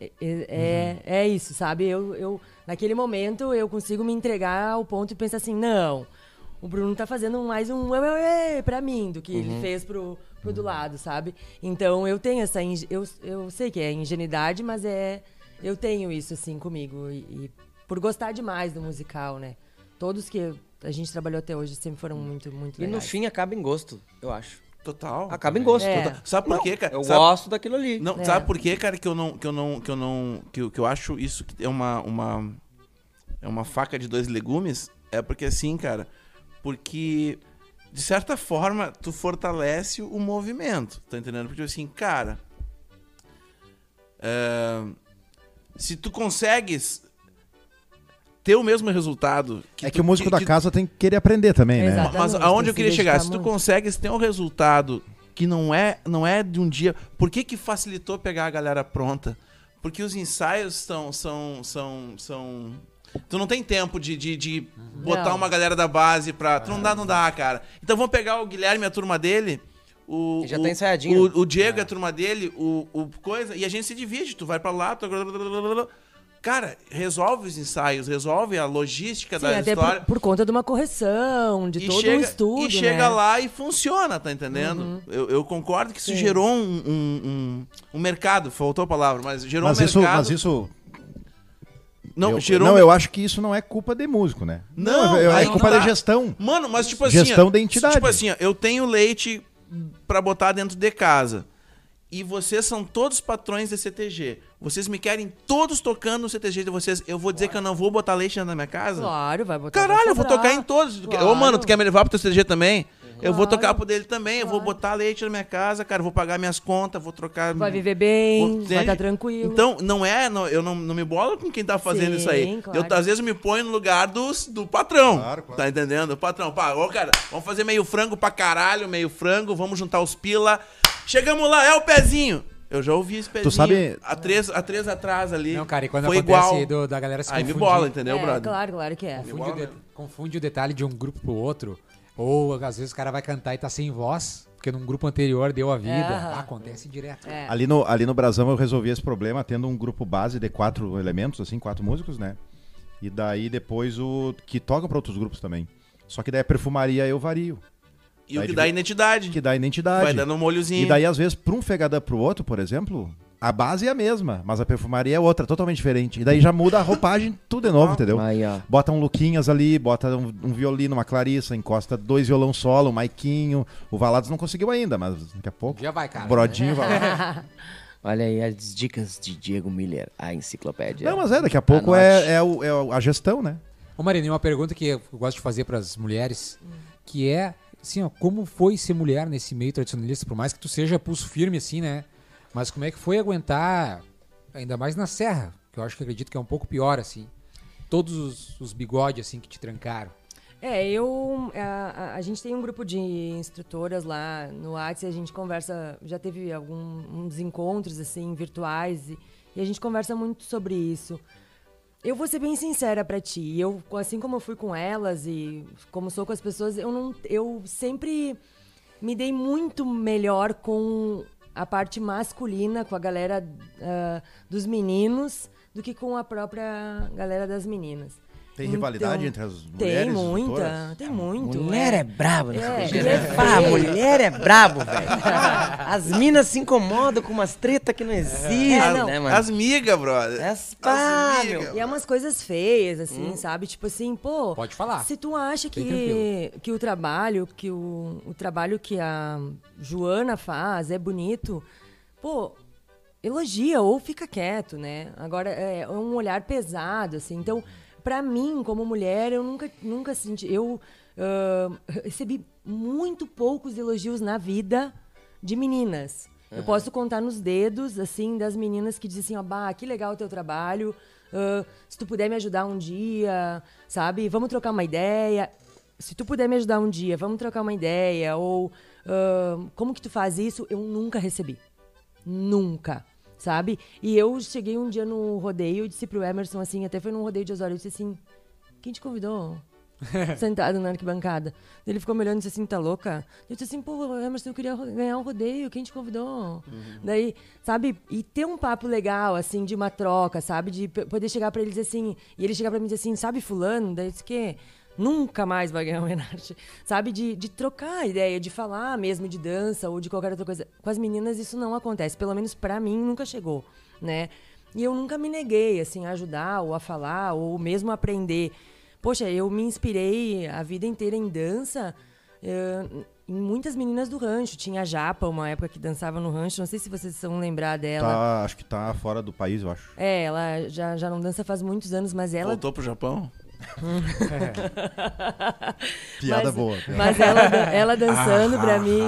E: É, é, é isso, sabe? Eu, eu, naquele momento, eu consigo me entregar ao ponto de pensar assim, não, o Bruno tá fazendo mais um ué, ué, ué pra mim do que
B: Uhum.
E: ele fez pro, pro do lado, sabe? Então, eu tenho essa... inge- Eu, eu sei que é ingenuidade, mas é... Eu tenho isso, assim, comigo. E, e por gostar demais do musical, né? Todos que a gente trabalhou até hoje sempre foram muito, muito
B: Uhum. E no
E: legais.
B: fim acaba em gosto, eu acho.
D: Total.
B: Acaba em gosto.
E: É.
B: total.
D: Sabe por
B: Não,
D: quê, cara?
B: Eu
D: Sabe-
B: gosto daquilo ali.
D: Não,
E: É.
D: sabe por quê, cara, que eu não. Que eu não. Que eu não. Que, eu- que eu acho isso que é uma, uma. É uma faca de dois legumes? É porque assim, cara. Porque, de certa forma, tu fortalece o movimento. Tá entendendo? Porque assim, cara. é, se tu consegues ter o mesmo resultado.
C: é que
D: tu-
C: o músico da
D: que-
C: casa tem que querer aprender também, né?
E: Exato.
D: mas
E: Exatamente,
D: aonde eu
E: tem um, que se
D: queria chegar? Se
E: dedicar
D: tu
E: muito.
D: consegues ter um resultado que não é, não é de um dia. Por que, que facilitou pegar a galera pronta? Porque os ensaios são. são, são, são... Tu não tem tempo de, de, de botar
E: Não. É.
D: uma galera da base pra. Tu não dá, não dá, cara. Então vamos pegar o Guilherme e a turma dele. O,
B: Que já
D: o-
B: tá ensaiadinho.
D: O, o Diego e
E: É.
D: a turma dele, o, o coisa. E a gente se divide. Tu vai pra lá. Tu... Cara, resolve os ensaios, resolve a logística
E: Sim,
D: da
E: até
D: história
E: por, por conta de uma correção, de todo um estudo,
D: e chega
E: né? Uhum.
D: lá e funciona, tá entendendo? Eu, eu concordo que isso gerou um, um, um- um mercado, faltou a palavra, mas gerou
C: Mas
D: um
C: isso,
D: mercado.
C: mas isso
D: Não,
C: eu,
D: gerou. um
C: não, eu acho que isso não é culpa de músico, né?
D: Não,
C: eu- é
D: aí
C: culpa da
D: não dá.
C: gestão.
D: Mano, mas tipo assim.
C: Gestão
D: ó,
C: da entidade.
D: Tipo assim, ó, eu tenho leite pra botar dentro de casa. E vocês são todos patrões de CTG. Vocês me querem todos tocando no CTG de vocês. Eu vou dizer que eu não vou botar leite dentro da minha casa?
E: Claro, vai botar.
D: Caralho,
E: pra
D: eu vou
E: sobrar.
D: tocar em todos. Tu quer- Ô,
E: Claro.
D: mano, tu quer me levar pro teu CTG também? Eu vou
E: Claro.
D: tocar pro dele também. Eu vou botar leite na minha casa, cara. eu Vou pagar minhas contas, vou trocar.
E: Vai viver bem, vai
D: Entende?
E: estar tranquilo.
D: Então, não é. não- eu não, não me bolo com quem tá fazendo
E: Sim,
D: isso aí.
E: claro.
D: Eu, às vezes, eu me ponho no lugar dos, do patrão.
C: Claro, claro.
D: Tá entendendo? O patrão, pá, ô, cara, vamos fazer meio frango pra caralho, meio frango, vamos juntar os pila. Chegamos lá, é o pezinho. Eu já ouvi esse pezinho.
C: sabe-
D: Há três, há três atrás ali.
A: Não, cara, e quando
D: foi
A: acontece
D: igual.
A: do- da galera se
D: Aí me
A: confundir,
D: bola, entendeu,
E: é,
D: brother?
E: Claro, claro que é.
A: confunde, o de- confunde o detalhe de um grupo pro outro. Ou às vezes o cara vai cantar e tá sem voz, porque num grupo anterior deu a vida.
E: Aham.
A: Ah, acontece direto.
E: É.
C: Ali no, ali no Brasão eu resolvi esse problema tendo um grupo base de quatro elementos, assim, quatro músicos, né? E daí depois o. que toca pra outros grupos também. Só que daí a perfumaria eu vario.
D: E o
C: Vai
D: que
C: de-
D: dá identidade.
C: Que dá identidade.
D: Vai dando um molhozinho.
C: E
E: É,
C: daí, às vezes, pra um fegadão pro outro, por exemplo, a base é a mesma, mas a perfumaria é outra, totalmente diferente. E daí já muda a roupagem tudo de novo, entendeu?
B: Aí, ó.
C: Bota um Luquinhas ali, bota um, um violino, uma Clarissa, encosta dois violão solo, um Maiquinho. O Valados não conseguiu ainda, mas daqui a pouco.
A: Já Um vai, cara.
C: O Brodinho vai lá.
B: Olha aí as dicas de Diego Miller, a enciclopédia.
C: Não, mas é, daqui a pouco
B: Anote.
C: é, é, o- é o- a gestão, né?
A: Ô Marina, e uma pergunta que eu gosto de fazer para as mulheres, que é assim, ó, como foi ser mulher nesse meio tradicionalista, por mais que tu seja pulso firme assim, né? Mas como é que foi aguentar, ainda mais na serra, que eu acho que acredito que é um pouco pior assim. Todos os, os bigodes assim que te trancaram.
E: É, eu. A, a- a gente tem um grupo de instrutoras lá no WhatsApp e a gente conversa. Já teve alguns encontros, assim, virtuais, e, e a gente conversa muito sobre isso. Eu vou ser bem sincera pra ti. Eu, assim como eu fui com elas e como sou com as pessoas, eu não. Eu sempre me dei muito melhor com a parte masculina, com a galera ah, dos meninos, do que com a própria galera das meninas. Então,
C: Tem rivalidade entre as mulheres
E: Tem muita,
C: instrutoras?
E: tem muito.
B: Mulher
E: é.
B: é braba, né?
E: É,
B: gente?
E: e é
B: Ah,
E: feio.
B: mulher é brabo, velho. As minas se incomodam com umas treta que não existem,
E: É, não. É,
B: né, mano?
D: Ah, As migas, brother.
B: As pá,
D: migas.
B: meu.
E: E é umas coisas feias, assim, sabe? Tipo assim, pô.
A: Hum. Pode falar.
E: Se tu acha
A: Bem
E: que, que o trabalho, que o, o trabalho que a Joana faz é bonito, pô, elogia ou fica quieto, né? Agora é um olhar pesado, assim. Então, pra mim, como mulher, eu nunca, nunca senti. Eu ah, recebi muito poucos elogios na vida de meninas. Eu posso contar nos dedos, assim, das meninas que dizem assim, ó, bah, que legal o teu trabalho. ah, se tu puder me ajudar um dia, sabe? Vamos trocar uma ideia se tu puder me ajudar um dia, vamos trocar uma ideia, ou ahn, como que tu faz isso? Eu nunca recebi. Nunca, sabe? E eu cheguei um dia no rodeio e disse pro Emerson, assim, até foi num rodeio de Osório, eu disse assim, quem te convidou? Sentado na arquibancada. Ele ficou me olhando e disse assim, tá louca? Eu disse assim, pô, Emerson, eu queria ro- ganhar um rodeio, quem te convidou? Daí, sabe? E ter um papo legal, assim, de uma troca, sabe? De p- poder chegar pra ele e dizer assim, e ele chegar pra mim e dizer assim, sabe fulano? Daí eu disse, que nunca mais vai ganhar um Renate. Sabe? De, de trocar a ideia, de falar mesmo de dança ou de qualquer outra coisa. Com as meninas isso não acontece. Pelo menos pra mim nunca chegou, né? E eu nunca me neguei, assim, a ajudar ou a falar ou mesmo aprender. Poxa, eu me inspirei a vida inteira em dança eh, em muitas meninas do rancho. Tinha a Japa, uma época que dançava no rancho. Não sei se vocês vão lembrar
B: É,
E: dela.
B: né?
C: Tá, acho que tá fora do país, eu acho.
E: É, ela já, já não dança faz muitos anos, mas ela
D: Voltou pro Japão?
C: Piada
E: Mas-
C: boa. Ah, piada.
E: Mas ela, dan- ela dançando, pra mim,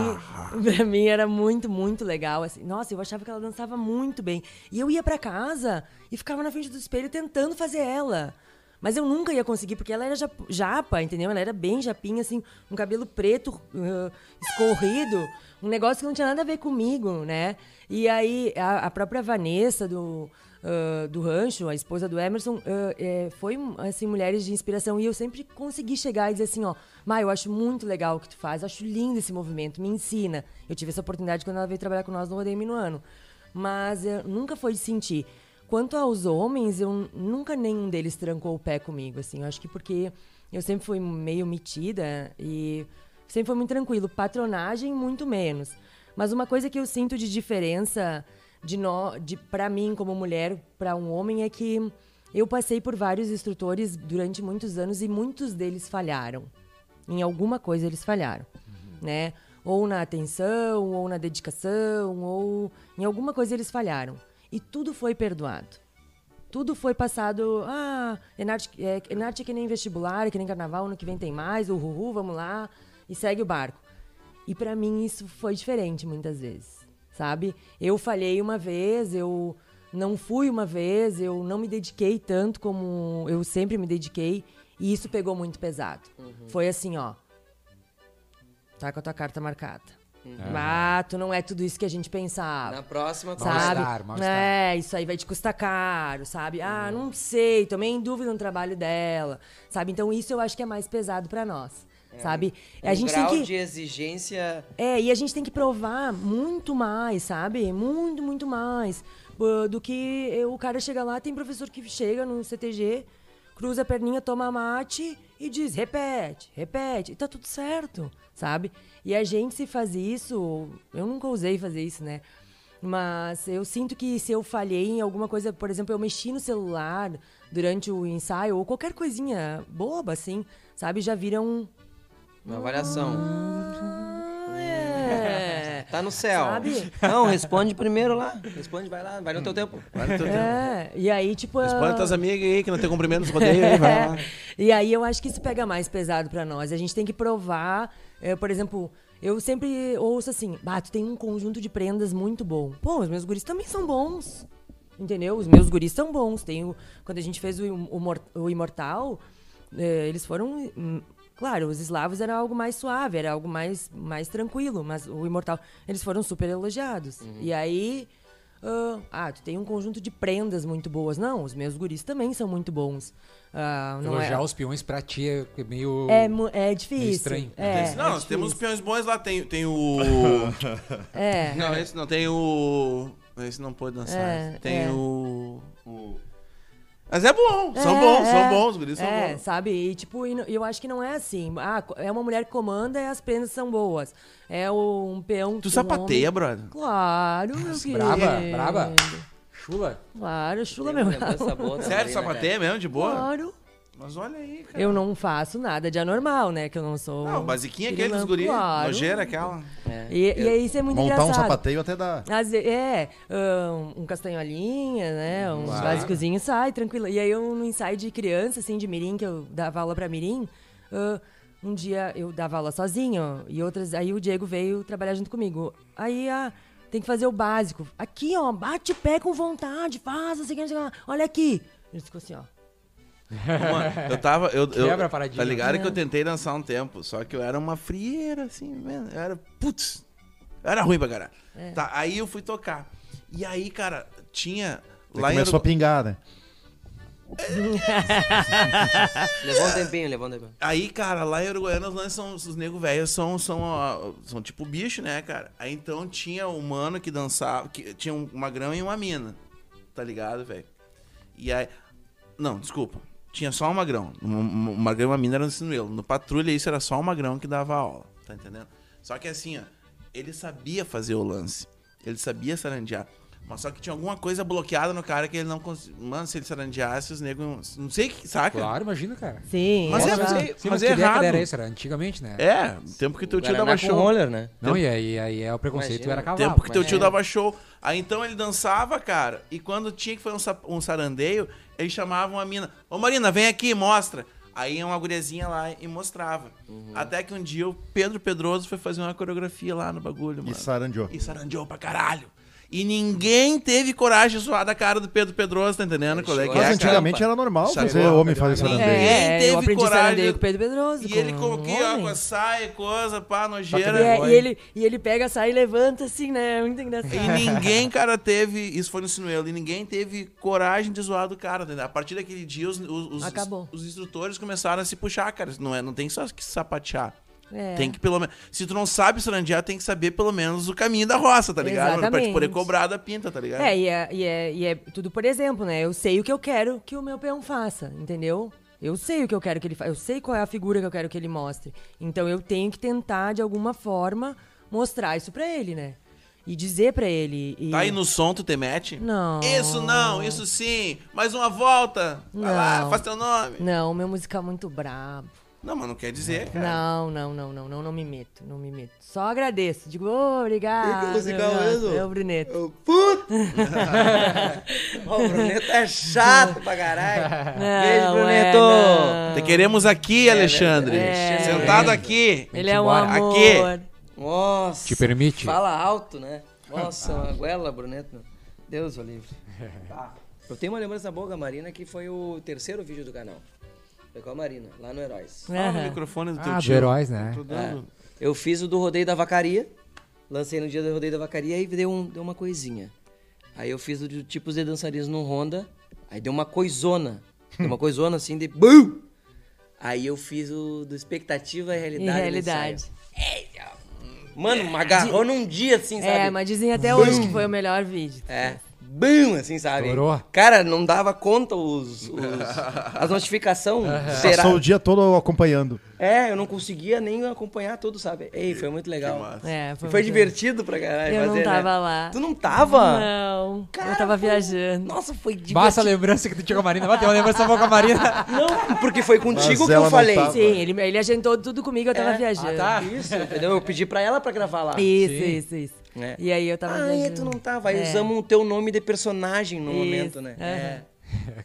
E: pra mim era muito, muito legal. Assim. Nossa, eu achava que ela dançava muito bem. E eu ia pra casa e ficava na frente do espelho tentando fazer ela. Mas eu nunca ia conseguir, porque ela era jap- japa, entendeu? Ela era bem japinha, assim, um cabelo preto ah, escorrido, um negócio que não tinha nada a ver comigo, né? E aí, a, a própria Vanessa do, ah, do rancho, a esposa do Emerson, ah, é, foi, assim, mulheres de inspiração. E eu sempre consegui chegar e dizer assim, ó, Mai, eu acho muito legal o que tu faz, acho lindo esse movimento, me ensina. Eu tive essa oportunidade quando ela veio trabalhar com nós no Rodeio Minuano. Mas eu nunca foi de sentir. Quanto aos homens, eu n- nunca nenhum deles trancou o pé comigo, assim. Eu acho que porque eu sempre fui meio metida e sempre foi muito tranquilo. Patronagem, muito menos. Mas uma coisa que eu sinto de diferença de nó, de para mim como mulher, para um homem é que Eu passei por vários instrutores durante muitos anos e muitos deles falharam. Em alguma coisa eles falharam, né? Ou na atenção, ou na dedicação, ou em alguma coisa eles falharam. E tudo foi perdoado. Tudo foi passado. Ah, Enarte é, Enarte é que nem vestibular, é que nem carnaval, ano que vem tem mais, o Ruhu, vamos lá, e segue o barco. E para mim isso foi diferente muitas vezes, sabe? Eu falhei uma vez, eu não fui uma vez, eu não me dediquei tanto como eu sempre me dediquei, e isso pegou muito pesado. Foi assim, ó. Tá com a tua carta marcada. Ah, tu não é tudo isso que a gente pensava
B: Na próxima, tu
A: Sabe?
B: vai-
A: Mal-estar, mal-estar. Uhum.
E: é, isso aí vai te custar caro, sabe? Ah, não sei, tomei em dúvida no trabalho dela, sabe? Então isso eu acho que é mais pesado pra nós,
A: É.
E: sabe? A
B: um
E: gente tem
B: grau
E: que
B: de exigência
E: é, e a gente tem que provar muito mais, sabe? Muito, muito mais. Pô, Do que eu- o cara chega lá, tem professor que chega no CTG, cruza a perninha, toma mate e diz, repete, repete, e tá tudo certo, sabe? E a gente se faz isso, eu nunca usei fazer isso, né? Mas eu sinto que se eu falhei em alguma coisa, por exemplo, eu mexi no celular durante o ensaio, ou qualquer coisinha boba, assim, sabe? Já viram. um-
B: uma avaliação.
E: Ah, é.
B: Tá no céu.
E: Sabe?
B: Não, responde primeiro lá. Responde, vai lá, vai no teu tempo.
D: Vai no teu tempo.
E: É, e aí, tipo.
D: Responde
E: ah, é.
D: tuas amigas aí que não tem cumprimento nos rodeios aí, vai lá.
E: E aí eu acho que isso pega mais pesado pra nós. A gente tem que provar, eh, por exemplo, eu sempre ouço assim, bah, tu tem um conjunto de prendas muito bom. Pô, os meus guris também são bons. Entendeu? Os meus guris são bons. Tem o- quando a gente fez o, im- o mor- o Imortal, eh, eles foram. hum, Claro, os eslavos era algo mais suave, era algo mais, mais tranquilo, mas o Imortal, eles foram super elogiados. E aí, ah, ah, tu tem um conjunto de prendas muito boas. Não, os meus guris também são muito bons. Ah, não
A: Elogiar
E: é,
A: os peões pra ti é meio.
E: é, mu- é difícil.
A: Meio estranho.
E: É,
D: não,
E: é
D: nós temos
E: difícil.
D: peões bons lá. Tem, tem o.
E: É.
D: não, esse não. Tem o. Esse não pôde dançar.
E: É,
D: tem
E: é.
D: o. Mas é bom. São
E: É,
D: bons, são
E: é.
D: bons. Os guris são
E: É,
D: bons.
E: sabe? E tipo, e n- eu acho que não é assim. Ah, co- é uma mulher que comanda e as prendas são boas. É o- um peão.
D: Tu
E: um
D: sapateia,
E: homem-
D: brother.
E: Claro, meu querido.
A: braba, braba. Chula.
E: Claro, chula
B: Tem
E: meu.
B: um negócio sabor também,
D: Sério,
B: né,
D: sapateia mesmo, de boa?
E: Claro.
D: Mas olha aí, cara. Ah,
E: Eu não faço nada de anormal, né? Que eu não sou.
D: Não, basiquinha é aquele dos né?
E: Pirilampo,
D: guris.
E: Claro.
D: Nojeira aquela.
B: cara? É.
E: E, e aí isso é muito
C: Montar um
E: engraçado.
C: sapateio até dá.
E: Às ve- é, ahn, um castanholinha, né?
D: Uhum.
E: Um básicozinho sai, tranquilo. E aí eu, no ensaio de criança, assim, de mirim, que eu dava aula pra mirim, ahn, um dia eu dava aula sozinho e outras... Aí o Diego veio trabalhar junto comigo. Aí, ah, tem que fazer o básico. Aqui, ó, bate pé com vontade, faz, assim, olha aqui. Ele ficou assim, ó.
D: Mano, eu tava. Eu, eu-
A: Quebra a paradinha.
D: Tá ligado que eu tentei dançar um tempo, só que eu era uma frieira, assim, mesmo. Eu era. Putz! Eu era ruim pra caralho. Tá, aí eu fui tocar. E aí, cara, tinha. Lá em
C: Começou a
D: Urugu...
C: pingar, né?
B: Levou um tempinho, levou um tempinho.
D: Aí, cara, lá em Uruguaiana, os lances são. Os negros velhos são, são, ó, são tipo bicho, né, cara? Aí então tinha um mano que dançava. Que, tinha um- uma grama e uma mina. Tá ligado, velho? E aí. Não, desculpa. Tinha só um magrão. Um- um- Uma grama e uma mina era no ensino meu. No patrulha, isso era só um magrão que dava aula. Tá entendendo? Só que assim, ó. Ele sabia fazer o lance. Ele sabia sarandear. Mas só que tinha alguma coisa bloqueada no cara que ele não conseguia. Mano, se ele sarandeasse, os negros. Não sei, o que saca?
A: Claro, imagina, cara.
E: Sim,
D: Mas é,
E: exato.
D: mas é-
A: Se
D: mas
A: não
D: é
A: tiver,
D: errado.
A: era isso, era antigamente, né?
D: É, o tempo que teu tio
B: Guaraná
D: dava
B: com
D: show.
B: roller, né?
A: Não, e aí, aí é o preconceito
B: Imagina.
A: era cavalo.
D: tempo que teu
A: mas- é.
D: tio dava show. Aí então ele dançava, cara, e quando tinha que fazer um, sa- um sarandeio, eles chamavam a mina. Ô Marina, vem aqui, mostra. Aí uma guriazinha lá e mostrava. Até que um dia o Pedro Pedroso foi fazer uma coreografia lá no bagulho, mano.
C: E sarandeou.
D: E sarandeou pra caralho. E ninguém teve coragem de zoar da cara do Pedro Pedroso, tá entendendo? Qual é que
B: chegou
D: é,
B: a
C: Mas
D: cara?
C: antigamente era normal
D: Sabe
C: fazer
D: qual?
C: homem fazer
A: Ninguém
C: sarandeio.
E: É,
D: teve
E: eu aprendi
D: coragem.
E: sarandeio com o Pedro Pedroso.
D: E ele
E: com
D: coloquei
E: homens.
D: água, sai, coisa, pá,
E: E, é-
D: nojeira.
E: e ele, e ele pega, sai e levanta assim, né? Muito engraçado.
D: E ninguém, cara, teve. Isso foi no Sinuelo. E ninguém teve coragem de zoar do cara. entendeu? A partir daquele dia, os, os, os-
E: Acabou.
D: os instrutores começaram a se puxar, cara. Não, é, não tem só que sapatear.
E: É.
D: Tem que pelo menos. Se tu não sabe sarandear, tem que saber pelo menos o caminho da roça, tá ligado? Pra te
E: Exatamente.
D: poder cobrar da pinta, tá ligado?
E: É, e é, e, é, e é tudo por exemplo, né? Eu sei o que eu quero que o meu peão faça, entendeu? Eu sei o que eu quero que ele faça, eu sei qual é a figura que eu quero que ele mostre. Então eu tenho que tentar, de alguma forma, mostrar isso pra ele, né? e dizer pra ele. E...
D: Tá aí no som, tu te mete?
E: Não.
D: Isso não, isso sim. Mais uma volta. Vai lá,
E: Não.
D: faz teu nome.
E: Não, meu musical é muito brabo.
D: Não, mas não quer dizer, cara.
E: Não, não, não, não, não, não me meto, não me meto. Só agradeço, digo, "Ô, obrigado.
B: Que musical é
E: obrigado."
B: esse?
E: É o Bruneto.
B: Ô, Puta! Ó, o Bruneto é chato pra caralho. Beijo,
E: Não, é,
B: Bruneto!
E: não.
D: Te queremos aqui, Alexandre.
E: verdade.
D: Sentado aqui.
E: Ele é um
A: Embora.
E: amor.
D: Aqui.
B: Nossa!
A: Te permite?
B: Fala alto, né? Nossa, uma goela, Bruneto. Deus o livre. Tá. Eu tenho uma lembrança boa com a Marina, que foi o terceiro vídeo do canal. Foi com a Marina, lá no Heróis.
D: Fala no
E: Aham.
D: microfone do teu
A: Ah, do
D: tio.
A: Heróis, né?
E: É.
D: Tô dando-
B: Eu fiz o do rodeio da vacaria. Lancei no dia do rodeio da vacaria e deu, um- deu uma coisinha. Aí eu fiz o de tipos de dançarinos no Honda. Aí deu uma coisona. Deu uma coisona assim de. BUM! Aí eu fiz o do expectativa e realidade.
E: Em
B: no
E: realidade.
B: ensaio. Mano, uma agarrou num dia assim, sabe?
E: É, mas dizem até hoje que foi o melhor vídeo.
B: É. Bum, assim, sabe?
A: Estourou.
B: Cara, não dava conta os, os- as notificações. será?
C: É, Passou o dia todo acompanhando.
B: É, eu não conseguia nem acompanhar tudo, sabe? Ei, foi muito legal.
D: Que massa.
E: É,
B: Foi,
E: muito-
B: divertido pra caralho.
E: Eu não
B: fazer, né?
E: tava lá.
B: Tu não tava?
E: Não,
B: Cara,
E: eu tava
B: foi-
E: viajando.
B: Nossa, foi divertido.
E: Tipo
A: Basta a
E: assim-
A: lembrança que tu tinha com a Marina. Vai ter uma lembrança boa com a Marina.
B: Não, porque foi contigo
C: Mas
B: que
C: ela
B: eu
C: não
B: falei.
C: tava.
E: Sim, ele, ele agendou tudo comigo,
B: É?
E: eu tava viajando.
A: Ah, tá.
B: Isso, entendeu? Eu pedi pra ela pra gravar lá.
E: Isso,
A: Sim.
E: isso, isso.
B: É.
E: E aí eu tava
B: Ah, é,
E: viajando.
B: tu não tava. Aí
E: É.
B: usamos o teu nome de personagem no
E: Isso,
B: momento, né?
E: aham.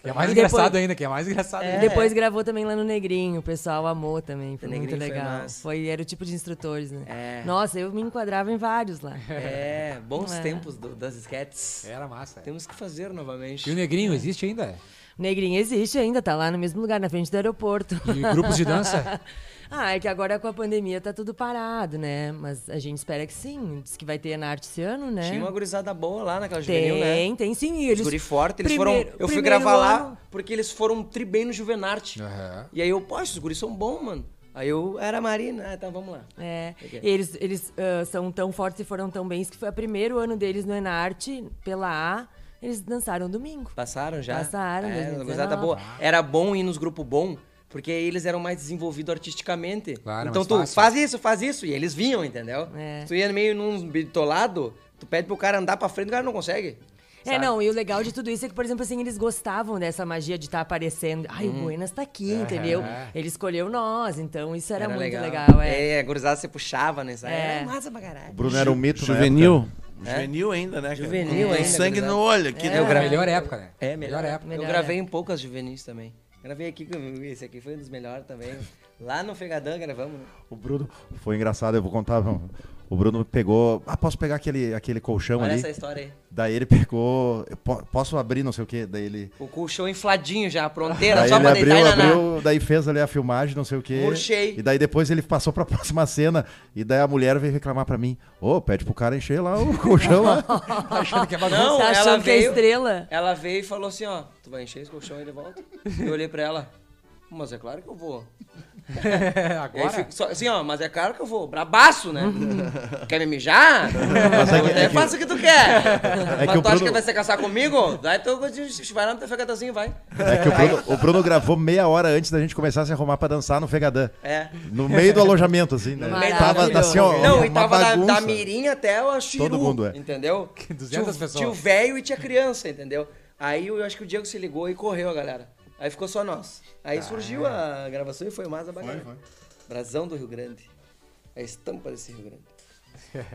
A: Que é mais
E: E
A: engraçado
E: depois-
A: ainda, que é mais engraçado
E: E
A: ainda.
E: depois gravou também lá no Negrinho, o pessoal amou também, foi
B: No Negrinho
E: muito
B: foi
E: legal.
B: massa.
E: Foi, era o tipo de instrutores, né?
B: É.
E: Nossa, eu me enquadrava em vários lá.
B: É, bons
E: É.
B: tempos do- das sketches.
A: Era massa.
E: um
A: é.
B: Temos que fazer novamente.
A: E o Negrinho existe ainda?
E: O Negrinho existe ainda, tá lá no mesmo lugar, na frente do aeroporto.
A: E grupos de dança?
E: ah, é que agora com a pandemia tá tudo parado, né? Mas a gente espera que sim. Diz que vai ter na arte esse ano, né?
B: Tinha uma gurizada boa lá naquela juvenil, né?
E: tem, tem sim. e
B: Os
E: Eles,
B: guri forte, eles
E: primeiro-
B: foram. Eu fui
E: primeiro
B: gravar
E: ano-
B: lá porque eles foram tri bem no Juvenarte.
A: Aham.
B: E aí eu, poxa, os guris são bons, mano. Aí eu era a Marina, ah, então vamos lá.
E: É,
B: Ok.
E: eles, eles ah, são tão fortes e foram tão bens que foi o primeiro ano deles no Enarte, pela A, eles dançaram domingo.
B: Passaram já?
E: Passaram,
B: é,
E: 2019.
B: gurizada boa. Era bom ir nos grupos bom, porque aí eles eram mais desenvolvidos artisticamente.
A: Claro,
C: é
B: então
A: mais
B: tu
A: fácil.
B: faz isso, faz isso. E eles vinham, entendeu?
E: É.
B: Se Tu ia meio num bitolado, tu pede pro cara andar pra frente, o cara não consegue.
E: É, não, e o legal de tudo isso é que, por exemplo, assim, eles gostavam dessa magia de estar aparecendo. Ai, o Buenas tá aqui, entendeu? Ele escolheu nós, então isso era, muito legal. é.
B: a gurizada se puxava nessa.
E: É.
B: Era massa pra caralho.
C: O Bruno era um mito na
D: Juvenil.
B: É?
D: Juvenil ainda, né? cara?
B: Juvenil
D: Com
B: ainda,
D: sangue
B: gurizada.
D: no olho aqui, né?
A: É, a melhor época, né?
B: É, melhor, época.
E: Melhor né?
B: eu gravei em poucas juvenis também. Gravei aqui, com- esse aqui foi um dos melhores também. Lá no Fegadão gravamos. né?
C: O Bruno. Foi engraçado, eu vou contar. O Bruno pegou. Ah, posso pegar aquele, aquele colchão
B: Olha
C: ali?
B: essa história aí.
C: Daí ele pegou. eu po- posso abrir, não sei o quê? Daí ele.
B: O colchão infladinho já, a fronteira,
C: Daí
B: só
C: ele
B: pra
C: abriu,
B: deitar e naná.
C: abriu, daí fez ali a filmagem, não sei o quê.
B: Murchei.
C: E daí depois ele passou pra próxima cena. E daí a mulher veio reclamar pra mim: Ô, pede pro cara encher lá o colchão lá.
A: Tá achando que é bagunça?
B: Não,
E: Tá
B: ela
E: achando que é
B: veio-
E: estrela?
B: Ela veio e falou assim, ó, tu vai encher esse colchão aí de volta? Eu olhei pra ela, mas é claro que eu vou.
A: É,
B: E aí
A: agora?
B: fico só- assim, ó, mas é claro que eu vou. Brabaço, né? quer me mijar?
C: Mas é que- é
B: É,
C: que- é
B: faça o que tu quer. mas
C: que
B: tu
C: o
B: acha
C: Bruno-
B: que vai se casar comigo? Daí tu vai lá no teu fecatazinho, vai.
C: É que o Bruno, o Bruno gravou meia hora antes da gente começar a se arrumar pra dançar no Fegadã.
B: É.
C: No meio do alojamento, assim, né?
E: Maravilhoso.
C: Tava tá assim, ó.
B: Não,
C: uma
B: e tava da,
C: bagunça.
B: da Mirim até o Chiru.
C: Todo mundo, é.
B: Entendeu?
A: 200
B: Tio-
A: pessoas.
B: Tio velho e tinha criança, entendeu? Aí eu acho que o Diego se ligou e correu a galera. Aí ficou só nós. Aí
C: Ah,
B: surgiu
C: é.
B: a gravação e foi mais a bacana. Brasão do Rio Grande. É A estampa desse Rio Grande.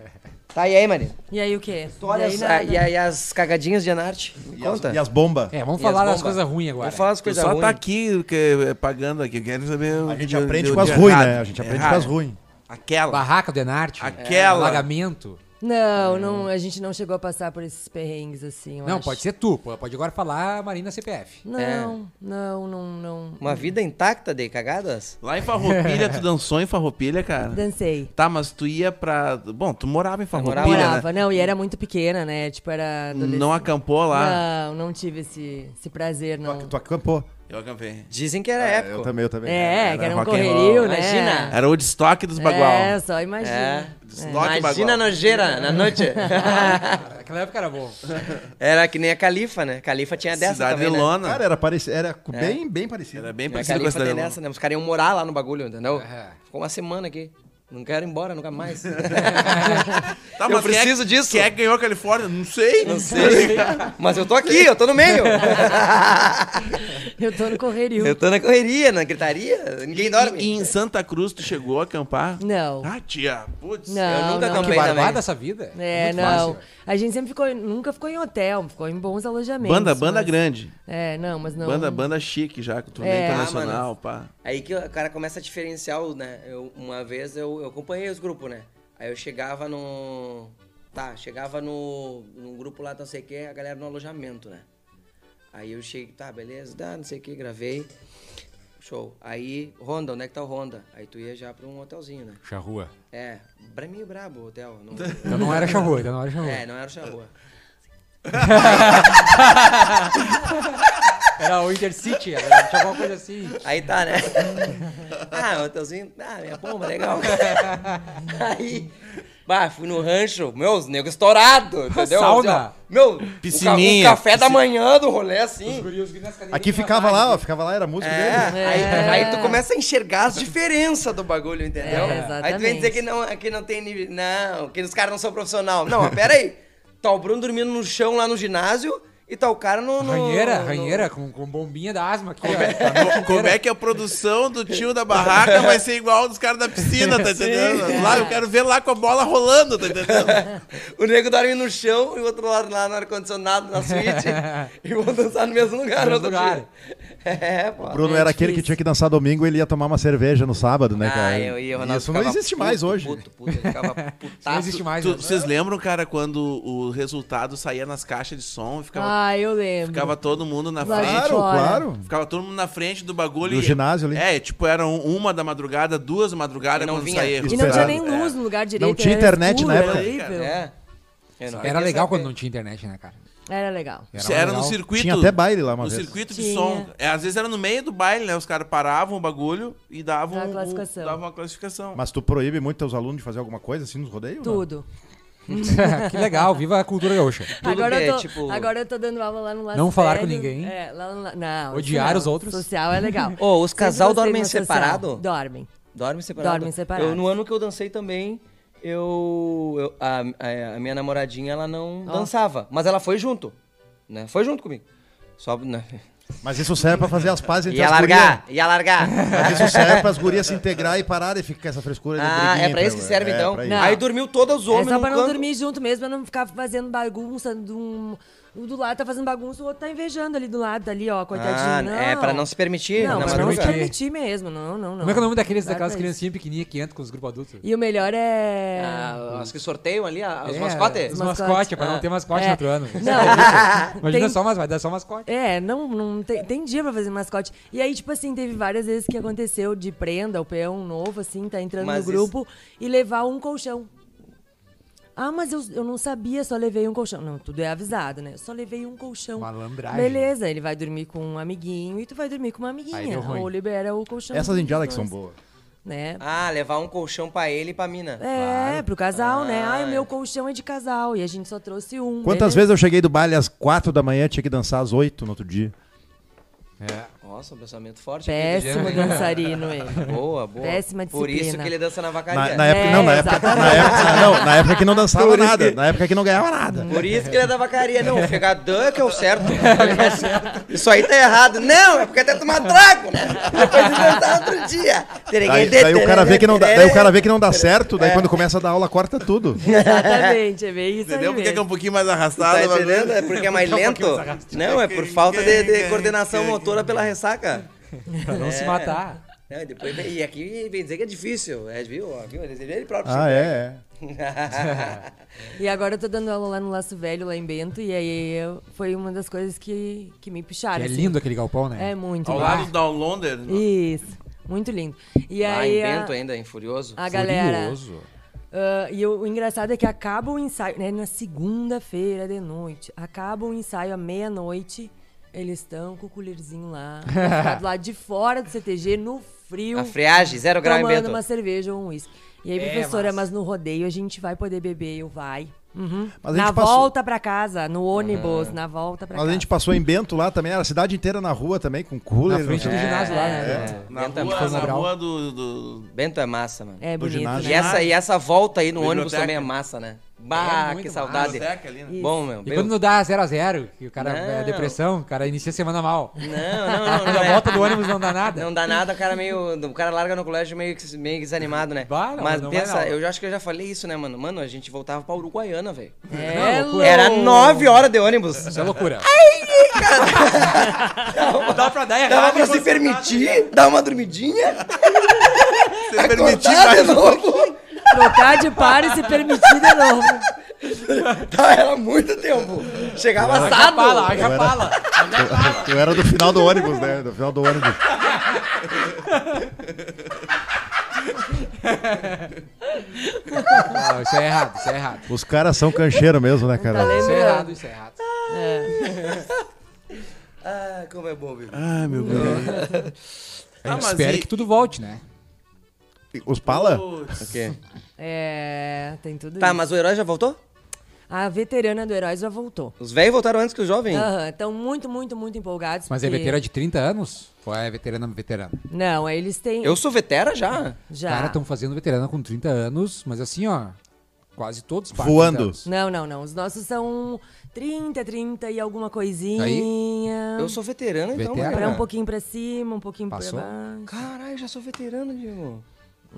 B: tá, e aí, Maria?
E: E aí o quê?
B: Olha
E: e aí,
B: as,
E: nada.
B: a- e, aí as cagadinhas de Anarte? Me
C: E as,
B: conta.
C: e as bombas.
A: É, vamos
B: E
A: falar
B: as
A: das
B: bombas?
A: coisas ruins agora.
B: Vamos falar as
D: Tu
B: coisas
D: só
B: ruim.
D: tá aqui que- pagando aqui. Eu quero saber. o
C: A gente
D: de-
C: aprende
D: de-
C: com as
D: de
C: ruins,
D: errado.
C: né? A gente aprende
D: Errado.
C: com as ruins.
D: Aquela.
A: Barraca do Enarte.
D: Aquela.
A: Alagamento.
E: Não, não, a gente não chegou a passar por esses perrengues assim, eu
A: Não,
E: acho.
A: pode ser tu. pô. Pode agora falar Marina CPF.
E: Não,
B: É.
E: não, não, não.
B: Uma vida intacta de cagadas?
D: Lá em Farroupilha, tu dançou em Farroupilha, cara?
E: Dancei.
D: Tá, mas tu ia pra. Bom, tu morava em Farroupilha,
B: Pilha,
E: Morava,
D: né?
E: não, e era muito pequena, né? Tipo, era adolescente.
D: Não acampou lá?
E: Não, não tive esse, esse prazer, não.
C: Tu acampou.
D: Eu acampei.
B: Dizem que era
C: Ah, Eu
B: época.
C: também, eu também.
E: É,
D: Era
E: que era um
D: rock and roll.
E: correrio, né?
B: Imagina.
D: Era o destoque dos bagual.
E: É, só imagina.
B: É. Imagina
D: Destoque
B: a
D: bagual.
B: nojeira na noite.
E: Ah.
A: Aquela época era bom.
B: Era que nem a Califa, né? Califa tinha dessa
D: Cidade
B: também, né?
D: Elona.
C: Cara, era, pareci... era bem, bem parecido.
D: É. Era bem
B: A
D: parecido com a
B: Califa
D: Cidade
B: tem
D: Elona.
B: dessa, né? Os caras iam morar lá no bagulho, entendeu?
A: É.
B: Ficou uma semana aqui. Não quero ir embora nunca mais.
D: Tá,
B: Eu
D: mas quem é-
B: preciso disso.
D: Quem é que ganhou a Califórnia? Não sei.
B: Não sei. Mas eu tô aqui, eu tô no meio.
E: Eu tô no correrio.
B: Eu tô na correria, na gritaria. Ninguém dorme.
D: E em Santa Cruz tu chegou a acampar?
E: Não.
D: Ah, tia, putz.
E: Não,
B: eu nunca
E: não.
A: Que
B: acampei também.
A: barbada essa vida.
E: É,
A: Muito
E: não.
A: fácil.
E: A gente sempre ficou, nunca ficou em hotel, ficou em bons alojamentos.
D: Banda, banda
E: mas-
D: grande.
E: É, não, mas não.
D: Banda, banda chique já, com turnê
E: É.
D: internacional,
B: Ah,
D: pá.
B: Aí que o cara começa a diferenciar, o, né? Eu, uma vez eu, eu acompanhei os grupos, né? Aí eu chegava no. Tá, chegava no. num grupo lá, não sei o que, a galera no alojamento, né? Aí eu cheguei, tá, beleza, dá, não sei o que, gravei. Show. Aí, Honda, onde é que tá o Honda? Aí tu ia já pra um hotelzinho, né?
A: Charrua.
B: É, pra mim brabo o hotel. Não,
A: Então não era charrua, então não era charrua.
B: é, não era o Charrua.
A: Era o Intercity, era, tinha alguma coisa assim.
B: Aí tá, né? Ah, hotelzinho, ah, minha pomba, legal. Aí, bah, fui no rancho, meu, os negros estourados, entendeu?
A: Sauna.
B: Assim, ó, meu, o ca-
D: Piscininha.
B: O, café da manhã do rolê, assim.
C: Aqui ficava lá, ó, ficava lá, era a música
B: É,
C: dele.
B: aí, aí tu começa a enxergar as diferenças do bagulho, entendeu?
E: É,
B: aí tu vem dizer
E: exatamente.
B: que não, que não tem nível. Não, que os caras não são profissional. Não, mas pera aí. Tá o Bruno dormindo no chão lá no ginásio e tá o cara no. no
A: Ranheira,
B: no-
A: ranheira, com, com bombinha da asma aqui. ó.
B: tá
D: Co- Como é que a produção do tio da barraca vai ser igual a dos caras da piscina, tá entendendo? Lá eu quero ver lá com a bola rolando, tá entendendo?
B: O nego dorme no chão e o outro lado lá no ar-condicionado, na suíte. e vão dançar no mesmo lugar,
A: No
B: no
A: mesmo
B: outro
A: lugar.
B: lugar. É, pô.
C: O Bruno
E: É
C: era aquele que
E: difícil.
C: tinha que dançar domingo e ele ia tomar uma cerveja no sábado, né, cara?
B: Ah, eu ia, o Ronaldo
C: Isso não
B: ficava
C: existe
B: puto,
C: mais hoje.
B: Puto, puto, ele ficava putaço.
A: Não existe mais.
D: Tu-
A: né?
D: vocês lembram, cara, quando o resultado saía nas caixas de som e ficava,
E: Ah, eu lembro.
D: ficava todo mundo na
E: Lá de
D: frente?
C: Claro,
E: fora.
C: claro.
D: Ficava todo mundo na frente do bagulho.
C: Do
D: e-
C: ginásio ali.
D: É, tipo, era um- uma da madrugada, duas da madrugada
B: E não
D: quando
B: vinha.
D: saía.
E: E não tinha
C: Esperado.
E: nem luz no lugar direito.
C: Não tinha
E: era
C: internet
E: escuro,
C: na
E: era
C: época.
E: horrível.
B: É. Eu não
A: Era
E: é
B: queria
A: legal
B: saber.
A: quando não tinha internet, né, cara?
E: Era legal.
D: Isso era no
A: legal.
D: circuito.
C: Tinha até baile lá uma
D: No
C: vez.
D: circuito de
E: Tinha.
D: som. É, às vezes era no meio do baile, né? Os caras paravam o bagulho e davam,
E: Dava
D: o-
E: classificação.
D: davam uma classificação.
C: Mas tu proíbe muito teus alunos de fazer alguma coisa assim nos rodeios? não?
E: Tudo.
A: que legal, viva a cultura gaúcha.
B: Tudo
E: agora,
B: bem,
E: eu tô,
B: tipo-
E: agora eu tô dando aula lá no Las
A: Não falar com
E: Velho.
A: ninguém.
E: É, lá no... La- Não. isso
A: Odiar
E: não.
A: os outros.
E: Social é legal.
B: Ô, os
E: Sempre
B: casal
E: gostei
B: dormem
E: do social.
B: separado?
E: Dormem.
B: Dorme separado.
E: Dorme separado.
B: Eu, no ano que eu dancei também, eu, eu- a, a- a minha namoradinha, ela não dançava. Mas ela foi junto, né? Foi junto comigo. Só, né?
C: Mas isso serve pra fazer as pazes entre
B: Ia
C: as
B: largar, ia largar.
C: gurias. Mas isso serve pras gurias se integrar e parar e ficar essa frescura de
B: Ah,
C: briguinha,
B: é pra isso que serve
C: é,
B: então.
C: pra
E: Não.
C: isso.
B: Aí dormiu todos os
E: É
B: homens
E: só
B: no
E: pra não
B: canto.
E: dormir junto mesmo, pra não ficar fazendo bagunça. De um, um do lado tá fazendo bagunça, o outro tá invejando ali do lado, tá ali, ó, coitadinho.
B: Ah,
E: não.
B: é pra não se permitir.
E: Não,
A: não
E: pra
A: se
E: não se
A: permitir.
E: permitir mesmo. Não, não, não.
A: Como é que é o nome daqueles, daquelas
E: Exatamente.
A: criancinhas pequenininhas que entram com os grupos adultos?
E: E o melhor é...
B: Ah, as que sorteiam ali, a- os
A: É,
B: mascotes?
A: Os
E: Os
A: mascotes,
E: mascotes.
A: pra não
B: Ah.
A: ter mascote
E: É.
A: no outro ano.
E: Não.
A: Imagina
E: Tem-
A: só, mas vai dar só mascote.
E: É, não, não tem, tem dia pra fazer mascote. E aí, tipo assim, teve várias vezes que aconteceu de prenda, o peão novo, assim, tá entrando
B: Mas
E: no grupo e levar um colchão. Ah, mas eu, eu não sabia, só levei um colchão. Não, tudo é avisado, né? Só levei um colchão.
A: Malandragem.
E: Beleza, ele vai dormir com um amiguinho e tu vai dormir com uma
A: Aí deu
E: amiguinha.
A: ruim.
E: Ou libera o colchão.
C: Essas
E: dos
C: indiadas que são
E: dois,
C: boas.
E: Né?
B: Ah, levar um colchão pra ele e pra mina.
E: É, pro casal, né?
B: Ah,
E: Ah, o meu
B: é.
E: colchão é de casal e a gente só trouxe um.
C: Quantas
E: beleza.
C: vezes eu cheguei do baile às quatro da manhã, tinha que dançar às oito no outro dia.
A: É.
B: Nossa, um pensamento forte. aqui.
E: Péssimo dançarino ele.
B: Boa, boa.
E: Péssima
B: Por isso
E: disciplina.
B: que ele dança na
C: Na,
B: vacaria.
C: na época, não, na
E: É,
C: época, na
E: exatamente.
C: época, não, na época que não dançava nada, na época que não ganhava nada.
B: Por isso que ele é da vacaria. Não, pegadão é que é o certo. Isso aí tá errado. Não, é porque até tomar trago, né? Depois inventar outro dia.
C: Daí, daí o cara
B: né?
C: vê que
B: É,
C: não dá, daí o cara vê que não dá certo, daí quando começa a dar aula corta tudo.
E: Exatamente, é bem isso
D: Entendeu?
E: aí
D: Porque é que é
E: mesmo.
D: um pouquinho mais arrastado.
B: Tá
D: o bagulho.
B: entendendo? É porque é mais lento. Não, é por falta de, de coordenação motora pela ressaca.
A: É, Pra não se
B: É.
A: matar.
B: Não, e, depois, vem- e aqui vem dizer que é difícil. É, viu? Ó, viu? Ele ele próprio.
C: Ah, é, é.
A: Ah.
E: E agora eu tô dando aula lá no Laço Velho, lá em Bento, e aí eu- foi uma das coisas que, que me
A: Que
E: puxaram.
A: é
E: assim.
A: lindo aquele galpão, né?
E: É muito
D: Ao
E: lindo. Ah,
D: lado do Downloader.
E: Isso, muito lindo. E
B: Lá
E: aí
B: em
E: a-
B: Bento Ah, é ainda, em Furioso.
E: a, galera.
A: Curioso.
E: ah, e o, o engraçado é que acaba o ensaio, né? Na segunda-feira de noite. Acaba o ensaio à meia-noite. Eles estão com o coolerzinho lá, do lado de fora do CTG, no frio.
B: A friagem, zero grau em
E: tomando
B: Bento.
E: uma cerveja ou um uísque. E aí, professora, mas no rodeio a gente vai poder beber? Eu, vai.
C: Mas a
E: na
C: gente passou-
E: volta pra casa, no ônibus, na volta pra
C: Mas
E: casa.
C: a gente passou em Bento lá também, era a cidade inteira na rua também, com cooler. É.
A: Na frente do ginásio lá, né?
D: Na
B: Bento é
D: rua,
B: massa,
D: na
A: Brau.
D: rua do, do-
B: Bento é massa, mano.
E: É bonito,
C: ginásio.
B: E
E: né?
B: essa, e essa volta aí no ônibus
D: Biblioteca.
B: também é massa, né? Bah,
A: muito
B: que
A: massa.
B: saudade.
D: biblioteca ali, né?
B: Bom, meu.
A: E
B: bem-
A: quando não dá 0x0, que o cara é
B: Não.
A: depressão, o cara inicia a semana mal.
B: Não, não, não. não,
A: Quando a
B: é.
A: volta do ônibus não dá nada.
B: Não dá nada, o cara é meio. O cara larga no colégio meio, que- meio que desanimado, né?
A: Bah, não,
B: Mas
A: não vai
B: pensa,
A: não.
B: eu já acho que eu já falei isso, né, mano? Mano, a gente voltava pra Uruguaiana, velho.
E: É
A: Não,
E: louco.
B: Era nove horas de ônibus.
A: Isso é loucura.
D: Dá pra dar
B: Dava
D: errado.
B: pra se permitir, dar uma dormidinha,
D: Se permitir
B: acordar de
D: mais
B: novo.
E: Trocar de par e se permitir de novo.
B: Tá, era muito tempo. Chegava
A: Haja
B: assado.
A: pala, haja pala.
C: Eu, eu era do final do ônibus, né? Do final do ônibus.
A: Não, isso é errado, isso é errado.
C: Os caras são cancheiro mesmo, né,
E: Tá
C: cara?
A: Isso é errado,
E: lembrando.
A: isso é errado.
E: É.
B: Ah, como é bom, viu?
D: Ah, meu Deus.
A: A gente
D: mas
A: espera
D: e-
A: que tudo volte, né?
C: Os pala?
E: É, tem tudo
B: Tá,
E: isso.
B: mas o herói já voltou?
E: A veterana do Heróis já voltou.
B: Os velhos voltaram antes que os jovens.
E: Aham, Estão muito, muito, muito empolgados.
A: Mas é
E: porque-
A: veterana de 30 anos? Ou é veterana veterana?
E: Não, aí eles têm...
B: Eu sou vetera já.
A: Os
E: Já.
A: caras estão fazendo veterana com 30 anos, mas assim, ó, quase todos passam
C: Voando.
A: 30 anos.
E: Não, não, não. Os nossos são 30, 30 e alguma coisinha.
B: Eu sou veterano, então.
A: Veterano?
B: Veterano.
E: Pra um pouquinho pra cima, um pouquinho
A: Passou?
E: pra baixo.
B: Caralho, já sou veterano, Diego.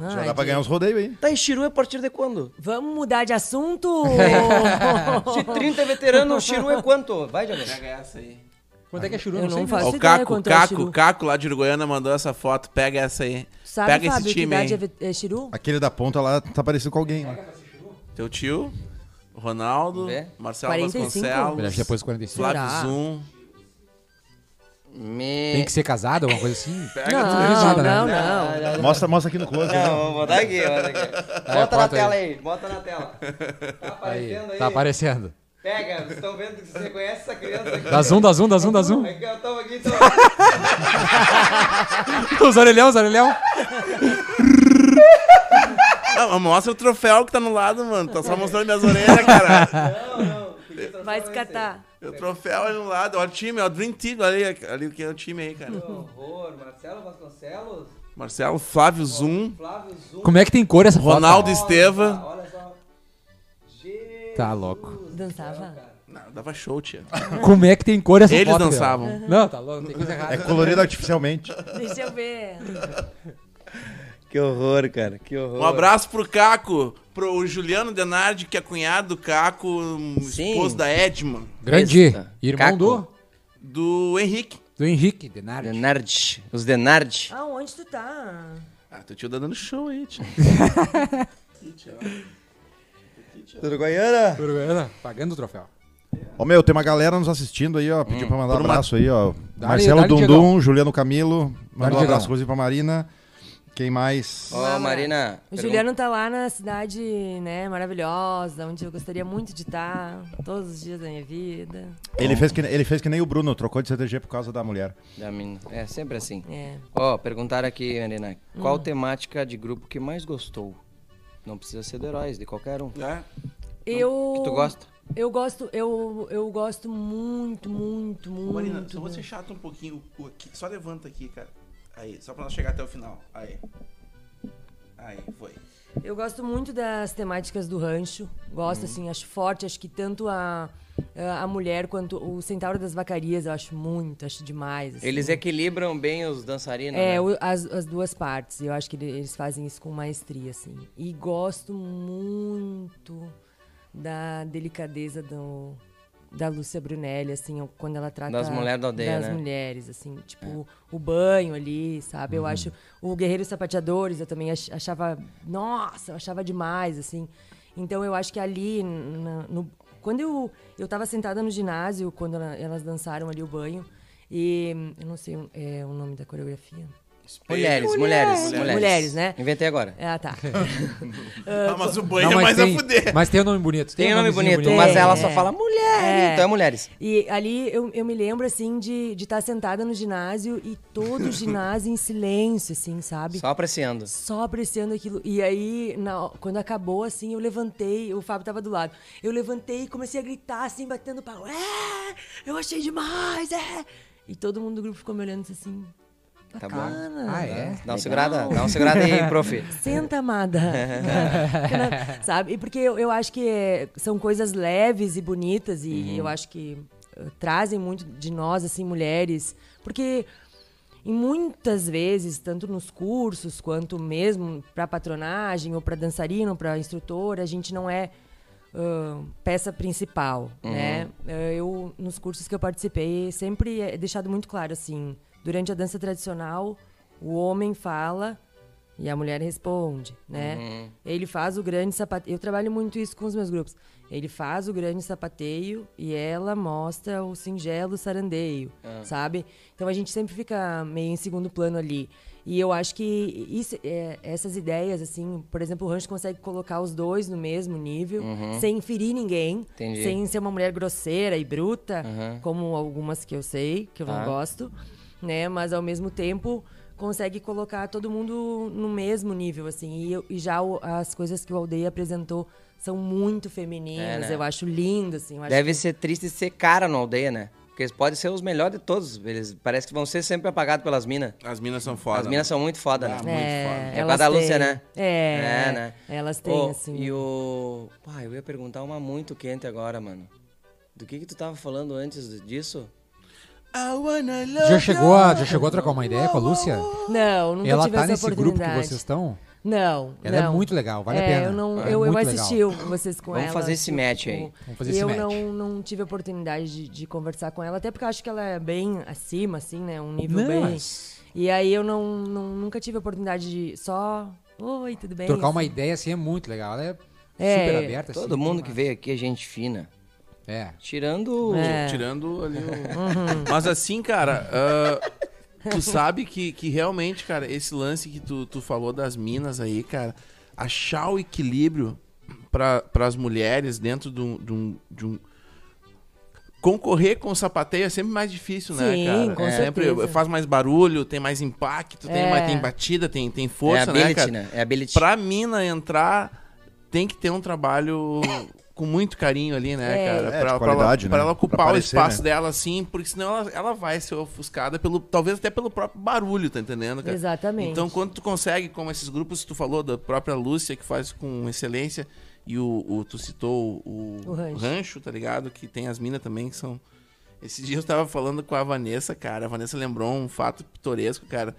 E: Ai,
C: Já dá pra ganhar uns rodeios aí.
B: Tá, e Shiru é a partir de quando?
E: Vamos mudar de assunto? Ah.
B: Se 30 é veterano, o Shiru é quanto? Vai, Diego.
D: Pega essa aí.
A: Quando é que é churu?
E: Eu
A: Não, sei
E: não
A: mesmo.
E: faço.
D: Ó,
E: Você
D: o
E: ganha
D: Caco,
E: quanto é o
D: Caco,
E: Chiru?
D: Caco lá de Uruguaiana mandou essa foto. Pega essa aí.
E: Sabe,
D: Pega
E: Fábio,
D: esse
E: que
D: time
E: idade é,
D: aí.
E: ve- é Chiru?
C: Aquele da ponta lá tá parecido com alguém. Né?
D: Teu tio, Ronaldo,
B: Vamos ver.
D: Marcelo
E: 45?
A: Eu acho
D: Vasconcelos,
A: que depois dos 45.
E: Será?
D: Flávio Zum.
A: Tem
B: Me...
A: que ser casado, alguma coisa assim?
E: Não,
D: tudo
A: isso, né?
E: não, não.
C: Mostra, mostra aqui no close. né?
B: Não, vou botar aqui, bota aqui.
A: É,
B: Bota na
A: bota aí.
B: tela aí, bota na tela. Tá
A: Aí,
B: aparecendo aí.
A: tá aparecendo.
B: Pega, vocês estão vendo que você reconhece essa criança aqui.
A: Dá zoom, dá zoom, dá zoom, dá zoom.
B: É que eu tava aqui, tô...
A: Os orelhão, os orelhão.
D: Não, mas mostra o troféu que tá no lado, mano. Tá só mostrando minhas orelhas, cara.
E: Vai se catar.
D: o troféu ali no lado. Ó, o time, ó, o Dream Team. Ali, ali o que é o time aí, cara.
B: Que horror, Marcelo Vasconcelos,
D: Marcelo, Flávio Zum,
B: Flávio Zum.
A: Como é que tem cor essa foto?
D: Ronaldo Esteva.
B: Olha só. Jesus.
A: Tá louco.
E: Dançava?
D: Não, dava show, tia.
A: Como é que tem cor essa
D: Eles
A: foto? meu?
D: dançavam.
A: Não, tá louco, tem coisa
C: É
A: errada.
C: colorido artificialmente.
E: Deixa eu ver.
B: Que horror, cara, que horror.
D: Um abraço pro Caco, pro Juliano Denardi, que é cunhado do Caco, um
B: Sim.
D: esposo da Edma,
A: Grande
B: Esta.
A: irmão
B: Caco.
A: do,
D: do Henrique.
A: do Henrique Denardi.
B: Denard, os Denard.
E: Ah, onde tu tá?
D: Ah, teu tio tá dando show aí, tia.
B: Uruguaiana.
A: Uruguaiana, né? Pagando o troféu.
C: Ô meu, tem uma galera nos assistindo aí, ó. Pediu pra mandar um
D: Bruma-
C: abraço aí, ó.
A: Dali,
C: Marcelo
A: dali,
C: Dundum, Juliano Camilo.
A: Dali,
C: Mandou um abraço,
A: Diegão.
C: inclusive, pra Marina. Quem mais?
B: Ó, Marina.
E: O Juliano tá lá na cidade, né, maravilhosa, onde eu gostaria muito de estar, todos os dias da minha vida.
C: Ele fez, que, ele fez que nem o Bruno, trocou de CTG por causa da mulher.
B: Da mina. É sempre assim.
E: É.
B: Ó, perguntaram aqui, Marina, qual
E: Hum.
B: temática de grupo que mais gostou? Não precisa ser do heróis, de qualquer um.
D: É.
E: Eu.
B: Que tu gosta?
E: Eu gosto, eu, eu gosto muito, muito, muito.
D: Ô, Marina, só vou ser chato um pouquinho. o- aqui. Só levanta aqui, cara. Aí, só pra nós chegar até o final. Aí. Aí, foi.
E: Eu gosto muito das temáticas do rancho.
B: Uhum.
E: Gosto, assim, acho forte. Acho que tanto a, a mulher quanto o Centauro das Vacarias eu acho muito, acho demais. assim.
B: Eles equilibram bem os dançarinos,
E: É,
B: né?
E: o- as, as duas partes. Eu acho que ele- eles fazem isso com maestria, assim. E gosto muito da delicadeza do, da Lúcia Brunelli, assim, quando ela trata...
B: Das mulheres da aldeia,
E: Das
B: né?
E: mulheres, assim. Tipo, o banho ali, sabe?
B: Uhum.
E: Eu acho... O Guerreiro Sapateadores, eu também ach- achava... Nossa, eu achava demais, assim. Então, eu acho que ali, na- no... Quando eu, eu tava sentada no ginásio, quando ela- elas dançaram ali o banho, e eu não sei é, o nome da coreografia.
B: Mulheres, mulheres,
E: Mulheres.
B: mulheres.
E: Mulheres, né?
B: Inventei agora.
E: Ah, tá.
D: Ah, mas o banho
A: Não,
D: é mais
A: tem,
D: a fuder.
A: mas tem um nome bonito.
B: Tem um nome
A: nomezinho
B: bonito, mas
E: Tem,
B: ela
E: é.
B: só fala mulher,
E: É.
B: então é mulheres.
E: E ali eu, eu me lembro, assim, de estar sentada no ginásio e todo o ginásio em silêncio, assim, sabe?
B: Só apreciando.
E: Só apreciando aquilo. E aí, na- quando acabou, assim, eu levantei, o Fábio tava do lado. Eu levantei e comecei a gritar, assim, batendo pau. É! Eu achei demais, é! E todo mundo do grupo ficou me olhando disse assim.
B: Tá bom.
E: Bacana.
A: Ah, é?
B: Dá uma segurada, dá uma segurada aí, prof.
E: Senta, amada. Sabe? E porque eu, eu acho que é, são coisas leves e bonitas e eu acho que eh, trazem muito de nós, assim, mulheres. Porque em muitas vezes, tanto nos cursos quanto mesmo para patronagem ou para dançarina ou para instrutora, a gente não é ah, peça principal, né? Eh, Eu nos cursos que eu participei sempre é deixado muito claro assim, durante a dança tradicional, o homem fala e a mulher responde, né? Ele faz o grande sapateio. Eu trabalho muito isso com os meus grupos. Ele faz o grande sapateio e ela mostra o singelo sarandeio, sabe? Então a gente sempre fica meio em segundo plano ali. E eu acho que isso- é, essas ideias, assim, por exemplo, o Rancho consegue colocar os dois no mesmo nível, sem ferir ninguém,
B: Entendi.
E: sem ser uma mulher grosseira e bruta,
B: Uhum.
E: como algumas que eu sei, que eu
B: Tá.
E: não gosto, né? Mas ao mesmo tempo consegue colocar todo mundo no mesmo nível, assim. E, eu- e já o- as coisas que o Aldeia apresentou são muito femininas,
B: É, né?
E: eu acho lindo, assim. eu acho
B: Deve
E: que-
B: ser triste ser cara na aldeia, né? Porque eles podem ser os melhores de todos. Eles parece que vão ser sempre apagados pelas minas.
D: As minas são foda.
B: As minas são muito foda, né?
D: Ah, muito foda.
B: É
E: elas
B: por causa da
E: têm.
B: Lúcia, né?
E: É,
B: É, né?
E: Elas têm,
B: Ô,
E: assim.
B: E o. Pá, eu ia perguntar uma muito quente agora, mano. Do que que tu tava falando antes disso?
D: I wanna love
A: Já chegou, a, já chegou a trocar uma ideia com a Lúcia?
E: Não, nunca
A: Ela
E: tive
A: tá
E: essa
A: nesse grupo que
E: oportunidade.
A: vocês estão?
E: Não,
A: Ela é
E: não.
A: muito legal, vale a
E: É,
A: pena.
E: Eu, não,
A: É
E: eu, eu
A: muito
E: assisti
A: legal.
E: o- vocês com
B: Vamos
E: ela.
B: fazer esse
E: tipo,
B: match aí.
A: Vamos fazer esse
E: eu
A: match.
E: não, não tive a oportunidade de, de conversar com ela, até porque eu acho que ela é bem acima, assim, né? Um nível
A: Não, é
E: bem...
A: mas
E: E aí eu não, não- nunca tive a oportunidade de só... Oi, tudo bem?
A: trocar uma ideia assim é muito legal. Ela é,
E: É,
A: super aberta.
B: Todo
A: assim,
B: mundo
A: tudo
B: que
A: mais.
B: veio aqui é gente fina.
A: É.
B: Tirando.
E: É.
D: Tirando ali o... Mas assim, cara, ah, tu sabe que, que realmente, cara, esse lance que tu, tu falou das minas aí, cara, achar o equilíbrio para as mulheres dentro de um, de um- de um- Concorrer com o sapateio é sempre mais difícil, né,
E: Sim,
D: cara?
E: com
D: é, sempre
E: certeza.
D: faz mais barulho, tem mais impacto, tem,
E: É.
D: mais, tem batida, tem, tem
B: é
D: força, né,
B: ability,
D: cara?
B: né? É ability.
D: pra mina entrar, tem que ter um trabalho com muito carinho ali, né,
E: É.
D: cara?
C: É, de
D: pra, pra
C: qualidade,
D: ela,
C: né?
D: pra ela
C: Pra
D: ocupar
C: aparecer,
D: o espaço
C: né?
D: dela, assim, porque senão ela, ela vai ser ofuscada pelo. Talvez até pelo próprio barulho, tá entendendo, cara?
E: Exatamente.
D: Então, quando tu consegue, como esses grupos que tu falou, da própria Lúcia, que faz com excelência, e o, o- tu citou o,
E: O Rancho.
D: tá ligado? Que tem as minas também, que são. Esses dias eu tava falando com a Vanessa, cara. A Vanessa lembrou um fato pitoresco, cara.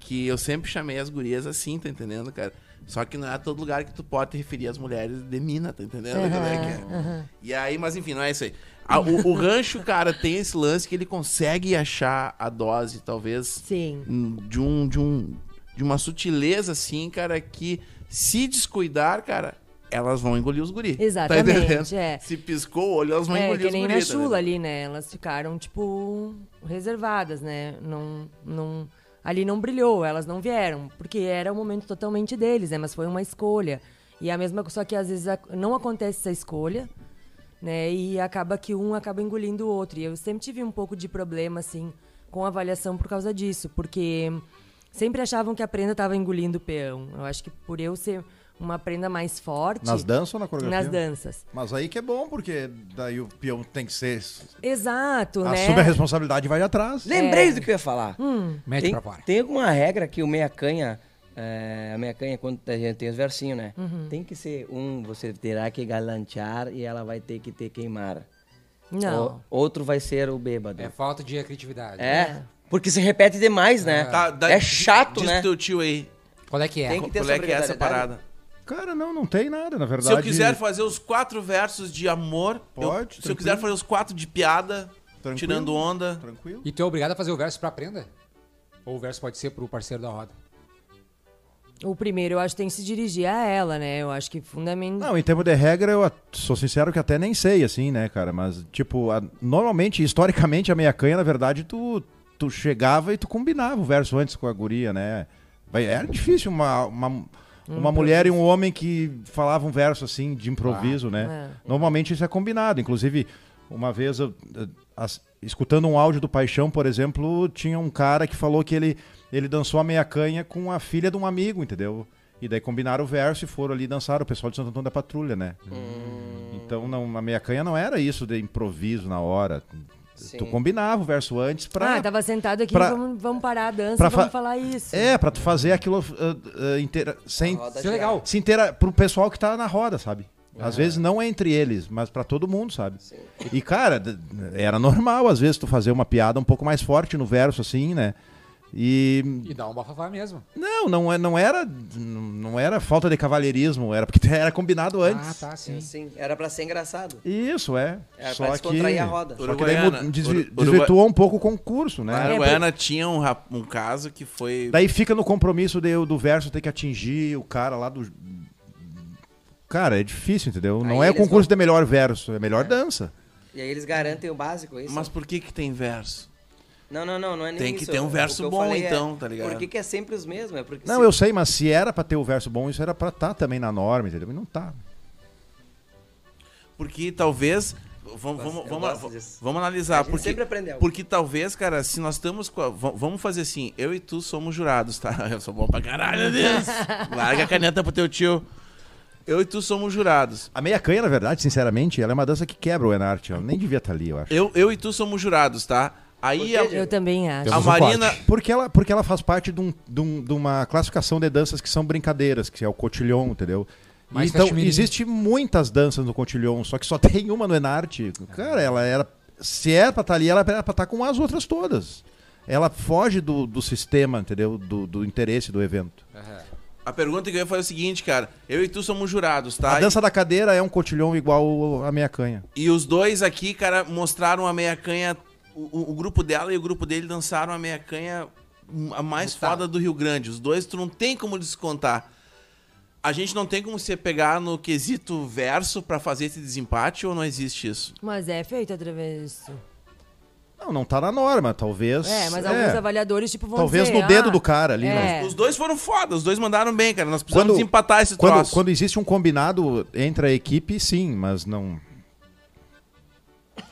D: Que eu sempre chamei as gurias assim, tá entendendo, cara? Só que não é todo lugar que tu pode referir as mulheres de mina, tá entendendo? Como é que é? E aí, mas enfim, não é isso aí. A- o, o rancho, cara, tem esse lance que ele consegue achar a dose, talvez
E: Sim.
D: de um de um de uma sutileza assim, cara, que se descuidar, cara, elas vão engolir os guri. Tá
E: Exatamente,
D: entendendo?
E: é.
D: Se piscou o olho, elas vão
E: É,
D: engolir
E: que
D: os
E: nem
D: guri.
E: na
D: tá
E: chula
D: entendendo?
E: ali, né? Elas ficaram, tipo, reservadas, né? Não, não, ali não brilhou, elas não vieram, porque era um momento totalmente deles, né? Mas foi uma escolha. E a mesma só que às vezes ac- não acontece essa escolha, né? E acaba que um acaba engolindo o outro. E eu sempre tive um pouco de problema, assim, com a avaliação por causa disso, porque sempre achavam que a prenda estava engolindo o peão. Eu acho que por eu ser uma prenda mais forte
C: Nas danças ou na coreografia?
E: nas danças.
C: Mas aí que é bom, porque daí o peão tem que ser.
E: Exato, né?
C: Assume a responsabilidade e vai atrás.
B: Lembrei
E: É.
B: do que eu ia falar.
E: Hum.
A: Mete
B: tem,
A: pra fora.
B: tem alguma regra que o meia canha. é, a meia canha, quando a gente tem os versinhos, né? Tem que ser um, você terá que galantear e ela vai ter que te queimar.
E: Não.
B: O- outro vai ser o bêbado.
A: É
B: É.
A: falta de criatividade.
B: Porque se repete demais, né?
D: Tá, dá-
B: é chato,
D: diz
B: né?
D: pro teu tio aí.
A: Qual é que é?
B: Tem que ter
D: Qual é que é essa
B: solidariedade.
D: parada?
C: Cara, não, não tem nada, na
D: Se
C: verdade.
D: eu quiser fazer os quatro versos de amor,
C: Pode,
D: eu- se eu
C: tranquilo.
D: quiser fazer os quatro de piada,
C: Tranquilo.
D: tirando onda,
C: Tranquilo.
A: E tu é obrigado a fazer o verso pra prenda? Ou o verso pode ser pro parceiro da roda?
E: O primeiro, eu acho que tem que se dirigir a ela, né? Eu acho que fundamental.
C: Não, em termos de regra, eu at- sou sincero que até nem sei, assim, né, cara? Mas, tipo, a- normalmente, historicamente, a meia canha, na verdade, tu, tu chegava e tu combinava o verso antes com a guria, né? Vai- Era difícil uma, uma, uma mulher e um homem que falavam um verso assim de improviso, né? Normalmente isso é combinado. Inclusive, uma vez, eu, eh, as- escutando um áudio do Paixão, por exemplo, tinha um cara que falou que ele, ele dançou a meia canha com a filha de um amigo, entendeu? E daí combinaram o verso e foram ali dançar o pessoal de Santo Antônio da Patrulha, né? Então não, a meia canha não era isso de improviso na hora. Tu
B: Sim.
C: combinava o verso antes pra.
E: ah, tava sentado aqui,
C: pra-
E: vamos, vamos parar a dança,
C: pra
E: vamos
C: fa-
E: falar isso.
C: É, pra tu fazer aquilo ah, ah, inteira- sem,
B: Roda
A: Isso é legal.
C: se inteira pro pessoal que tá na roda, sabe? Às vezes não é entre eles, mas pra todo mundo, sabe? E cara, d- era normal às vezes tu fazer uma piada um pouco mais forte no verso assim, né? E
A: E dá um bafafá mesmo.
C: não, não, é- não era não era falta de cavalheirismo, era porque era combinado
A: Ah,
C: antes.
A: tá, sim.
B: Sim, sim. Era pra ser engraçado.
C: Isso é.
B: Era
C: Só
B: pra
C: que
B: descontrair a roda. É,
C: Só que daí
D: Uruguaiana.
C: mu- desvi-
D: Uru- Uruguai-
C: desvirtuou um pouco o concurso, né?
D: Na Uruguaiana
E: É,
D: tinha um, rap- um caso que foi.
C: Daí fica no compromisso de- do verso ter que atingir o cara lá do. Cara, é difícil, entendeu? Não
B: Aí
C: é
B: eles
C: concurso de melhor verso, é melhor dança.
B: E aí eles garantem o básico, é isso?
D: Mas por que que tem verso?
B: Não, não, não, não é nem
D: Tem que
B: isso.
D: ter um
B: O
D: verso
B: que eu
D: bom,
B: falei é,
D: então, tá ligado?
B: Por que, que é sempre os mesmos? É porque
C: Não,
B: se-
C: eu sei, mas se era pra ter o verso bom, isso era pra estar também na norma, entendeu? E não tá.
D: Porque talvez. Vamos, vamos,
B: eu
D: vamos,
B: gosto disso.
D: vamos
B: A
D: analisar.
B: gente
D: Porque,
B: sempre aprende algo.
D: porque talvez, cara, se nós estamos com. a- va- vamos fazer assim, eu e tu somos jurados, tá? Eu sou bom pra caralho Deus. Larga a caneta pro teu tio. Eu e tu somos jurados.
C: A meia canha, na verdade, sinceramente, ela é uma dança que quebra o Enarte. Ela nem devia estar ali, eu acho.
D: Eu, eu e tu somos jurados, tá? Aí a,
E: Eu também acho.
D: a
A: Temos um
D: Marina.
A: corte.
C: Porque ela, porque ela faz parte de, um- de um- de uma classificação de danças que são brincadeiras, que é o cotilhão, entendeu?
A: Mais
C: então,
A: cachoeirinha.
C: existe muitas danças no cotilhão, só que só tem uma no Enarte. Cara, ela era. Se é pra estar ali, ela era pra estar com as outras todas. Ela foge do, do sistema, entendeu? Do, do interesse do evento.
D: A pergunta que eu ia fazer é o seguinte, cara. Eu e tu somos jurados, tá?
C: A dança da cadeira é um cotilhão igual a meia canha.
D: E os dois aqui, cara, mostraram a meia canha. O, o- o grupo dela e o grupo dele dançaram a meia canha hum, a mais foda do Rio Grande. Os dois, tu não tem como descontar. A gente não tem como se pegar no quesito verso pra fazer esse desempate ou não existe isso?
E: Mas é feito através disso.
C: Não, não tá na norma, talvez.
E: É, mas
C: é.
E: alguns avaliadores, tipo, vão
C: Talvez
E: dizer,
C: no dedo
E: ah,
C: do cara ali, né?
E: é.
C: mas-
D: Os dois foram foda, os dois mandaram bem, cara. Nós precisamos desempatar esse
C: quando,
D: troço.
C: Quando existe um combinado entre a equipe, sim, mas não.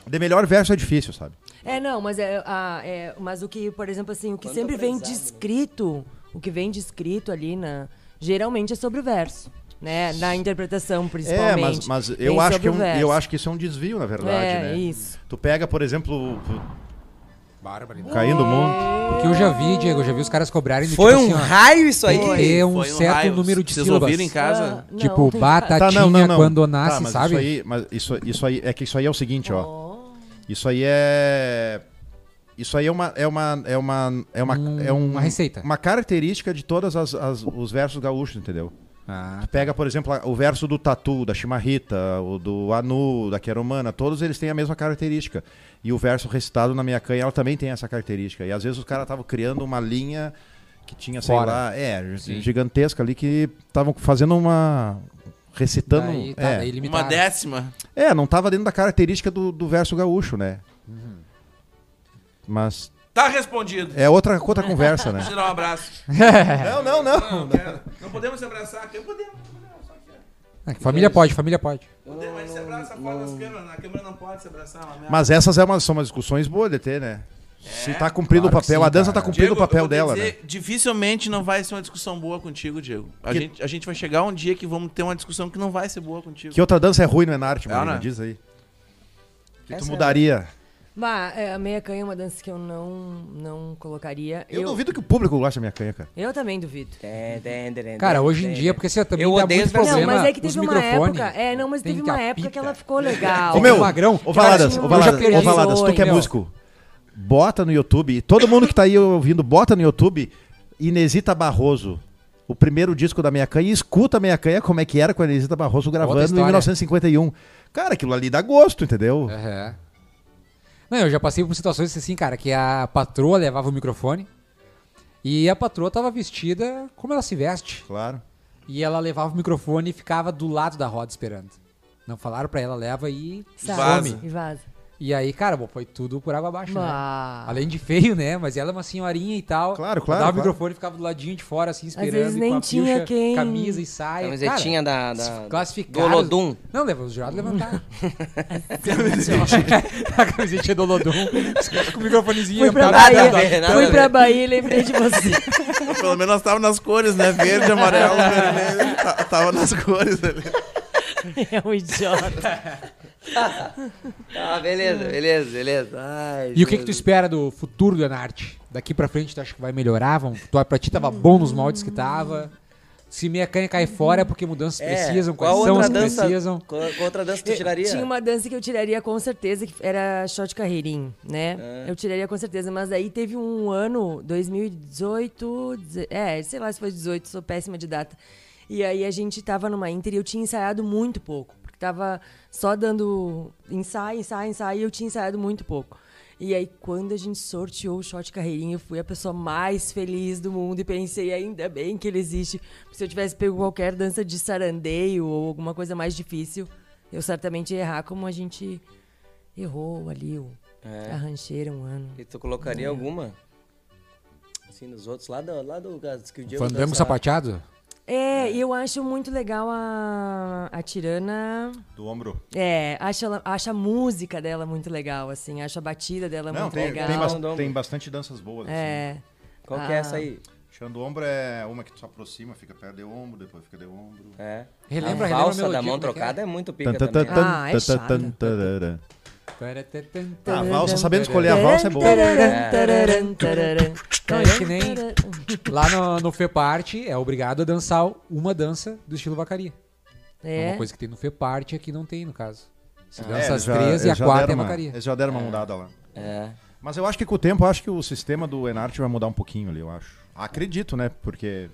C: De melhor verso é difícil, sabe?
E: É, não, mas, é, a- é- mas o que, por exemplo, assim, o que
B: Quanto
E: sempre vem
B: aprendizado, né?
E: descrito, o que vem descrito ali na. Geralmente é sobre o verso, né? Na interpretação,
C: É, mas,
E: principalmente.
C: mas eu,
E: Vem
C: acho
E: sobre
C: que é
E: o
C: um-
E: verso.
C: eu acho que isso é um desvio, na verdade,
E: É,
C: né?
E: isso.
C: Tu pega, por exemplo,
A: Bárbara.
C: o Caindo Mundo.
E: É.
A: Porque então. eu já vi, Diego, eu já vi os caras cobrarem de
B: Foi
A: tipo
B: um
A: assim, ó,
B: raio isso aí.
A: Tem que ter um
D: Foi
A: certo
D: raio.
A: número de
D: Vocês
A: sílabas.
D: ouviram em casa?
E: Ah, não,
A: Tipo,
E: tem-
A: batatinha quando
C: Tá,
A: nasce,
C: mas
A: sabe?
C: Isso aí, mas isso, isso aí, é que isso aí é o seguinte, ó.
E: Oh.
C: Isso aí é. Isso aí é uma. É uma. É uma. É uma, é um-
A: Hum, uma receita.
C: Uma característica de todos os versos gaúchos, entendeu?
A: Ah,
C: Tu pega, por exemplo, a- o verso do Tatu, da Chimarrita, o do Anu, da Queromana, todos eles têm a mesma característica. E o verso recitado na minha canha, ela também tem essa característica. E às vezes os caras estavam criando uma linha que tinha, sei
A: Fora.
C: lá, é,
A: Sim.
C: gigantesca ali, que estavam fazendo uma. recitando.
A: daí, tá,
C: é.
A: daí limitaram.
D: Uma décima.
C: É, não tava dentro da característica do, do verso gaúcho, né?
A: Uhum.
C: Mas
D: Tá respondido.
C: é outra, outra conversa, né?
D: Deixa eu dar um abraço.
C: não, não, não.
D: Cara, não podemos se abraçar aqui. Podemos, podemos, só que-
A: É, família pode, família pode.
D: Podemos, a gente se abraça fora das câmeras. Na câmera não pode se abraçar. é uma merda.
C: Mas essas é uma- são umas discussões boas de ter, né? Se tá cumprindo
A: Claro
C: o
A: que
C: papel,
A: sim,
C: a dança
A: cara.
C: tá cumprindo
D: Diego,
C: o papel
D: eu vou te
C: dela, né?
D: dizer, Dificilmente não vai ser uma discussão boa contigo, Diego. A, gente, a gente vai chegar um dia que vamos ter uma discussão que não vai ser boa contigo.
C: Que outra dança é ruim no Enarte,
D: É,
C: mano?
D: né?
C: Diz aí. Que tu
B: Essa é-
C: mudaria.
E: Bah, é, a meia canha é uma dança que eu não, não colocaria.
C: Eu, duvido que o público goste da minha canha, cara.
E: Eu também duvido.
A: Cara, hoje em
E: É.
A: dia, porque você também
B: Eu
A: dá
B: odeio
A: muito
B: os versos.
A: problema.
E: não, mas é que teve
A: os
E: uma
A: microfones,
E: época. É, não, mas
A: tem
E: teve uma época que
A: capita.
E: ela ficou legal.
A: Ô,
C: meu,
A: o magrão.
C: Ô, Valadas,
E: tinha
C: ô,
E: um-
A: já
C: Valadas,
A: perdi
C: ô, Valadas,
E: isso
C: tu que é
E: hoje, ó.
C: músico, bota no YouTube, todo mundo que tá aí ouvindo, bota no YouTube, Inesita Barroso, o primeiro disco da Minha Canha, e escuta a Minha Canha como é que era com a Inesita Barroso gravando em
A: história. É.
C: 1951. Cara, aquilo ali dá gosto, entendeu?
A: Aham. Não, eu já passei por situações assim, cara, que a patroa levava o microfone e a patroa tava vestida como ela se veste.
C: Claro.
A: E ela levava o microfone e ficava do lado da roda esperando. Não falaram pra ela, leva e
E: Sabe?
D: Vaza.
E: E vaza.
A: E aí, cara, bom, foi tudo por água abaixo, né?
E: Bah.
A: Além de feio, né? Mas ela é uma senhorinha e tal.
C: Claro, claro,
A: Dava o
C: claro.
A: microfone e ficava do ladinho de fora, assim, esperando.
E: vezes
A: e
E: nem
A: com a
E: tinha
A: pilcha,
E: quem-
A: Camisa e
B: A
A: saia.
B: camisetinha
A: Cara,
B: da,
A: se
B: da
A: classificaram-
B: do Olodum.
A: Não, leva os jurados levantar. a camisetinha do Olodum. Os caras com o microfonezinho
E: Fui pra
A: entraram.
B: nada a
E: Bahia,
B: ver, nada a
E: fui
B: ver.
E: pra Bahia e lembrei de você.
D: Pelo menos nós tava nas cores, né? Verde, amarelo, vermelho. Ta- Tava nas cores ali.
E: é um idiota.
B: Ah, beleza, beleza, beleza. Ai,
A: Hum. E o que, que tu
B: Jesus.
A: espera do futuro do Enarte? Daqui pra frente tu acha que vai melhorar? Vão- Tu, pra ti tava bom nos moldes que tava. Se minha canha cai fora é porque mudanças precisam, quais
B: É, qual
A: são
B: outra
A: as
B: dança,
A: que precisam. É,
B: Qual, qual outra dança tu tiraria?
E: Tinha uma dança que eu tiraria com certeza, que era shot carreirinho, né?
B: É.
E: Eu tiraria com certeza, mas aí teve um ano, 2018, deze- é, sei lá se foi 18, sou péssima de data. E aí a gente tava numa Inter e eu tinha ensaiado muito pouco, porque tava só dando ensaio, ensaio, ensaio, e eu tinha ensaiado muito pouco. E aí, quando a gente sorteou o shot carreirinho, eu fui a pessoa mais feliz do mundo e pensei, ainda bem que ele existe. Porque se eu tivesse pego qualquer dança de sarandeio ou alguma coisa mais difícil, eu certamente ia errar como a gente errou ali, o,
B: É.
E: a rancheira um ano.
B: E tu colocaria alguma? Assim, nos Hum. outros, lá do, lá do das que o Diego
A: Fandango
B: dança.
A: sapateado?
E: É, e eu acho muito legal a, a tirana.
C: Do ombro.
E: É, acho, ela- acho a música dela muito legal, assim, acho a batida dela
C: Não,
E: muito
C: tem,
E: legal.
C: tem, bas-
B: Do ombro.
C: tem bastante danças boas. assim.
E: É.
B: Qual que é
A: Ah.
B: essa aí?
C: Tirando o ombro é uma que tu se aproxima, fica perto de ombro, depois fica de ombro.
B: É.
A: Relembra,
B: a
A: relembra a
B: valsa da
A: melodia,
B: mão
A: como é que é?
B: trocada é? muito pica
C: Tan, tan,
B: também.
C: tan,
E: Ah, é
C: tan, tan,
E: chata.
C: tarará. A
A: Ah,
C: valsa, sabendo escolher a valsa, é boa.
A: Não, é que nem lá no, no FEPART é obrigado a dançar uma dança do estilo vacaria.
E: É.
A: Uma coisa que tem no FEPART aqui não tem, no caso. Se
C: É,
A: dança
C: eles
A: as
C: já-
A: três e a
C: eles já
A: quarta é
C: deram uma-
A: vacaria.
C: Eles já deram uma mudada lá.
B: É.
C: Mas eu acho que com o tempo, eu acho que o sistema do Enart vai mudar um pouquinho ali, eu acho. Acredito, né? Porque.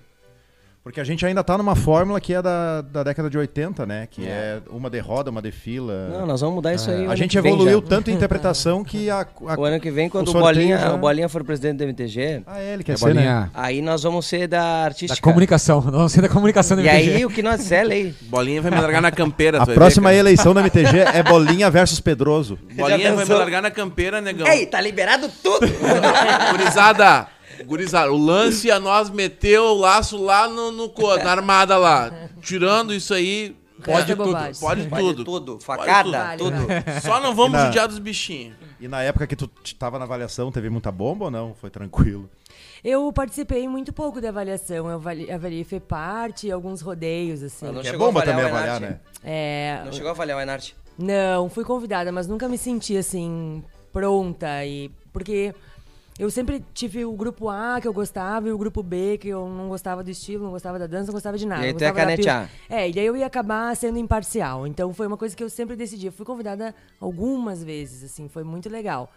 C: Porque a gente ainda tá numa fórmula que é da, da década de 80, né? Que é, uma de roda, uma de fila.
B: Não, nós vamos mudar isso aí.
C: É, a gente evoluiu tanto em interpretação que a. a-
B: O ano que vem, quando o,
C: sorteio
B: Bolinha,
C: já-
B: o Bolinha for presidente do MTG,
C: Ah, é, ele
A: É
C: quer
A: a
C: ser, né?
A: bolinha
B: aí nós vamos ser da
A: da
B: artística.
A: comunicação, não sei da comunicação né? do
B: é. E
A: MTG.
B: aí, o que nós é lei.
D: Bolinha vai me largar na campeira.
C: A
D: tu vai ver,
C: próxima
D: cara.
C: eleição da MTG é Bolinha versus Pedroso.
D: Bolinha
B: Já
D: vai me
B: pensou?
D: largar na campeira, negão.
B: Ei, tá liberado tudo!
D: Gurizada, gurizada, o lance a nós meteu o laço lá no, no co- na armada lá. Tirando isso aí,
E: Pode
D: tudo.
E: bobagem.
D: Pode
B: Pode
D: tudo.
B: tudo,
D: Pode
B: facada,
E: tudo.
B: tudo.
D: Só não vamos
C: Na-
D: judiar dos bichinhos.
C: E na época que tu t- tava na avaliação, teve muita bomba ou não? Foi tranquilo.
E: Eu participei muito pouco da avaliação. Eu avali- avaliei FEPART e alguns rodeios, assim.
B: Ah, não
C: Que é
B: chegou a
C: bomba
B: avaliar
C: também
B: o
C: avaliar,
B: Enart.
C: né?
E: É,
B: Não chegou a falhar o Enart.
E: Não, fui convidada, mas nunca me senti assim pronta e porque eu sempre tive o grupo A que eu gostava e o grupo B que eu não gostava do estilo, não gostava da dança, não gostava de nada.
B: E aí
E: não
B: tu ia
E: gostava da pil-
B: canetear.
E: É, e daí eu ia acabar sendo imparcial. Então foi uma coisa que eu sempre decidi. Eu fui convidada algumas vezes, assim, foi muito legal.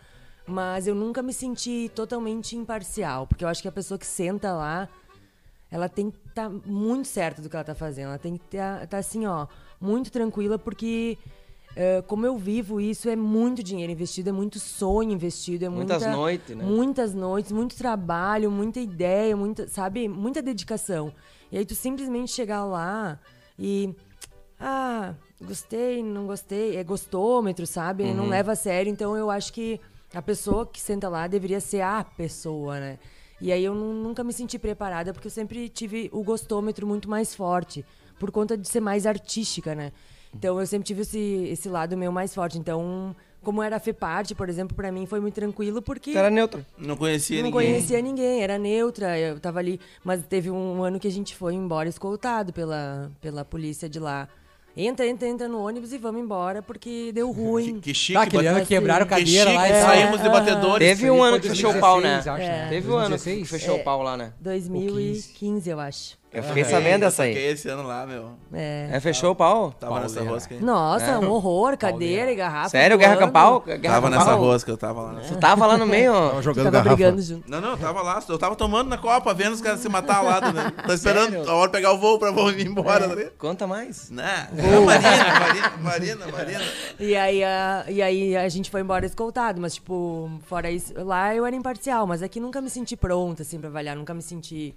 E: Mas eu nunca me senti totalmente imparcial, porque eu acho que a pessoa que senta lá, ela tem que estar muito certa do que ela tá fazendo. Ela tem que estar assim, ó, muito tranquila, porque eh, como eu vivo isso, é muito dinheiro investido, é muito sonho investido, é
B: Muitas
E: muita-
B: noites, né?
E: Muitas noites, muito trabalho, muita ideia, muita, sabe, muita dedicação. E aí tu simplesmente chegar lá e. Ah, gostei, não gostei. É gostômetro, sabe? Não leva a sério. Então eu acho que a pessoa que senta lá deveria ser a pessoa, né? E aí eu nu- nunca me senti preparada, porque eu sempre tive o gostômetro muito mais forte, por conta de ser mais artística, né? Então eu sempre tive esse, esse lado meu mais forte. Então, como era a FEPART, por exemplo, pra mim foi muito tranquilo, porque
B: Tu era é neutro.
D: Não conhecia
E: não
D: ninguém.
E: conhecia ninguém, era neutra, eu tava ali. Mas teve um ano que a gente foi embora escoltado pela, pela polícia de lá. Entra, entra, entra no ônibus e vamos embora porque deu ruim.
D: Que, que chique,
A: Tá, aquele
D: bate-
A: ano quebraram
B: assim,
D: que
A: cadeira
D: chique,
A: lá é. e tal.
D: saímos de batedores.
B: Teve um
A: foi
B: ano que fechou o pau, né?
A: 2016, acho, né?
B: Teve um ano que
A: 2016?
B: fechou o pau lá, né?
E: 2015, eu acho.
B: Eu fiquei sabendo dessa
D: Que
B: aí.
D: esse ano lá, meu.
E: É.
B: É, fechou o pau?
D: Tava nessa rosca, hein?
E: Nossa, um horror, cadeira e
B: É.
E: garrafa. um
B: Sério, Guerra
E: voando.
B: Campal? Guerra
D: Tava nessa
B: Campal?
D: rosca, eu tava lá. Nessa...
B: Tu tava lá no meio, ó.
C: Tava
E: Tu
C: jogando
E: Tava
C: garrafa.
E: brigando junto.
D: Não, não, eu tava lá, eu tava tomando na Copa, vendo os caras se matar lá, do- né? Tô esperando a hora de pegar o voo pra voo ir embora.
A: É.
D: né?
B: Conta mais.
D: Não, Marina, Marina, Marina, Marina.
E: E aí, a, e aí a gente foi embora escoltado, mas, tipo, fora isso, lá eu era imparcial, mas aqui nunca me senti pronta, assim, pra avaliar, nunca me senti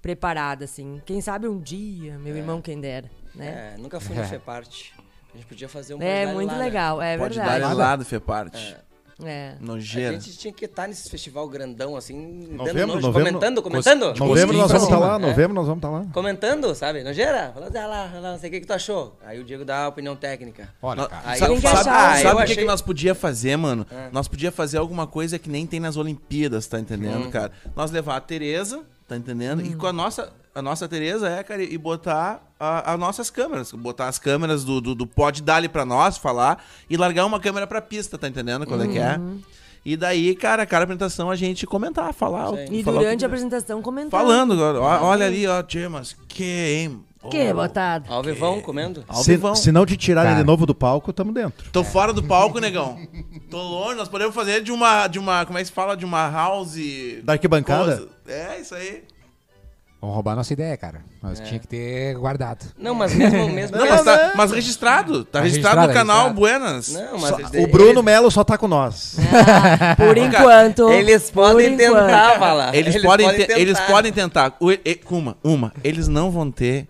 E: preparada, assim. Quem sabe um dia, meu irmão, quem dera, né?
B: É, nunca fui no Feparte. A gente podia fazer um
E: É
B: Pode Dar
E: muito
B: lá, né?
E: legal, é
D: Pode
E: verdade.
D: dar lado, fê parte.
E: É.
D: Nojeira.
B: A gente tinha que estar nesse festival grandão, assim,
C: Novembro,
B: dando nojo,
C: novembro.
B: comentando, comentando.
C: Novembro nós vamos estar lá,
B: É.
C: novembro nós vamos estar lá.
B: Comentando, sabe? Não gera? Falando, ah lá, ah lá, não sei o que que tu achou. Aí o Diego dá a opinião técnica.
A: Olha,
D: No-
A: cara.
B: Aí
D: sabe
E: eu
D: sabe-
E: achava-
D: sabe
B: Ah,
D: o
B: eu
D: que,
B: achei-
D: que nós podia fazer, mano? Nós podia fazer alguma coisa que nem tem nas Olimpíadas, tá entendendo, cara? Nós levar a Tereza, tá entendendo? E com a nossa. A nossa Tereza é, cara, e botar a- as nossas câmeras. Botar as câmeras do, do, do Pod Dali pra nós falar e largar uma câmera pra pista, tá entendendo? Qual é que é? E daí, cara, cada apresentação a gente comentar, falar. o-
E: E
D: falar o
E: durante
D: que-
E: a apresentação comentar.
D: Falando, ó, ó, olha ali, ó, tchê, mas que, hein?
E: Que
D: Ô,
E: botado.
B: Ao vivão, comendo.
D: ao
C: Se,
D: vivão. Tá.
C: se não te tirarem
A: Cara.
C: de novo do palco, tamo dentro.
D: Tô fora do palco, negão. Tô longe, nós podemos fazer de uma, de uma, como é que se fala, de uma house...
C: Da arquibancada?
D: coisa. É, isso aí.
A: Vamos roubar nossa ideia, cara. Nós
B: É.
A: tinha que ter guardado.
B: Não, mas mesmo, mesmo.
D: Não, mas, tá, mas registrado, tá,
A: Tá registrado,
D: registrado, no canal
A: registrado.
D: Buenas.
B: assim, Não, mas
C: Só-
B: eles-
C: o Bruno Melo só tá com nós.
E: Por
D: Cara,
E: enquanto.
B: Eles
E: por
B: podem
E: enquanto.
B: tentar, falar.
D: Eles, podem te- eles podem tentar. O- e- uma, uma. Eles não vão ter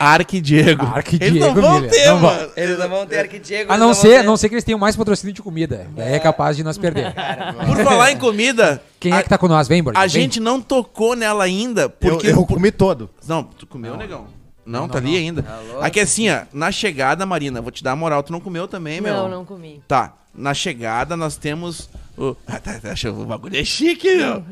D: Arque Diego.
A: Arque
D: eles
A: Diego,
D: não vão
A: Milha,
D: ter,
A: não vão.
D: mano.
B: Eles não vão ter arquidiego.
A: A Ah,
B: eles
A: não
B: vão
A: ser,
B: ter-
A: a não ser que eles tenham mais patrocínio de comida. Daí é capaz de nós perder.
D: Por falar em comida,
A: Quem
D: a,
A: é que tá com nós? Vem, Borges.
D: a
A: vem.
D: gente não tocou nela ainda,
C: Eu,
D: porque...
C: eu comi todo.
D: Não, tu comeu, negão. Não, tá ali ainda. Aqui assim, ó, na chegada, Marina, vou te dar a moral, tu não comeu também, meu?
E: Não, não comi.
D: Tá, na chegada nós temos o. Ah, tá, tá, achou- o bagulho é chique, meu.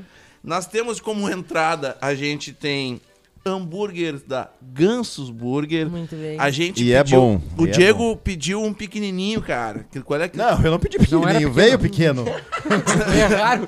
D: Nós temos como entrada, a gente tem hambúrguer da Gansos Burger.
E: Muito bem.
D: A gente
C: E é
D: pediu-
C: bom,
D: O
C: e é
D: Diego pediu um pequenininho, cara. Que, qual é que...
C: Não, eu não pedi
A: Não era
C: pequenininho, veio pequeno.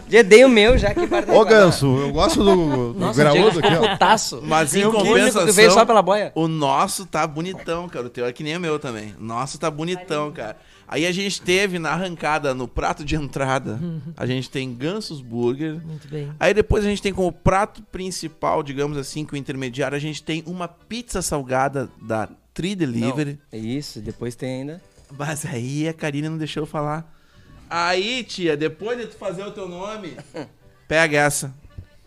D: É
B: Já dei o meu, já que parte
C: Ô, Ganso, eu gosto do, do graúdo aqui, ó.
B: Putaço.
D: Mas em
B: O único
D: compensação,
B: que um veio só pela boia.
D: o nosso tá bonitão, cara. O teu é que nem o meu também. O Nosso tá bonitão, cara. Aí a gente teve na arrancada, no prato de entrada,
B: Uhum.
D: a gente tem Gansos Burger.
E: Muito bem.
D: Aí depois a gente tem como prato principal, digamos assim, que o intermediário, a gente tem uma pizza salgada da Tri Delivery.
B: Não, Isso, depois tem ainda.
D: Mas aí a Karine não deixou eu falar. Aí, tia, depois de tu fazer o teu nome, pega essa.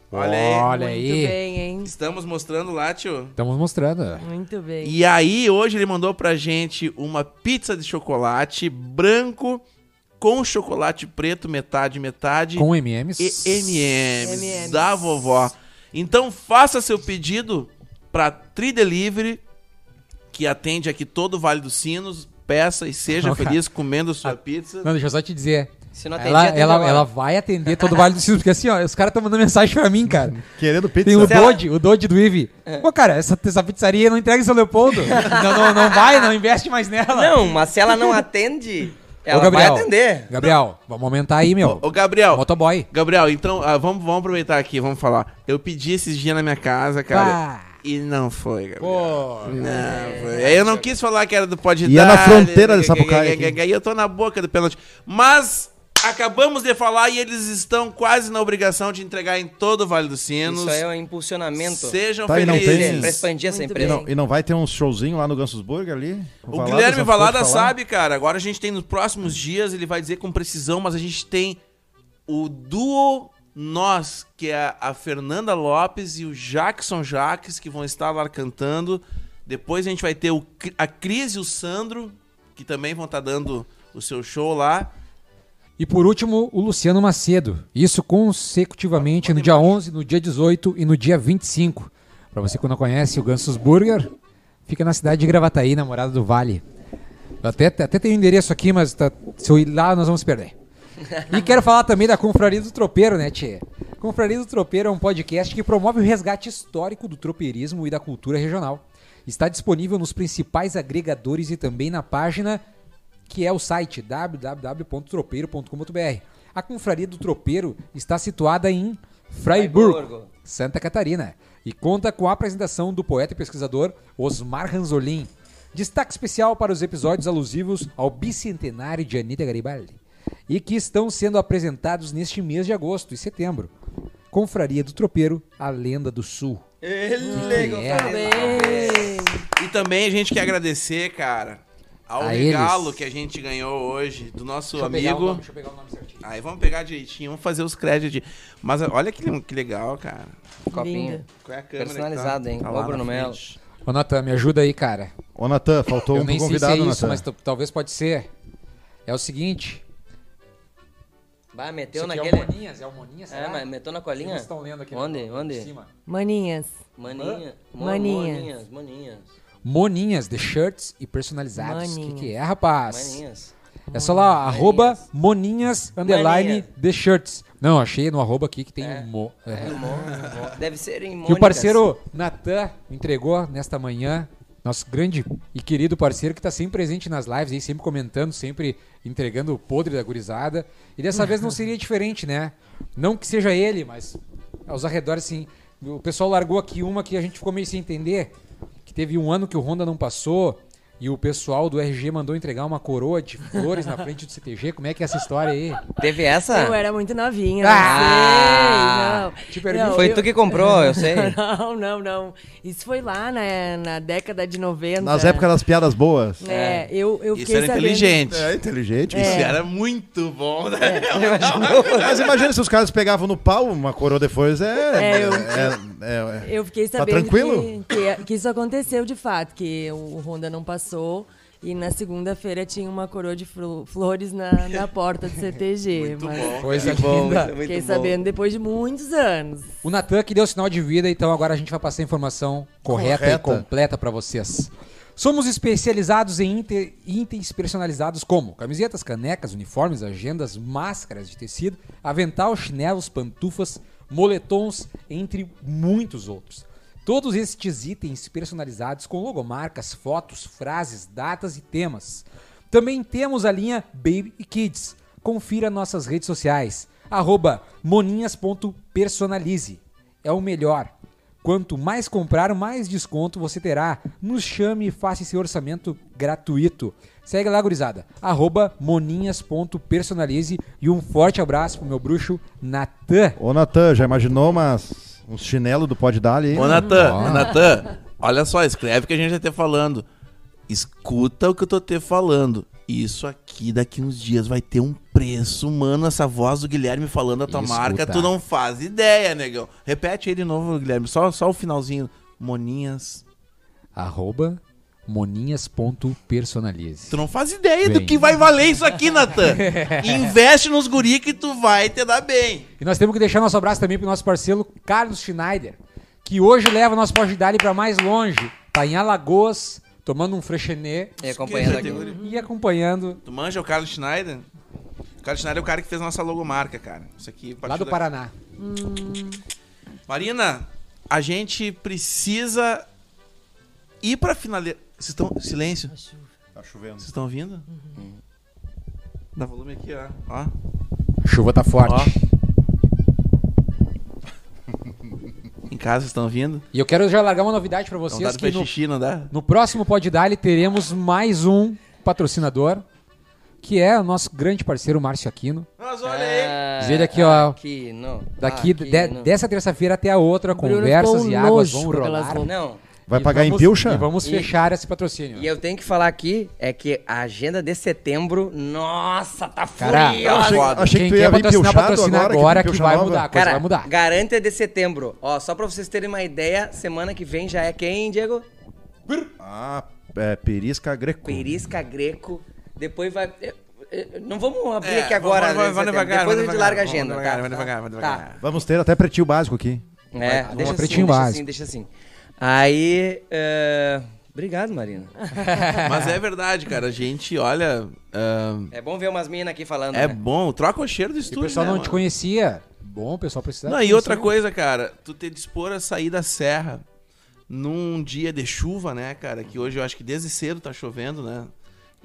D: Olha aí.
A: Olha
E: Muito
A: aí.
E: bem, hein?
D: Estamos mostrando lá, tio.
A: Estamos mostrando.
E: Muito bem.
D: E aí, hoje ele mandou pra gente uma pizza de chocolate branco com chocolate preto, metade, metade.
A: Com MMs.
D: e MMs,
E: MMs.
D: da vovó. Então faça seu pedido para Tri Delivery, que atende aqui todo o Vale dos Sinos. Peça e seja
A: Não, cara. Ah.
D: feliz comendo sua pizza.
A: Não, deixa eu só te dizer.
B: Se não atender,
A: Ela,
B: atende
A: ela,
B: agora.
A: ela vai atender todo o Vale do Sino, porque assim, ó, os caras estão mandando mensagem pra mim, cara.
C: Querendo pizza.
A: Tem o
D: um
B: Se ela-
A: Dodge, o Dodge do Ive.
D: É.
A: Pô, cara, essa, essa pizzaria não entrega em São Leopoldo. não, não, não vai, não investe mais nela.
B: Não, mas se ela não atende,
A: Ô,
B: ela
A: Gabriel,
B: vai atender.
A: Gabriel, vamos aumentar aí, meu.
D: Ô, Gabriel.
A: Motoboy.
D: Gabriel, então ah, vamos, vamos aproveitar aqui, vamos falar. Eu pedi esses dias na minha casa, cara.
A: Pá.
D: E não foi, Gabriel.
A: Pô,
D: Não, foi. Aí É, Eu não quis falar que era do Pode né,
C: E é na fronteira de
D: dessa
C: Sapucaia aqui.
D: Aí eu tô na boca do pênalti. Mas acabamos de falar e eles estão quase na obrigação de entregar em todo o Vale dos Sinos.
B: Isso aí é um impulsionamento.
D: Sejam
C: Tá, e não
D: felizes.
B: Pra expandir essa
E: Muito
B: empresa.
E: bem.
C: E não vai ter um showzinho lá no Gansos Burger ali?
D: O
C: Valada
D: Guilherme
C: só
D: Valada
C: pode falar?
D: sabe, cara. Agora a gente tem nos próximos dias, ele vai dizer com precisão, mas a gente tem o duo nós, que é a Fernanda Lopes e o Jackson Jaques, que vão estar lá cantando. Depois a gente vai ter o Cri- a Cris e o Sandro, que também vão estar dando o seu show lá.
A: E por último, o Luciano Macedo. Isso consecutivamente no dia 11, no dia 18 e no dia 25. Para você que não conhece o Gansos Burger, fica na cidade de Gravataí, na Morada do Vale. Eu até, até tem o endereço aqui, mas tá- se eu ir lá, nós vamos perder. E quero falar também da Confraria do Tropeiro, né, Tchê? Confraria do Tropeiro é um podcast que promove o resgate histórico do tropeirismo e da cultura regional. Está disponível nos principais agregadores e também na página que é o site www.tropeiro.com.br. A Confraria do Tropeiro está situada em Freiburg,
B: Freiburgo.
A: Santa Catarina, e conta com a apresentação do poeta e pesquisador Osmar Ranzolin. Destaque especial para os episódios alusivos ao bicentenário de Anitta Garibaldi e que estão sendo apresentados neste mês de agosto e setembro. Confraria do Tropeiro, a Lenda do Sul. é
B: Ele,
A: Muito
E: Bem.
D: E também a gente quer agradecer, cara, ao
A: A
D: regalo
A: eles.
D: que a gente ganhou hoje do nosso
A: Deixa eu pegar o
D: amigo.
A: nome, deixa eu pegar o nome certinho.
D: Aí vamos pegar direitinho, vamos fazer os créditos. Mas olha que, que legal, cara.
B: Copinho.
E: Linda.
D: Qual é a câmera que tá-
B: Personalizado, hein?
D: tá
B: Ô,
D: lá na
B: Bruno Melo.
D: frente?
A: Ô, Natan, me ajuda aí, cara.
C: Ô, Natan, faltou
A: Eu
C: um pro
A: nem sei se é
C: convidado,
A: isso,
C: Natan.
A: mas t- talvez pode ser. É o seguinte.
B: Bah, meteu
A: isso aqui
B: naquele.
A: é o Moninhas, é o Moninhas,
B: É,
A: será?
B: mas meteu na colinha.
A: Eles estão lendo aqui. né?
B: Onde?
A: Em
B: Onde?
A: cima.
E: Maninhas.
B: Maninha. Mo-
E: Maninhas.
B: Moninhas. Moninhas.
A: Moninhas, de shirts e personalizados. O que, que é, rapaz?
B: Maninhas.
A: É só lá, arroba moninhas, underline,
B: Maninha.
A: de shirts. Não, achei no arroba aqui que tem um mo... é.
B: É, mo- mo- Deve ser em
A: Que o
B: Mônicas.
A: parceiro Natan entregou nesta manhã. Nosso grande e querido parceiro que tá sempre presente nas lives aí, sempre comentando, sempre entregando o podre da gurizada. E dessa vez não seria diferente, né? Não que seja ele, mas aos arredores, assim. O pessoal largou aqui uma que a gente ficou meio sem entender. Que teve um ano que o Honda não passou e o pessoal do RG mandou entregar uma coroa de flores na frente do CTG. Como é que é essa história aí?
B: Teve essa?
E: Eu era muito novinha, não
A: Ah!
E: sei, não.
A: Te pergunto.
E: Não,
B: Foi
E: eu-
B: tu que comprou, eu sei.
E: Não, não, não. Isso foi lá na, na década de 90.
C: Nas épocas das piadas boas.
E: É, eu, eu
D: Isso
E: fiquei
D: era
E: sabendo-
D: inteligente.
C: É inteligente.
D: Isso era muito bom, né?
E: É.
B: um
C: Mas imagina se os caras pegavam no pau, uma coroa depois é.
E: É, eu-
C: é- é- é-
E: Eu fiquei
C: Tá
E: sabendo
C: tranquilo?
E: Que, que, que isso aconteceu de fato, que o o Honda não passou e na segunda-feira tinha uma coroa de flu- flores na, na porta do CTG.
D: Muito
E: mas
D: bom.
A: Coisa
B: Bom,
A: linda.
B: muito bom.
E: fiquei sabendo depois de muitos anos.
A: O Natan que deu sinal de vida, então agora a gente vai passar a informação correta,
C: Correta.
A: e completa pra vocês. Somos especializados em inte- itens personalizados como camisetas, canecas, uniformes, agendas, máscaras de tecido, avental, chinelos, pantufas, moletons, entre muitos outros. Todos estes itens personalizados com logomarcas, fotos, frases, datas e temas. Também temos a linha Baby e Kids. Confira nossas redes sociais. Arroba moninhas.personalize. É o melhor. Quanto mais comprar, mais desconto você terá. Nos chame e faça esse orçamento gratuito. Segue lá, gurizada. Arroba moninhas.personalize. E um forte abraço pro meu bruxo Natan.
C: Ô, Natan, já imaginou umas, uns chinelos do Pode Dar ali?
D: Ô, Natan, Natan, olha só, escreve o que a gente já tá falando. Escuta o que eu tô te falando. Isso aqui, daqui uns dias, vai ter um preço, mano. Essa voz do Guilherme falando a tua
A: Escuta.
D: marca, tu não faz ideia, negão. Repete aí de novo, Guilherme, só, só o finalzinho. Moninhas.
A: Arroba moninhas.personalize.
D: Tu não faz ideia do
A: Bem.
D: que vai valer isso aqui, Natan. Investe nos guri que tu vai te dar bem.
A: E nós temos que deixar nosso abraço também pro nosso parceiro Carlos Schneider, que hoje leva nosso Pode Dali para mais longe. Tá em Alagoas, tomando um frechenê
B: E acompanhando aqui.
A: e acompanhando
D: Tu manja o Carlos Schneider? O Carlos Schneider é o cara que fez nossa logomarca, cara. Isso aqui
A: lá
D: partiu
A: do
D: da-
A: Paraná.
D: Marina, a gente precisa ir pra finaleira. Vocês estão. Silêncio.
C: Tá chovendo.
D: Vocês estão ouvindo?
B: Uhum.
D: Dá volume aqui, ó. Ó.
A: A chuva tá
D: ó.
A: forte.
D: em casa, vocês estão ouvindo?
A: E eu quero já largar uma novidade para
D: Não
A: vocês
D: dá
A: que
D: pra
A: no,
D: xixi, não dá?
A: no próximo Pode Dali teremos mais um patrocinador, que é o nosso grande parceiro Márcio Aquino.
D: Nós
B: Ah,
D: olha aí.
A: Diz ele aqui, ó.
B: Aqui, não.
A: Daqui
B: Aqui,
A: de-
B: não.
A: dessa terça-feira até a outra,
E: Bruno
A: conversas
E: ficou
A: e águas
E: nojo
A: vão
E: com aquelas
A: rolar.
E: roupas.
B: Não.
C: Vai
A: E
C: pagar
A: vamos-
C: em pilcha?
A: E vamos
B: E-
A: fechar esse patrocínio.
B: E é eu tenho que falar aqui é que a agenda de setembro, nossa, tá
A: Cara,
B: furiosa.
C: achei- achei
A: Quem
C: que tu ia
A: quer
C: vir
A: patrocinar,
C: pilchado
A: patrocina
C: agora,
A: agora, que,
C: que tem pilcha
A: vai
C: nova.
A: mudar, a coisa
B: Cara,
A: vai mudar.
B: garante é de setembro. Ó, só pra vocês terem uma ideia, semana que vem já é quem, Diego?
C: Ah, é, perisca greco.
B: Perisca Greco. Depois vai. eh, eh, Não vamos abrir
D: É,
B: aqui agora.
D: vamos- vamos-
B: né,
D: vamos
B: setembro.
D: devagar,
B: Depois
D: vamos
B: a gente
D: devagar,
B: larga a
D: vamos
B: agenda.
D: devagar,
B: tá?
D: vamos devagar, vamos
B: Tá.
D: devagar.
C: Vamos ter até pretinho básico aqui.
B: É,
A: Vamos
B: deixa assim,
A: apertinho
B: deixa
A: básico.
B: assim, deixa assim. Aí. eh, Obrigado, Marina.
D: Mas é verdade, cara. A gente, olha. ah,
B: É bom ver umas meninas aqui falando. né?
D: é bom. Troca o cheiro do
A: Se
D: estúdio.
A: o pessoal
D: né,
A: não
D: mano?
A: te conhecia, bom, o pessoal precisa.
D: Não,
A: te
D: e outra
A: conhecer.
D: coisa, cara, tu te dispor a sair da serra num dia de chuva, né, cara? Que hoje eu acho que desde cedo tá chovendo, né?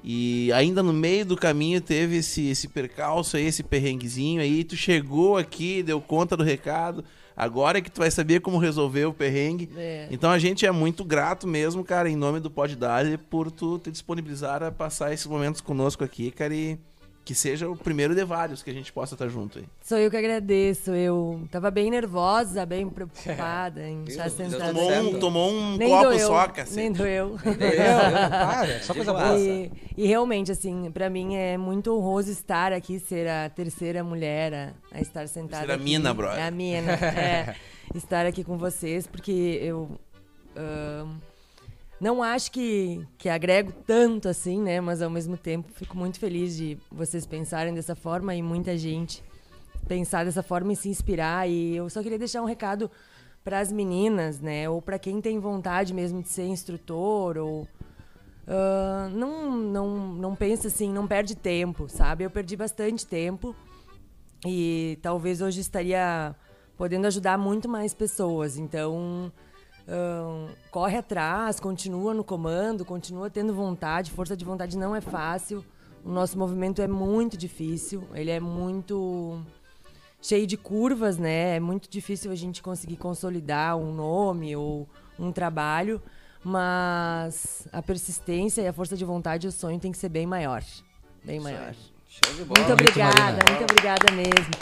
D: E ainda no meio do caminho teve esse, esse percalço aí, esse perrenguezinho aí. Tu chegou aqui, deu conta do recado. Agora é que tu vai saber como resolver o perrengue.
E: É.
D: Então a gente é muito grato mesmo, cara, em nome do Pod Dali, por tu te disponibilizar a passar esses momentos conosco aqui, cara. E que seja o primeiro de vários que a gente possa estar junto aí.
E: Sou eu que agradeço. Eu tava bem nervosa, bem preocupada em estar sentada
D: Tomou um,
E: aqui.
D: tomou um
E: Tá Nem
D: copo
E: doeu,
D: só, cacete.
E: Nem doeu.
A: Ah, é só coisa boa.
E: E, e realmente, assim, pra mim é muito honroso estar aqui, ser a terceira mulher a, a estar sentada.
D: Terceira
E: aqui.
D: mina, brother.
E: É a mina, é. Estar aqui com vocês, porque eu. ahn, Não acho que, que agrego tanto assim, né? Mas ao mesmo tempo fico muito feliz de vocês pensarem dessa forma e muita gente pensar dessa forma e se inspirar. E eu só queria deixar um recado para as meninas, né? Ou para quem tem vontade mesmo de ser instrutor ou ah, não, não, não pensa assim, não perde tempo, sabe? Eu perdi bastante tempo e talvez hoje estaria podendo ajudar muito mais pessoas. Então, ahn, corre atrás, continua no comando, continua tendo vontade. Força de vontade não é fácil. O nosso movimento é muito difícil, ele é muito cheio de curvas, né? É muito difícil a gente conseguir consolidar um nome ou um trabalho, mas a persistência e a força de vontade e o sonho tem que ser bem maior. Bem maior.
B: Show de bola.
E: Muito obrigada,
A: Marina.
E: muito obrigada mesmo.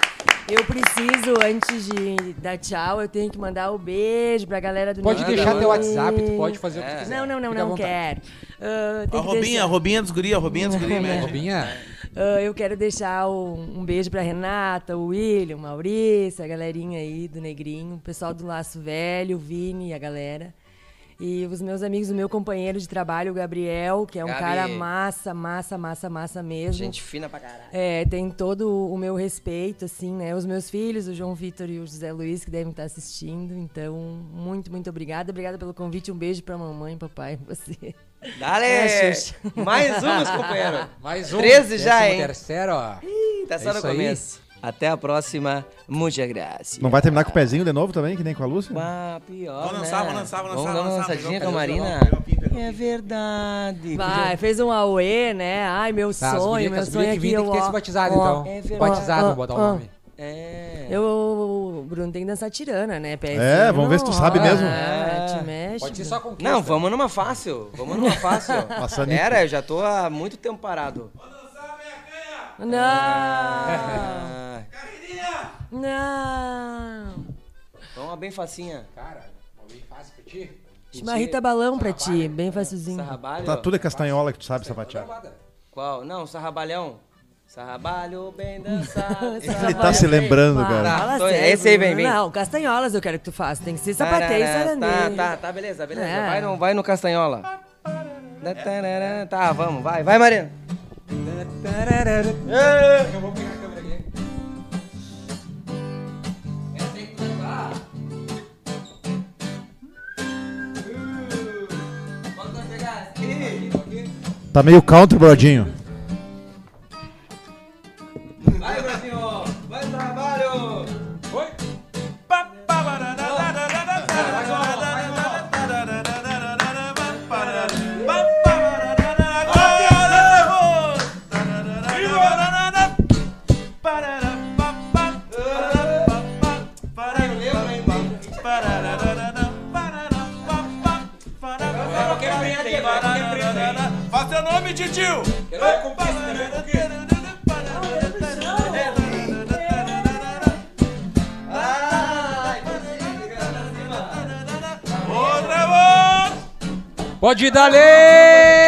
E: Eu preciso, antes de dar tchau, eu tenho que mandar o beijo pra galera do
A: Pode
E: Ninguém
A: deixar
E: Menos.
A: teu WhatsApp, tu pode fazer o que tu quiser.
E: Não, não, não,
A: Fica à
E: não
A: vontade.
E: quero. Ah,
D: Ó, a
E: tem que
D: Robinha,
E: deixar-
D: a Robinha dos guri, a Robinha dos guri, médica.
A: Robinha,
E: Ah, eu quero deixar um, um beijo pra Renata, o William, o Maurício, a galerinha aí do Negrinho, o pessoal do Laço Velho, o Vini e a galera. E os meus amigos, o meu companheiro de trabalho, o Gabriel, que é um
B: Gabi.
E: cara massa, massa, massa, massa mesmo.
B: Gente fina pra caralho.
E: É, tem todo o meu respeito, assim, né? Os meus filhos, o João Vitor e o José Luiz, que devem estar assistindo. Então, muito, muito obrigada. Obrigada pelo convite. Um beijo pra mamãe, papai, você.
B: Dale!
E: É, Xuxa.
B: Mais um, meus companheiros.
A: mais um.
B: 13 já,
A: décimo
B: hein?
A: terceiro, ó.
B: Tá só
A: É
B: no
A: isso aí.
B: começo. Até a próxima. Muita graça.
C: Não vai terminar com o pezinho de novo também, que nem com a Lúcia?
B: Ah, pior,
D: Vamos lançar,
B: né?
D: vamos lançar, vamos
B: Vamos dar uma
D: lançar, vamos lançar.
B: lançadinha com a
D: Pegou, pegou,
B: Marina.
D: pegou, pegou, pegou.
B: É verdade.
E: Vai, fez um auê, né? Ai, meu
A: Tá, as
E: sonho,
A: gurias-
E: meu
A: as gurias
E: sonho é
A: que vêm
E: que
A: tem
E: eu,
A: que ter
E: ó,
A: se batizado,
E: ó,
A: então.
B: é verdade.
A: batizado,
E: Ó,
A: botar o
E: ó.
A: nome.
B: É.
E: Eu, Bruno, tem que dançar tirana, né, Pé?
C: É, vamos ver se tu sabe mesmo.
E: Ah,
B: É.
E: te mexe.
A: Pode ser só com
B: Não, vamos numa fácil. Vamos numa fácil.
C: Passando em-
B: Era, eu já tô há muito tempo parado.
E: Não!
B: Ah,
E: Não!
B: Vamos uma então, bem facinha.
A: Cara, alguém faz pra ti?
E: Chimarrita balão pra ti, bem facilzinho.
B: Sarrabalho?
C: Tá tudo é castanhola que tu sabe sapatear.
B: Qual? Não, sarrabalhão. Sarrabalho bem dançado.
C: Ele tá se lembrando, cara.
E: Fala
B: Tô-
E: sério,
B: esse aí vem, vem.
E: Não, castanholas eu quero que tu faça. Tem que ser sapateio e
B: Tá,
E: sarandeio.
B: tá, tá, beleza, beleza.
E: É.
B: Vai, no, vai no Castanhola. Tá, tá, Tá, vamos, vai, vai, Marina.
A: Eu vou pegar a câmera aqui.
C: Tá meio country, brodinho.
B: Vai, Brasil! Vai, trabalho!
A: Foi?
D: Faz teu nome, titio!
A: Quero ver com quem, quero ver com quem.
D: Outra voz!
A: Pode dar lei!